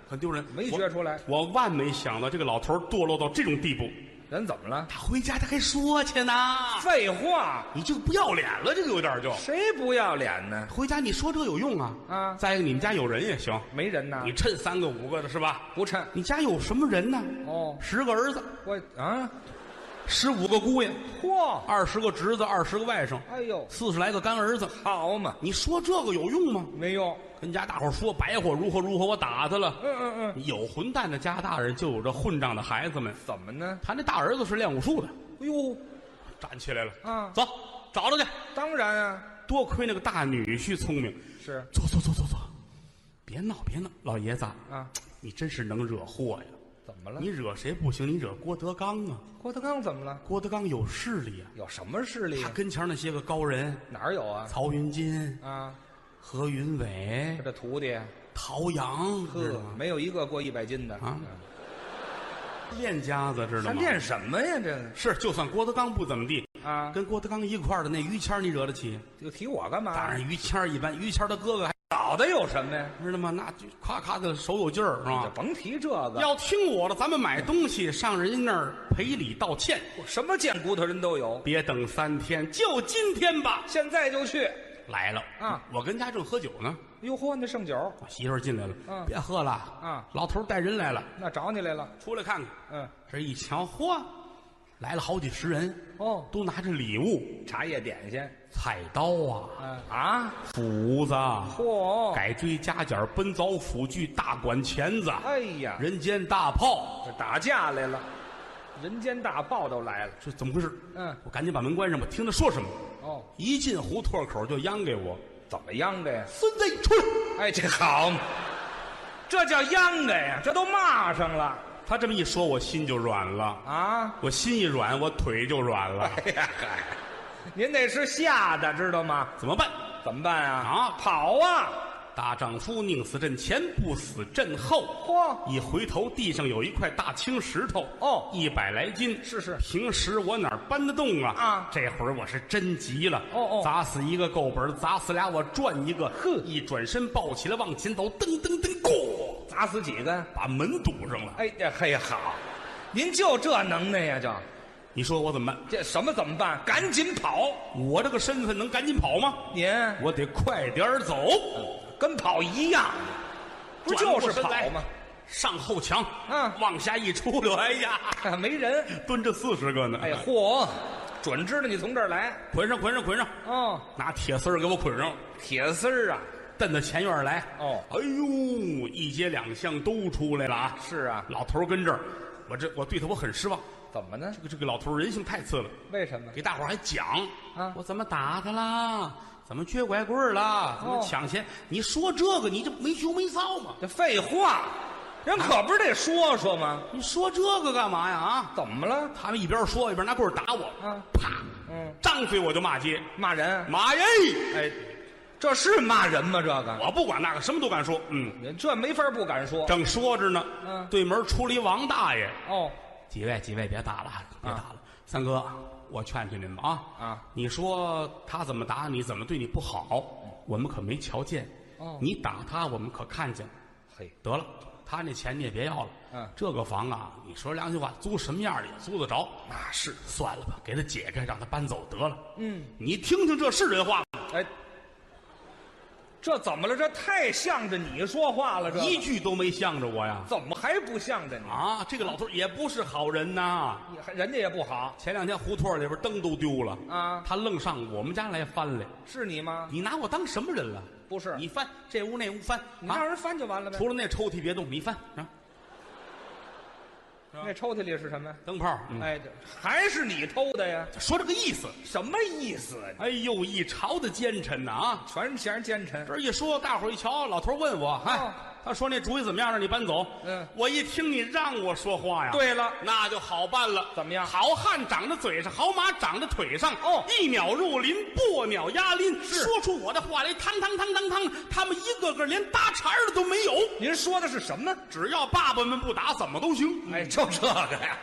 Speaker 5: 很丢人。
Speaker 2: 没觉出来
Speaker 5: 我，我万没想到这个老头儿堕落到这种地步。
Speaker 2: 人怎么了？
Speaker 5: 他回家他还说去呢，
Speaker 2: 废话，
Speaker 5: 你这个不要脸了，这个有点儿就。
Speaker 2: 谁不要脸呢？
Speaker 5: 回家你说这个有用啊？
Speaker 2: 啊
Speaker 5: 再一个你们家有人也行，
Speaker 2: 没人呐
Speaker 5: 你，趁三个五个的是吧？
Speaker 2: 不趁
Speaker 5: 你家有什么人呢？
Speaker 2: 哦
Speaker 5: 十个儿子，
Speaker 2: 我啊！
Speaker 5: 十五个姑爷，
Speaker 2: 嚯，
Speaker 5: 二十个侄子，二十个外甥，
Speaker 2: 哎呦，
Speaker 5: 四十来个干儿子，
Speaker 2: 好嘛，
Speaker 5: 你说这个有用吗？
Speaker 2: 没用。
Speaker 5: 跟家大伙儿说白活如何如何，我打他了。
Speaker 2: 嗯嗯嗯，
Speaker 5: 有混蛋的家大人，就有这混账的孩子们。
Speaker 2: 怎么呢？
Speaker 5: 他那大儿子是练武术的，
Speaker 2: 哎呦，
Speaker 5: 站起来了，
Speaker 2: 啊
Speaker 5: 走，找他去。
Speaker 2: 当然啊，
Speaker 5: 多亏那个大女婿聪明，
Speaker 2: 是
Speaker 5: 坐坐坐坐坐，别闹别闹，老爷子
Speaker 2: 啊，
Speaker 5: 你真是能惹祸呀！
Speaker 2: 怎么了
Speaker 5: 你？惹谁不行，你惹郭德纲啊！
Speaker 2: 郭德纲怎么了？
Speaker 5: 郭德纲有势力啊，
Speaker 2: 有什么势力
Speaker 5: 他
Speaker 2: 啊？
Speaker 5: 跟前那些个高人，
Speaker 2: 哪儿有啊？
Speaker 5: 曹云金、
Speaker 2: 啊，
Speaker 5: 何云伟
Speaker 2: 他、这徒弟，
Speaker 5: 陶阳，知
Speaker 2: 呵
Speaker 5: 道吗，
Speaker 2: 没有一个过一百斤的
Speaker 5: 啊练家子知
Speaker 2: 他
Speaker 5: 道吗？
Speaker 2: 练什么呀？这个
Speaker 5: 是，就算郭德纲不怎么地，
Speaker 2: 啊，
Speaker 5: 跟郭德纲一块儿的那于谦儿你惹得起？
Speaker 2: 就提我干
Speaker 5: 当
Speaker 2: 嘛？
Speaker 5: 然，于谦儿一般，于谦儿他哥哥还
Speaker 2: 脑袋有什么呀？
Speaker 5: 知道吗？那就咔咔的手有劲儿是
Speaker 2: 你就
Speaker 5: 吧？
Speaker 2: 甭提这个，
Speaker 5: 啊要听我的，咱们买东西上人家那儿赔礼道歉，
Speaker 2: 什么贱骨头人都有。
Speaker 5: 别等三天，就今天吧。
Speaker 2: 现在就去，
Speaker 5: 来了
Speaker 2: 啊！
Speaker 5: 我跟家正喝酒呢，
Speaker 2: 哟呵，那剩酒，
Speaker 5: 我媳妇儿进来了，
Speaker 2: 嗯
Speaker 5: 别喝了
Speaker 2: 啊
Speaker 5: 老头儿带人来了，
Speaker 2: 那找你来了。
Speaker 5: 出来看看。
Speaker 2: 嗯，
Speaker 5: 这一瞧，嚯，来了好几十人，
Speaker 2: 哦
Speaker 5: 都拿着礼物，
Speaker 2: 茶叶点心，
Speaker 5: 菜刀啊，
Speaker 2: 嗯啊，
Speaker 5: 斧子啊，
Speaker 2: 嚯，
Speaker 5: 改锥夹角、奔凿斧锯、大管钳子，
Speaker 2: 哎呀，
Speaker 5: 人间大炮，
Speaker 2: 这打架来了，人间大炮都来了，
Speaker 5: 这怎么回事？
Speaker 2: 嗯
Speaker 5: 我赶紧把门关上吧，听他说什么。
Speaker 2: 哦，
Speaker 5: 一进胡同口就央给我，
Speaker 2: 怎么秧歌呀？
Speaker 5: 孙子你出来！
Speaker 2: 哎，这好嘛，这叫秧歌呀，这都骂上了
Speaker 5: 他这么一说，我心就软了，
Speaker 2: 啊！
Speaker 5: 我心一软，我腿就软了，
Speaker 2: 哎呀，嗨，您那是吓的，知道吗？
Speaker 5: 怎么办？
Speaker 2: 怎么办啊？
Speaker 5: 啊
Speaker 2: 跑啊！
Speaker 5: 大丈夫宁死阵前，不死阵后。
Speaker 2: 嚯，
Speaker 5: 一回头，地上有一块大青石头，
Speaker 2: 哦
Speaker 5: 一百来斤。
Speaker 2: 是是
Speaker 5: 平时我哪儿搬得动啊？
Speaker 2: 啊
Speaker 5: 这会儿我是真急了。
Speaker 2: 哦哦
Speaker 5: 砸死一个够本儿，砸死俩我转一个。
Speaker 2: 呵
Speaker 5: 一转身抱起来往前走，噔噔噔，过，
Speaker 2: 砸死几个？
Speaker 5: 把门堵上了。
Speaker 2: 哎呀，嘿好，您就这能耐呀，就
Speaker 5: 你说我怎么办？
Speaker 2: 这什么怎么办？赶紧跑！
Speaker 5: 我这个身份能赶紧跑吗？
Speaker 2: 您
Speaker 5: 我得快点儿走，
Speaker 2: 跟跑一样，不就是跑
Speaker 5: 转过身
Speaker 2: 吗
Speaker 5: 来？上后墙，
Speaker 2: 嗯
Speaker 5: 往下一出溜，哎呀，
Speaker 2: 哎没人，
Speaker 5: 蹲着四十个呢。
Speaker 2: 哎，嚯，准知道你从这儿来
Speaker 5: 捆上，捆上，捆上，
Speaker 2: 哦，
Speaker 5: 拿铁丝儿给我捆上，
Speaker 2: 铁丝儿啊，
Speaker 5: 蹬到前院来。
Speaker 2: 哦
Speaker 5: 哎呦，一街两巷都出来了啊！
Speaker 2: 是啊，
Speaker 5: 老头儿跟这儿，我这我对他我很失望。
Speaker 2: 怎么呢
Speaker 5: 这？个这个老头儿人性太次了，
Speaker 2: 为什么？
Speaker 5: 给大伙儿还讲
Speaker 2: 啊
Speaker 5: 我怎么打他啦，怎么撅拐棍儿啦，怎么
Speaker 2: 哦
Speaker 5: 抢钱？你说这个，你这没羞没臊吗？
Speaker 2: 这废话，人可不是得说说吗？
Speaker 5: 你说这个干嘛呀？啊！
Speaker 2: 怎么了？
Speaker 5: 他们一边说一边拿棍儿打我，
Speaker 2: 啊
Speaker 5: 啪，
Speaker 2: 嗯，
Speaker 5: 张嘴我就骂街，
Speaker 2: 骂人？
Speaker 5: 骂人！
Speaker 2: 哎，这是骂人吗？这个
Speaker 5: 我不管那个，什么都敢说。嗯，
Speaker 2: 人这没法不敢说。
Speaker 5: 正说着呢，
Speaker 2: 嗯
Speaker 5: 对门出了一王大爷，
Speaker 2: 哦，
Speaker 5: 几位几位别打了，别打了，三哥，我劝劝您吧啊
Speaker 2: 啊！
Speaker 5: 你说他怎么打你，怎么对你不好，我们可没瞧见。
Speaker 2: 哦
Speaker 5: 你打他，我们可看见了。
Speaker 2: 嘿，
Speaker 5: 得了，他那钱你也别要了。
Speaker 2: 嗯
Speaker 5: 这个房啊，你说良心话，租什么样儿也租得着。
Speaker 2: 那是，
Speaker 5: 算了吧，给他解开，让他搬走得了。
Speaker 2: 嗯，
Speaker 5: 你听听这是人话吗？
Speaker 2: 哎，这怎么了？这太向着你说话了，这
Speaker 5: 一句都没向着我呀！
Speaker 2: 怎么还不向着你？
Speaker 5: 啊，这个老头儿也不是好人呐。
Speaker 2: 你还人家也不好，
Speaker 5: 前两天胡同里边灯都丢了
Speaker 2: 啊
Speaker 5: 他愣上我们家来翻来，
Speaker 2: 是你吗？
Speaker 5: 你拿我当什么人了？
Speaker 2: 不是
Speaker 5: 你翻这屋那屋翻
Speaker 2: 你让
Speaker 5: 啊！
Speaker 2: 人翻就完了呗。
Speaker 5: 除了那抽屉别动，你翻啊！
Speaker 2: 那抽屉里是什么呀？
Speaker 5: 灯泡，嗯，
Speaker 2: 哎，这还是你偷的呀？
Speaker 5: 说这个意思。
Speaker 2: 什么意思啊？
Speaker 5: 哎呦，一朝的奸臣呐啊！
Speaker 2: 全全是奸臣。
Speaker 5: 这一说，大伙儿一瞧，老头问我，哎
Speaker 2: 哦，
Speaker 5: 他说那主意怎么样？让你搬走。
Speaker 2: 嗯
Speaker 5: 我一听你让我说话呀，，
Speaker 2: 对了，
Speaker 5: 那就好办了。
Speaker 2: 怎么样
Speaker 5: 好汉长在嘴上，好马长在腿上。
Speaker 2: 哦
Speaker 5: 一鸟入林，破鸟压林。说出我的话来，汤汤汤汤汤，他们一个个连搭茬儿的都没有。
Speaker 2: 您说的是什么？
Speaker 5: 只要爸爸们不打，怎么都行。
Speaker 2: 哎，就这个呀。